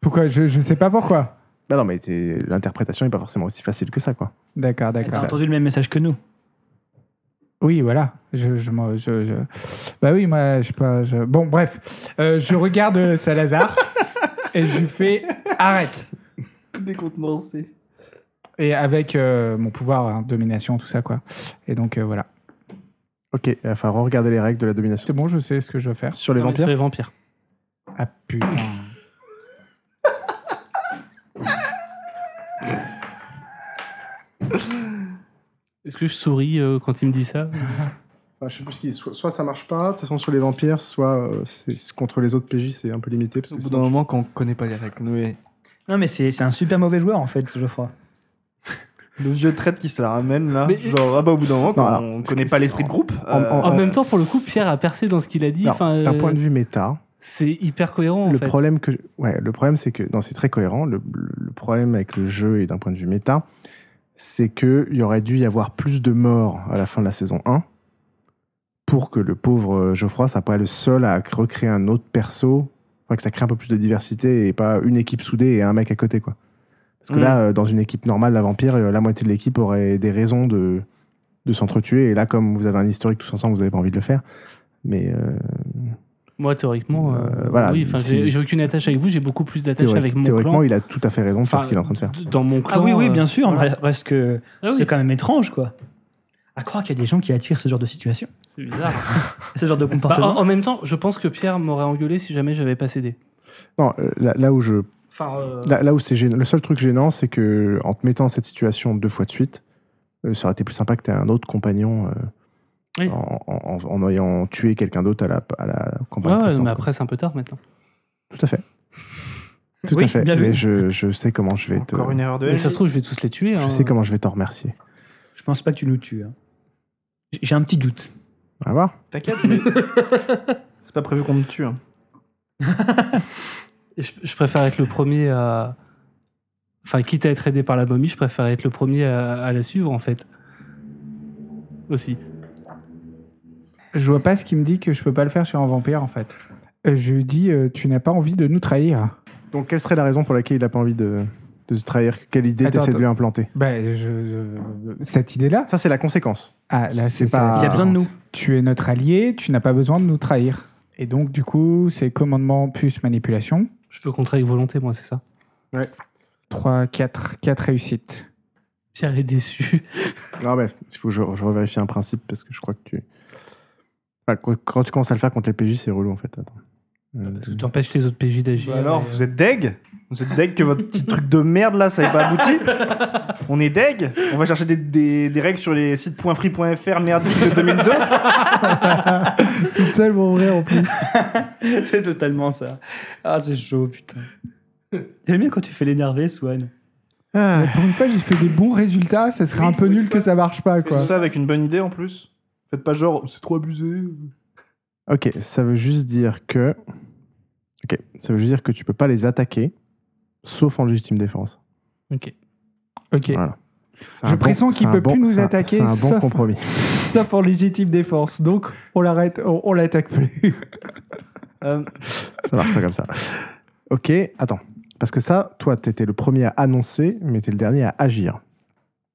C: Pourquoi je, je sais pas pourquoi.
A: Bah non, mais c'est- l'interprétation n'est pas forcément aussi facile que ça. quoi.
C: D'accord,
D: T'as
C: d'accord.
D: entendu le même message que nous.
C: Oui, voilà. Je, je, moi, je- je- Bah oui, moi, je sais pas. je- Bon, bref. Euh, je regarde euh, Salazar et je lui fais arrête.
E: Décontenancé.
C: Et avec euh, mon pouvoir, hein, domination, tout ça, quoi. Et donc, euh, voilà.
A: Ok, il va falloir regarder les règles de la domination.
C: C'est bon, je sais ce que je veux faire.
A: Sur les
B: Non, mais
A: vampires
B: Sur les vampires.
C: Ah putain.
B: Est-ce que je souris euh, quand il me dit ça
A: Enfin, Bah, je sais plus ce qu'il soit, soit ça marche pas, de toute façon sur les vampires, soit euh, c'est- contre les autres PJ c'est un peu limité. Parce
E: Au
A: que
E: bout
A: sinon,
E: d'un moment, quand on connaît pas les règles, nous, et
D: Non, mais c'est c'est un super mauvais joueur en fait, Geoffroy.
E: le vieux traite qui se la ramène là.
B: Mais-
E: Genre, ah bah au bout d'un moment, quand
A: alors,
E: on
A: ce
E: connaît
A: qui-
E: pas l'esprit de groupe.
A: en-
E: euh,
A: en-
B: En
A: Euh,
B: même temps, pour le coup, Pierre a percé dans ce qu'il a dit.
A: Non,
B: enfin,
A: D'un
B: euh,
A: point de vue méta,
B: C'est hyper cohérent. en
A: le
B: fait.
A: problème que je- ouais, le problème c'est que non, c'est très cohérent. Le, le problème avec le jeu et d'un point de vue méta, c'est que il y aurait dû y avoir plus de morts à la fin de la saison 1 pour que le pauvre euh, Geoffroy soit pas le seul à recréer un autre perso, enfin, que ça crée un peu plus de diversité et pas une équipe soudée et un mec à côté quoi. Parce que
B: Mm.
A: là, euh, dans une équipe normale, la vampire, euh, la moitié de l'équipe aurait des raisons de, de s'entretuer. Et là, comme vous avez un historique tous ensemble, vous avez pas envie de le faire. Mais euh,
B: Moi, théoriquement, euh,
A: Euh, voilà,
B: oui, enfin,
A: si-
B: j'ai j'ai aucune attache avec vous, j'ai beaucoup plus d'attache
A: théori-
B: avec mon
A: théoriquement,
B: clan.
A: il a tout à fait raison de faire
B: Enfin,
A: ce qu'il est en train de faire.
B: d- Dans mon clan.
D: Ah oui, oui,
B: euh,
D: bien sûr.
B: voilà.
D: mais Reste que
B: Ah oui,
D: c'est quand même étrange, quoi. À croire qu'il y a des gens qui attirent ce genre de situation,
B: c'est bizarre.
D: ce genre de
B: Bah, en,
D: comportement.
B: en même temps, je pense que Pierre m'aurait engueulé si jamais j'avais pas cédé.
A: Non, euh, là, là où je,
B: Enfin, euh,
A: là, là où c'est gênant- le seul truc gênant, c'est que en te mettant dans cette situation deux fois de suite, euh, ça aurait été plus sympa que tu un autre compagnon euh,
B: Oui.
A: en, en- en- en ayant tué quelqu'un d'autre à la, à la
B: ouais,
A: campagne
B: ouais,
A: précédente,
B: mais
A: quoi.
B: après, c'est un peu tard maintenant.
A: Tout à fait. Tout
D: Oui,
A: à fait.
D: bien vu.
A: Mais je, je sais comment je vais te,
E: Encore une erreur de
B: Mais
E: LG.
B: ça se trouve, je vais tous les tuer.
A: je
B: hein.
A: sais comment je vais t'en remercier.
D: Je pense pas que tu nous tues. hein. J- J'ai un petit doute.
A: On va voir.
E: T'inquiète, mais. C'est pas prévu qu'on me tue. hein.
B: Je, je préfère être le premier à. Enfin, quitte à être aidé par la momie, je préfère être le premier à, à la suivre, en fait. Aussi.
C: Je vois pas ce qui me dit que je peux pas le faire sur un vampire, en fait. Euh, Je lui dis, euh, tu n'as pas envie de nous trahir.
A: Donc, quelle serait la raison pour laquelle il n'a pas envie de, de se trahir Quelle idée
C: Attends,
A: t'essaies de lui implanter
C: Ben, je- je- cette idée-là,
A: Ça, c'est la conséquence.
C: ah, là,
A: C'est
C: c'est
A: pas-
C: ça.
D: Il a besoin de nous.
C: Tu es notre allié, tu n'as pas besoin de nous trahir. Et donc, du coup, c'est commandement plus manipulation.
B: Je peux contrer avec volonté, moi, c'est ça.
C: 3, 4, 4 réussites.
B: Pierre est déçu.
A: Ah ouais, il faut que je, je revérifie un principe parce que je crois que tu. Enfin, quand- quand tu commences à le faire contre les PJ, c'est relou en fait. Attends.
C: Ah,
A: Euh,
B: Parce que tu empêches les autres PJ d'agir.
E: Bah alors,
B: et,
E: vous êtes deg Vous êtes deg que votre petit truc de merde là, ça n'ait pas abouti On est deg On va chercher des, des- des règles sur les sites .free.fr merdiques de 2002
C: C'est tellement vrai en plus.
D: c'est totalement ça. Ah, c'est chaud, putain. J'aime bien quand tu fais l'énervé, Swan.
A: Ah,
C: Euh, Pour une fois, j'ai fait des bons résultats, ça serait
E: Oui,
C: un peu
E: pour une
C: nul
E: fois,
C: que ça marche pas,
E: C'est tout
C: quoi.
E: ça avec une bonne idée en plus Faites pas genre, c'est trop abusé.
A: Ok, ça veut juste dire que. Ok, ça veut juste dire que tu peux pas les attaquer, sauf en légitime défense.
B: Ok.
C: Ok.
A: Voilà. C'est
C: Je
A: un bon-
C: pressens qu'il
A: c'est un
C: peut plus nous
A: c'est un-
C: attaquer,
A: C'est un bon
C: sauf-
A: compromis.
C: Sauf en légitime défense. Donc, on l'arrête, on, on l'attaque plus.
E: Euh,
A: ça marche pas comme ça. Ok, attends. Parce que ça, toi, t'étais le premier à annoncer, mais t'es le dernier à agir.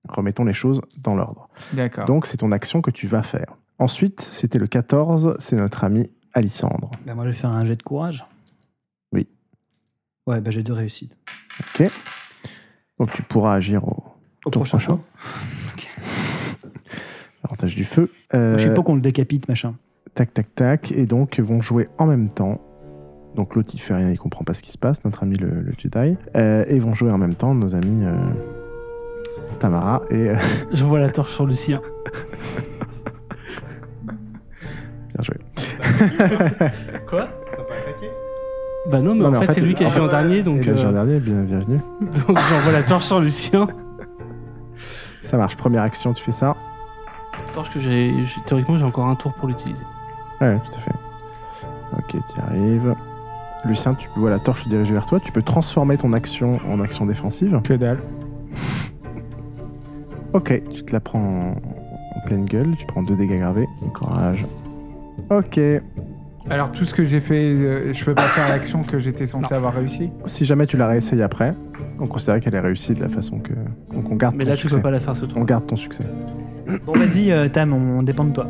A: Remettons les choses dans l'ordre.
C: D'accord.
A: Donc, c'est ton action que tu vas faire. Ensuite, c'était le 14, c'est notre ami Alissandre.
D: Bah, moi, je vais faire un jet de courage.
A: Oui.
D: Ouais, bah, j'ai deux réussites.
A: Donc, tu pourras agir au,
D: Au
A: tour
D: prochain tour.
A: Avantage du feu. Euh,
D: Je sais pas qu'on le décapite, machin.
A: Tac, tac, tac. Et donc, vont jouer en même temps. Donc, l'autre, il fait rien, il comprend pas ce qui se passe, notre ami le, le Jedi. Euh, et vont jouer en même temps nos amis euh, Tamara et. euh,
B: J'envoie la torche sur Lucien.
A: bien joué.
B: Quoi
E: T'as pas attaqué
B: Bah non, mais,
A: Non, mais
B: en, fait, c'est lui qui a
E: ah
B: fait en
E: ouais,
B: dernier,
A: Et
B: donc,
A: le
B: euh,
A: jour dernier, bien, bienvenue.
B: donc j'envoie la torche sur Lucien.
A: Ça marche, première action, tu fais ça.
B: Torche que j'ai. j'ai- Théoriquement, j'ai encore un tour pour l'utiliser.
A: Ouais, tout à fait. Ok, tu arrives. Lucien, tu vois la torche se diriger vers toi. Tu peux transformer ton action en action défensive.
C: Que dalle.
A: Ok, tu te la prends en, en pleine gueule. Tu prends deux dégâts gravés. Courage. Ok.
C: Alors, tout ce que j'ai fait, euh, je peux pas faire l'action que j'étais censé avoir réussi
A: Si jamais tu la réessayes après, on considère qu'elle est réussie de la façon que. Donc on garde
B: Mais
A: ton
B: là, tu
A: succès.
B: peux pas la faire ce tour.
A: On garde ton succès.
D: Bon, vas-y, euh, Tam, on dépend de toi.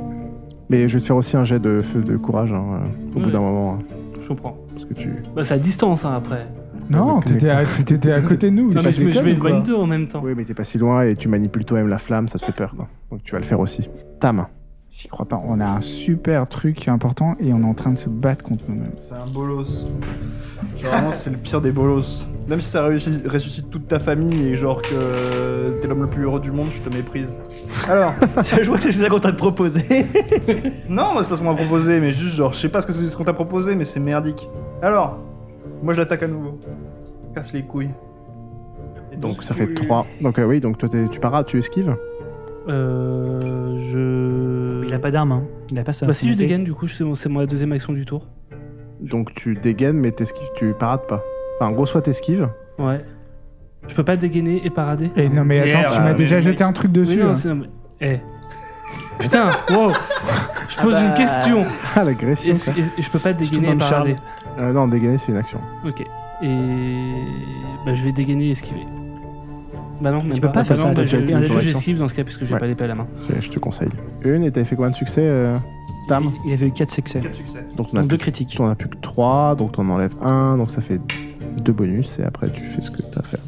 A: Mais je vais te faire aussi un jet de feu de courage hein, euh, au bout
B: Ouais.
A: d'un moment. hein,
B: Je comprends.
A: parce que tu.
B: Bah, c'est à distance, hein, après.
A: Non,
C: Non,
A: mais-
C: t'étais à, t'étais à côté de nous.
B: Non,
C: t'es
B: mais
C: pas
B: je, me- je
C: déconne,
B: mets
C: quoi.
B: une 2 en même temps.
A: Oui, mais t'es pas si loin et tu manipules toi-même la flamme, ça te fait peur. Quoi. Donc tu vas le faire aussi. Ta main.
C: J'y crois pas. On a un super truc important et on est en train de se battre contre nous-mêmes.
E: C'est un bolos. Genre, vraiment, c'est le pire des bolos. Même si ça réussit- ressuscite toute ta famille et genre que t'es l'homme le plus heureux du monde, je te méprise.
D: Alors, je vois que c'est ça qu'on t'a proposé.
E: Non, c'est pas ce qu'on m'a proposé, mais juste genre, je sais pas ce que c'est ce qu'on t'a proposé, mais c'est merdique. Alors, moi je l'attaque à nouveau. Casse les couilles. Et
A: Donc
E: deux
A: ça fait
E: couilles.
A: 3. Donc euh, oui, donc toi t'es- tu paras, tu esquives.
B: Euh. Je.
D: Il a pas d'arme, hein. Il a pas ça.
B: Bah, si je dégaine, du coup, je- c'est mon- c'est ma deuxième action du tour.
A: Donc tu dégaines mais t'esquives, tu parades pas. Enfin en gros soit t'esquives.
B: Ouais. Je peux pas dégainer et parader
C: Et non, mais
E: Pierre,
C: attends, tu
E: bah,
C: m'as
E: mais
C: déjà
E: mec-
C: jeté un truc
B: Oui,
C: dessus.
B: non,
C: hein.
B: c'est- non, mais- Eh. Putain, wow Je pose
D: Ah bah.
B: une question.
A: Ah l'agression
B: Est-ce-
A: quoi.
B: est- Je peux pas dégainer et
D: dans le
B: parader.
A: Euh, non, dégainer c'est une action.
B: Ok. Et. Bah, je vais dégainer et esquiver. Bah non, même
D: peux pas
B: Bah
D: faire
B: non,
D: ça,
B: bah,
D: t'as
B: je-
D: fait une
B: je-
A: action.
B: J'esquive dans ce cas puisque j'ai
A: Ouais.
B: pas l'épée à la main.
A: C'est- Je te conseille. Une et t'avais fait combien de succès euh, Tam
D: Il- Il avait eu 4 succès.
E: Quatre succès.
A: Donc on a
D: Donc deux
A: plus,
D: critiques.
A: t'en as plus que 3, donc t'en enlèves un, donc ça fait deux bonus et après tu fais ce que t'as à faire.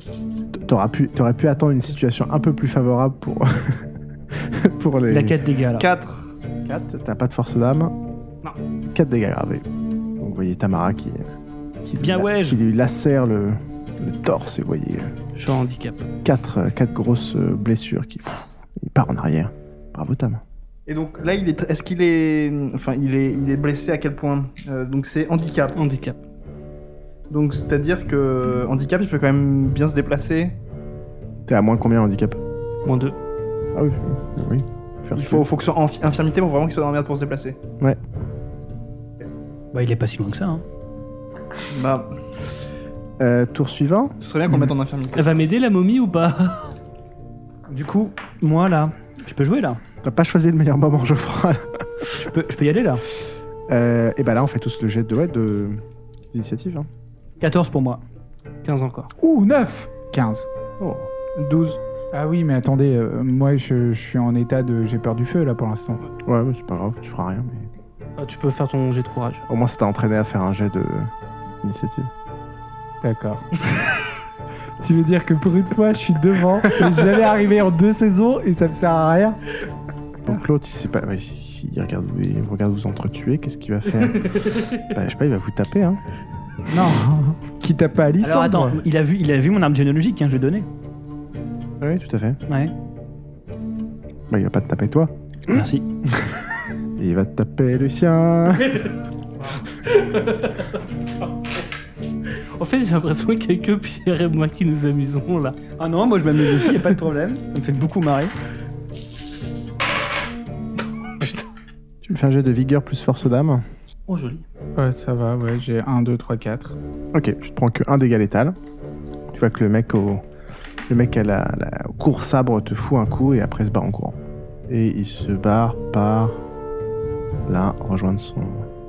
A: T- T'aurais pu, t'aurais pu attendre une situation un peu plus favorable pour, pour les.
D: Il a 4 dégâts là.
E: 4.
A: 4, t'as pas de force d'âme
B: Non.
A: 4 dégâts gravés. Donc, vous voyez Tamara qui, qui,
D: Bien
A: lui,
D: ouais, je-
A: qui lui lacère le, le torse et vous voyez
B: Je suis en handicap.
A: 4, grosses euh, blessures qui. pff, il part en arrière. Bravo Tam.
E: Et donc là, il est. tr- Est-ce qu'il est. Enfin, il est, il est blessé à quel point Euh, Donc c'est handicap.
B: Handicap.
E: Donc c'est à dire que. euh, Handicap, il peut quand même bien se déplacer.
A: T'es à moins combien de handicap
B: Moins 2.
A: Ah oui, oui. Faire ce
E: Il
A: que-
E: faut, faut que ce soit en infirmité, mais vraiment qu'il soit dans la merde pour se déplacer.
D: Bah, il est pas si loin que ça. Hein.
E: Bah,
A: Euh, tour suivant
E: ce serait bien qu'on le mette en infirmité.
B: Elle va m'aider la momie ou pas
D: Du coup, moi là, je peux jouer là.
A: T'as pas choisi le meilleur moment, Geoffroy.
D: Je peux, je peux y aller là.
A: Euh, et bah là, on fait tous le jet de, ouais, de... d'initiative. hein.
D: 14 pour moi.
B: 15 encore.
C: Ouh, 9 15.
A: Oh.
E: 12.
C: Ah oui, mais attendez, euh, moi je, je suis en état de. J'ai peur du feu là pour l'instant.
A: Ouais, mais c'est pas grave, tu feras rien. Mais...
B: Ah, tu peux faire ton jet de courage.
A: Au moins, ça t'a entraîné à faire un jet de. Initiative.
C: D'accord. tu veux dire que pour une fois, je suis devant, c'est jamais arrivé en deux saisons et ça me sert à rien
A: Donc l'autre, il sait pas. bah, Il regarde, il vous regarde vous entretuer. Qu'est-ce qu'il va faire Bah, je sais pas, il va vous taper, hein.
C: Non Quitte à pas Alice.
D: Alors attends, il a vu, il a vu mon arme généalogique, hein, je vais donner.
A: Oui, tout à fait.
D: Ouais.
A: Bah, il va pas te taper toi.
D: Merci.
A: Il va te taper Lucien.
B: En fait, j'ai l'impression qu'il y a que Pierre et moi qui nous amusons là.
D: Ah non, moi je m'amuse dessus, y a pas de problème. Ça me fait beaucoup marrer.
A: tu me fais un jet de vigueur plus force d'âme.
B: Oh, joli.
C: Ouais, ça va, ouais, j'ai 1, 2, 3, 4.
A: Ok, je te prends que un dégât létal. Tu vois que le mec au, le mec à la, la- au court sabre te fout un coup et après se barre en courant. Et il se barre par là, rejoindre son.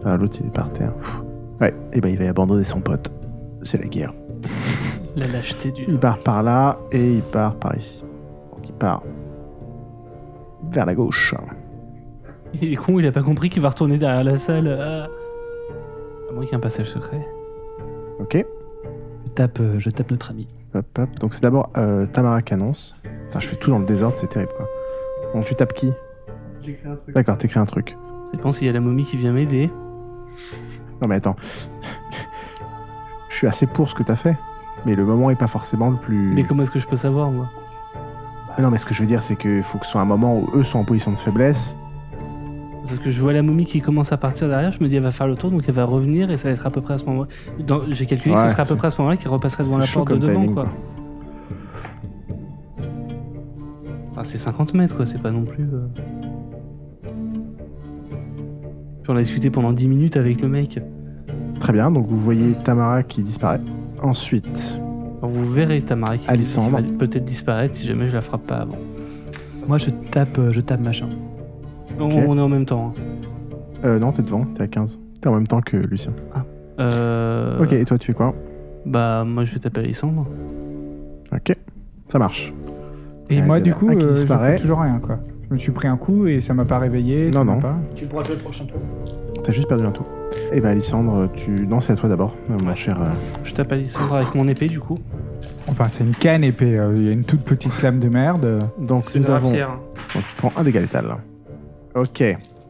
A: Ah, l'autre il est par terre. Pff. Ouais, et ben il va y abandonner son pote. C'est la guerre.
B: La lâcheté du.
A: Il part par là et il part par ici. Donc il part vers la gauche.
B: Il est con, il a pas compris qu'il va retourner derrière la salle. ah. À moins qu'il y ait un passage secret.
A: Ok.
D: Je tape, euh, je tape notre ami.
A: Hop, hop. Donc c'est d'abord euh, Tamara qui annonce. Putain, je fais tout dans le désordre, c'est terrible quoi. Donc tu tapes qui D'accord, t'écris un truc.
B: Ça dépend s'il y a la momie qui vient m'aider.
A: Non mais attends. Je suis assez pour ce que t'as fait, mais le moment est pas forcément le plus.
B: Mais comment est-ce que je peux savoir, moi
A: Mais non mais ce que je veux dire c'est que faut que ce soit un moment où eux sont en position de faiblesse.
B: Parce que je vois la momie qui commence à partir derrière, je me dis elle va faire le tour, donc elle va revenir et ça va être à peu près à ce moment. Dans- J'ai calculé que
A: Ouais,
B: ce serait à peu
A: c'est-
B: près à ce moment-là qu'il repasserait devant
A: C'est
B: la
A: chaud
B: porte
A: comme
B: de devant,
A: timing
B: quoi.
A: quoi.
B: Enfin, Ah, c'est 50 mètres, quoi, c'est pas non plus. euh. Puis on a discuté pendant 10 minutes avec le mec.
A: Très bien, donc vous voyez Tamara qui disparaît. Ensuite,
B: Alors, vous verrez Tamara qui, qui
A: Alessandre.
B: va peut-être disparaître si jamais je la frappe pas avant.
D: Moi je tape, euh, je tape machin.
B: On, on est en même temps. hein.
A: euh, non t'es devant, t'es à 15. T'es en même temps que Lucien.
B: Euh,
A: Ok, et toi tu fais quoi
B: Bah, moi je vais taper Alessandre.
A: Ok, ça marche.
C: Et
A: Ah,
C: moi,
A: il y en
C: du
A: a
C: coup,
A: un qui
C: euh, je
A: disparaît.
C: fais toujours rien, quoi. Je me suis pris un coup et ça m'a pas réveillé. ça
A: Non,
C: m'a
A: non.
C: pas-
D: Tu pourras jouer le prochain tour.
A: T'as juste perdu un tour. Eh ben, Alissandre, tu. Non, c'est à toi d'abord, euh, mon cher. euh,
B: Je tape Alessandre avec mon épée, du coup.
C: Enfin, c'est une canne épée. euh, Il y a une toute petite lame de merde.
A: Donc, nous avons. Donc, tu prends un dégât létal. là. Ok.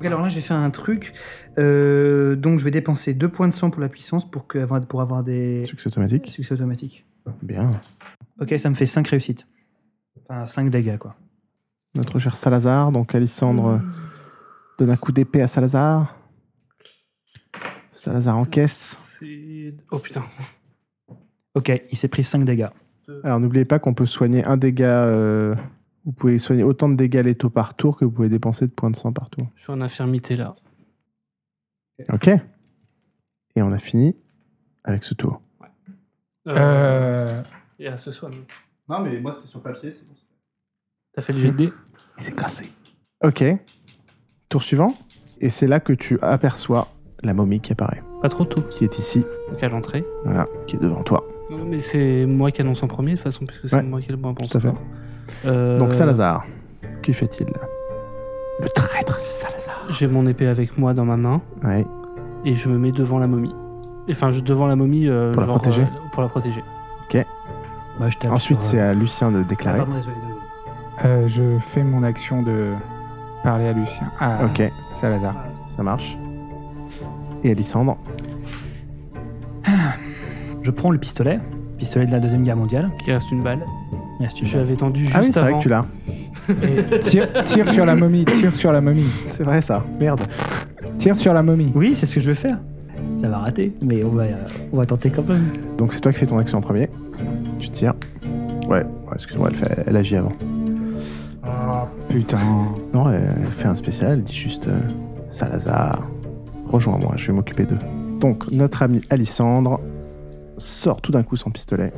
D: alors là, je vais faire un truc. Euh, donc, je vais dépenser 2 points de sang pour la puissance pour, que, avant- pour avoir des
A: Succès automatique.
D: succès automatiques.
A: Bien.
D: Ok, ça me fait 5 réussites. Enfin, 5 dégâts, quoi.
A: Notre cher Salazar, donc Alissandre euh, donne un coup d'épée à Salazar. Salazar encaisse.
B: C'est- Oh putain.
D: Ok, il s'est pris 5 dégâts.
A: Alors, n'oubliez pas qu'on peut soigner un dégât. euh, Vous pouvez soigner autant de dégâts létaux par tour que vous pouvez dépenser de points de sang par tour.
B: Je suis en infirmité là.
A: Ok. Et on a fini avec ce tour.
C: Euh...
B: Et à ce soir. non.
E: Non, mais moi c'était sur papier. c'est bon.
B: T'as fait le jet de dés
D: Il s'est cassé.
A: Ok. Tour suivant. Et c'est là que tu aperçois la momie qui apparaît,
B: Pas trop tôt.
A: qui est ici,
B: Donc à l'entrée.
A: voilà, qui est devant toi.
B: Non, non, mais c'est moi qui annonce en premier, de toute façon, puisque c'est
A: Ouais,
B: moi qui ai le moins bon
A: tout à fait.
B: score. Euh,
A: Donc Salazar, que fait-il Le traître Salazar.
B: J'ai mon épée avec moi dans ma main
A: Ouais.
B: et je me mets devant la momie. Enfin, je, devant la momie. euh,
A: Pour la
B: genre,
A: protéger
B: euh, Pour la protéger.
D: Bah, je tape
A: Ensuite,
D: sur,
A: c'est
D: euh,
A: à Lucien de déclarer.
D: pardon, désolé, désolé.
C: Euh, je fais mon action de parler à Lucien. Ah,
A: Ok,
C: Salazar.
A: ça marche. Et Alissandre,
D: Je prends le pistolet, pistolet de la Deuxième Guerre mondiale.
B: Qui reste une balle.
D: Là, si tu
B: Je
D: veux.
B: l'avais tendue juste
A: ah oui, c'est vrai
B: avant.
A: que tu l'as.
C: Tire, tire sur la momie, tire sur la momie,
A: C'est vrai ça. Merde.
C: tire sur la momie.
D: Oui, c'est ce que je veux faire. Ça va rater, mais on va, euh, on va tenter quand même.
A: Donc c'est toi qui fais ton action en premier. Tu tires. Ouais, ouais, excuse-moi, elle, fait- elle agit avant.
C: Ah, putain.
A: Non, elle elle fait un spécial, elle dit juste euh, Salazar, rejoins-moi, je vais m'occuper d'eux. Donc, notre ami Alissandre sort tout d'un coup son pistolet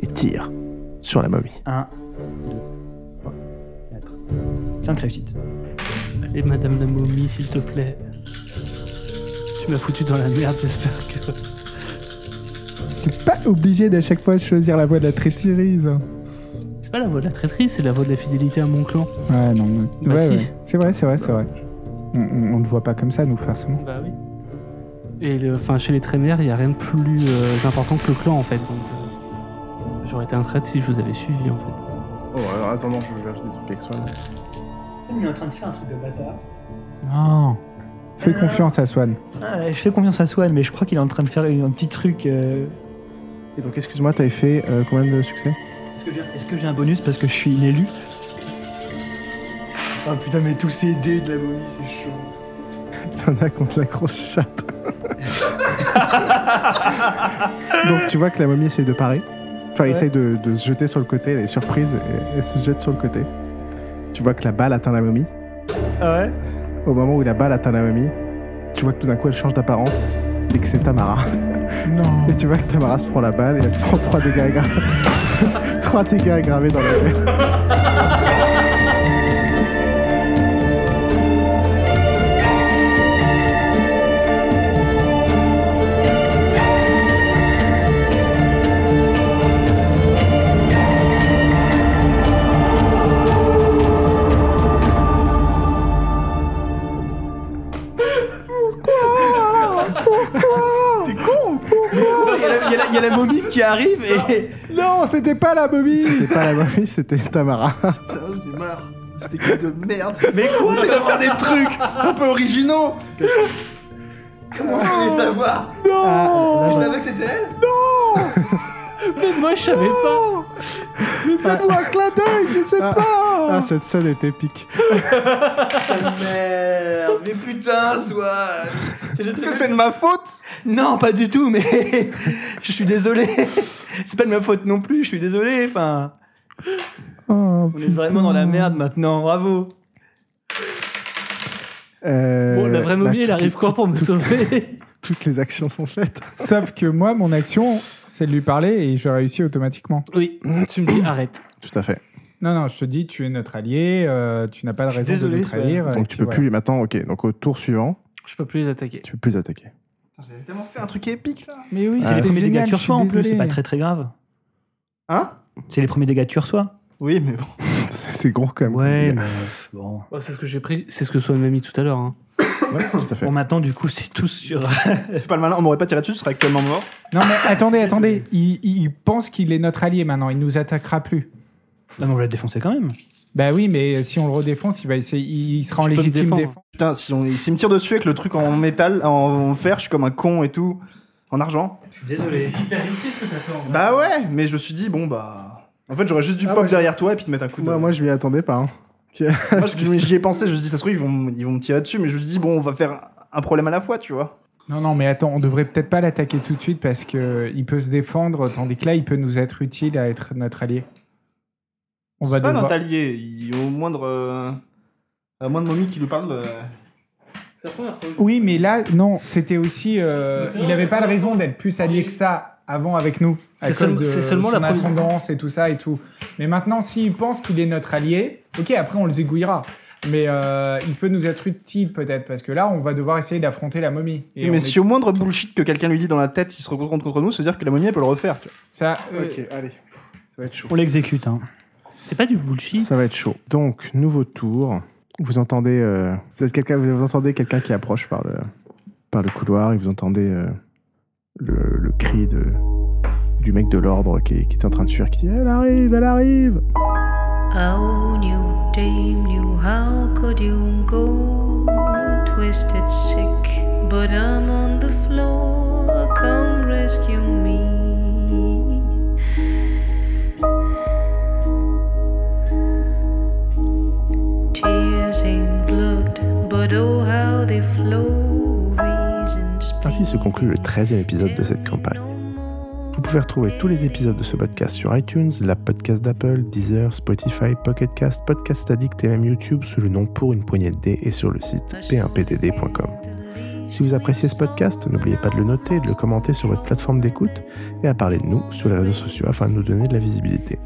A: et tire sur la momie.
D: 1, 2, 3, 4. 5 réussites.
B: Allez, madame la momie, s'il te plaît. Tu m'as foutu dans la merde, j'espère que.
C: suis pas obligé d'à chaque fois choisir la voie de la traîtrise.
B: C'est pas la voie de la traîtrise, c'est la voie de la fidélité à mon clan.
C: Ouais, non. mais-
B: Bah
C: ouais,
B: si.
C: ouais. C'est vrai, c'est vrai, c'est vrai. On, on, on le voit pas comme ça, nous, forcément.
B: Bah oui. Et le- enfin, chez les Trémères, il n'y a rien de plus euh, important que le clan en fait. Donc, euh, j'aurais été un traître si je vous avais suivi en fait.
A: Oh, alors attendant, je cherche des trucs avec Swan.
D: Il est en train de faire un truc de bâtard.
C: Non. Fais confiance à Swan.
D: Ah, je fais confiance à Swan, mais je crois qu'il est en train de faire un petit truc. euh,
A: Et donc, excuse-moi, t'avais fait euh, combien de succès
D: Est-ce que j'ai- Est-ce que j'ai un bonus parce que je suis inélu
F: Ah putain, mais tous ces dés de la momie, c'est chaud.
A: T'en as contre la grosse chatte. Donc tu vois que la momie essaye de parer. Enfin, essaye de, de se jeter sur le côté, elle est surprise, et elle se jette sur le côté. Tu vois que la balle atteint la momie.
D: Ah ouais
A: Au moment où la balle atteint la momie, tu vois que tout d'un coup elle change d'apparence et que c'est Tamara.
C: Non.
A: Et tu vois que Tamara se prend la balle et elle se prend 3 dégâts aggravés. 3 dégâts aggravés dans la gueule.
F: Il y, a la- il y a la- il y a la momie qui arrive et.
C: Non, c'était pas la momie
A: C'était pas la momie, c'était Tamara.
F: Putain, j'ai marre. C'était quoi de merde.
D: Mais
F: On essaie de faire des trucs un peu originaux. Comment je voulais savoir
A: Ah,
F: Je
A: là,
F: savais que c'était elle
B: Même moi, je savais
A: Oh
B: pas.
C: Fais-nous un clin d'œil, je sais
A: Ah.
C: pas
A: ah, cette scène est épique.
F: Putain de merde. Mais putain, soit.
E: Est-ce que c'est de ma faute
F: Non, pas du tout, mais je suis désolé. C'est pas de ma faute non plus, je suis désolé. Enfin,
C: Oh,
F: on est vraiment dans la merde maintenant, bravo.
A: Euh,
B: Bon, la vraie momie,
A: bah,
B: elle
A: toutes
B: arrive
A: les-
B: quoi pour me sauver
A: Toutes les actions sont faites.
C: Sauf que moi, mon action, c'est de lui parler et je réussis automatiquement.
B: Oui, tu me dis arrête.
A: Tout à fait.
C: Non, non, je te dis, tu es notre allié, euh, tu n'as pas de
F: Je suis
C: raison de
F: désolé,
C: nous trahir.
A: Donc
C: et puis
A: tu peux
C: voilà.
A: plus les maintenant, ok. Donc au tour suivant,
B: Je peux plus les attaquer.
A: tu peux plus les attaquer.
F: J'ai tellement fait un truc épique là.
C: Mais oui,
A: Ah,
D: C'est les
A: c'est
D: premiers dégâts que tu
C: sur
D: reçois en plus, c'est pas très très grave.
E: Hein
D: C'est les premiers dégâts que tu reçois.
E: Oui, mais bon.
A: C'est c'est gros quand même.
D: Ouais, mais pff, bon.
B: Bon, Oh, c'est ce que j'ai pris, c'est ce que Swan m'a mis tout à l'heure. hein.
A: Ouais, tout à fait.
D: Bon, maintenant, du coup, c'est tous sur.
E: Je fais pas le malin, on m'aurait pas tiré dessus, je serais actuellement mort.
C: Non, mais attendez, attendez. Il, il pense qu'il est notre allié maintenant, il nous attaquera plus.
D: Non, mais on va le défoncer quand même.
C: Bah oui, mais si on le redéfonce, il, va essayer, il sera en
B: Je peux me
C: légitime
B: défendre.
C: défense.
E: Putain, si on, s'il me tire dessus avec le truc en métal, en fer, je suis comme un con et tout. En argent.
F: Je suis désolé.
B: hyper risqué ce que t'as fait en
E: Bah ouais, mais je me suis dit, bon bah. En fait, j'aurais juste dû
A: Ah,
E: pop
A: moi, je-
E: derrière toi et puis te mettre un coup de.
A: Moi, moi, je m'y attendais pas. hein.
E: Moi, je- j'y ai pensé, je me suis dit, ça se trouve, ils vont, ils vont me tirer dessus, mais je me suis dit, bon, on va faire un problème à la fois, tu vois.
C: Non, non, mais attends, on devrait peut-être pas l'attaquer tout de suite parce qu'il peut se défendre, tandis que là, il peut nous être utile à être notre allié. On va
E: C'est pas
C: devoir...
E: notre allié, il- au moindre. euh, à moindre momie qui lui parle. euh,
B: C'est la première fois.
C: Oui, mais là, non, c'était aussi. euh,
B: Mais c'est
C: il
B: vrai,
C: n'avait
B: c'est
C: pas de
B: vrai.
C: raison d'être plus allié que ça avant avec nous.
B: C'est
C: à cause
B: seulement-
C: de
B: c'est seulement
C: son
B: la première-
C: ascendance et tout ça et tout. Mais maintenant, s'il pense qu'il est notre allié, ok, après on le zigouillera. Mais euh, il peut nous être utile peut-être parce que là, on va devoir essayer d'affronter la momie. Et on
E: mais
C: est-
E: si au moindre bullshit que quelqu'un lui dit dans la tête, il se rencontre contre nous, se dire que la momie, elle peut le refaire, tu vois.
C: ça, euh,
A: Ok, allez. Ça va être chaud.
D: On l'exécute, hein.
B: C'est pas du bullshit.
A: Ça va être chaud. Donc, nouveau tour. Vous entendez. euh, vous êtes quelqu'un- vous entendez quelqu'un qui approche par le, par le couloir et vous entendez euh, le, le cri de, du mec de l'ordre qui, qui est en train de fuir, qui dit Elle arrive, elle arrive
G: Oh, new day, new, how could you go? Twisted sick, but I'm on the floor. Come rescue me. Tears in blood, but oh, how they flow. Reasons
A: Ainsi se conclut le 13e épisode de cette campagne. Vous pouvez retrouver tous les épisodes de ce podcast sur iTunes, la podcast d'Apple, Deezer, Spotify, Pocket Cast, Podcast Addict et même YouTube sous le nom Pour une poignée de dés et sur le site p1pdd.com. Si vous appréciez ce podcast, n'oubliez pas de le noter, de le commenter sur votre plateforme d'écoute et à parler de nous sur les réseaux sociaux afin de nous donner de la visibilité.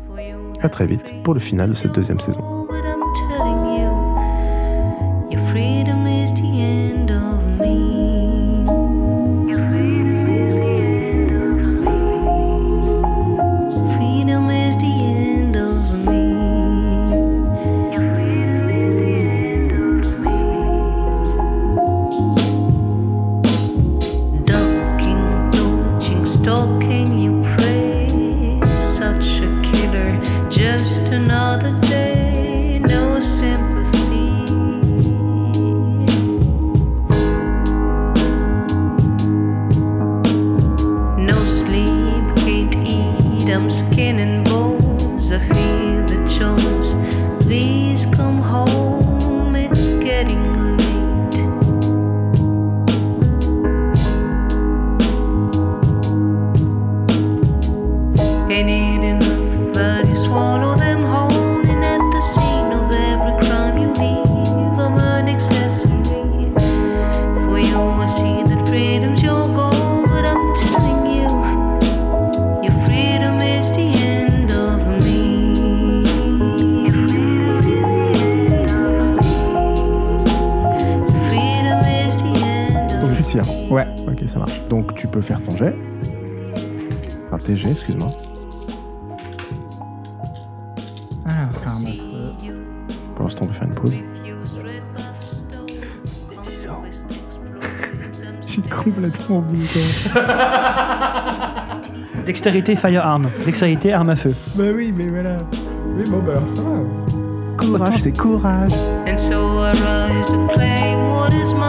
A: À très vite pour le final de cette deuxième saison.
G: what I'm telling you. Your freedom is the end of me. Your freedom is the end of me.
A: partir.
C: Ouais.
A: Ok, ça marche. Donc tu peux faire ton jet. Un TG, excuse-moi.
C: Alors, pardon.
A: Pour l'instant, on peut faire une pause.
C: J'ai complètement oublié.
D: Dextérité firearm. Dextérité arme à feu.
C: Bah oui, mais voilà. Oui, bon, bah alors ça va.
A: Courage, c'est courage.
G: And so I rise to claim what is mine.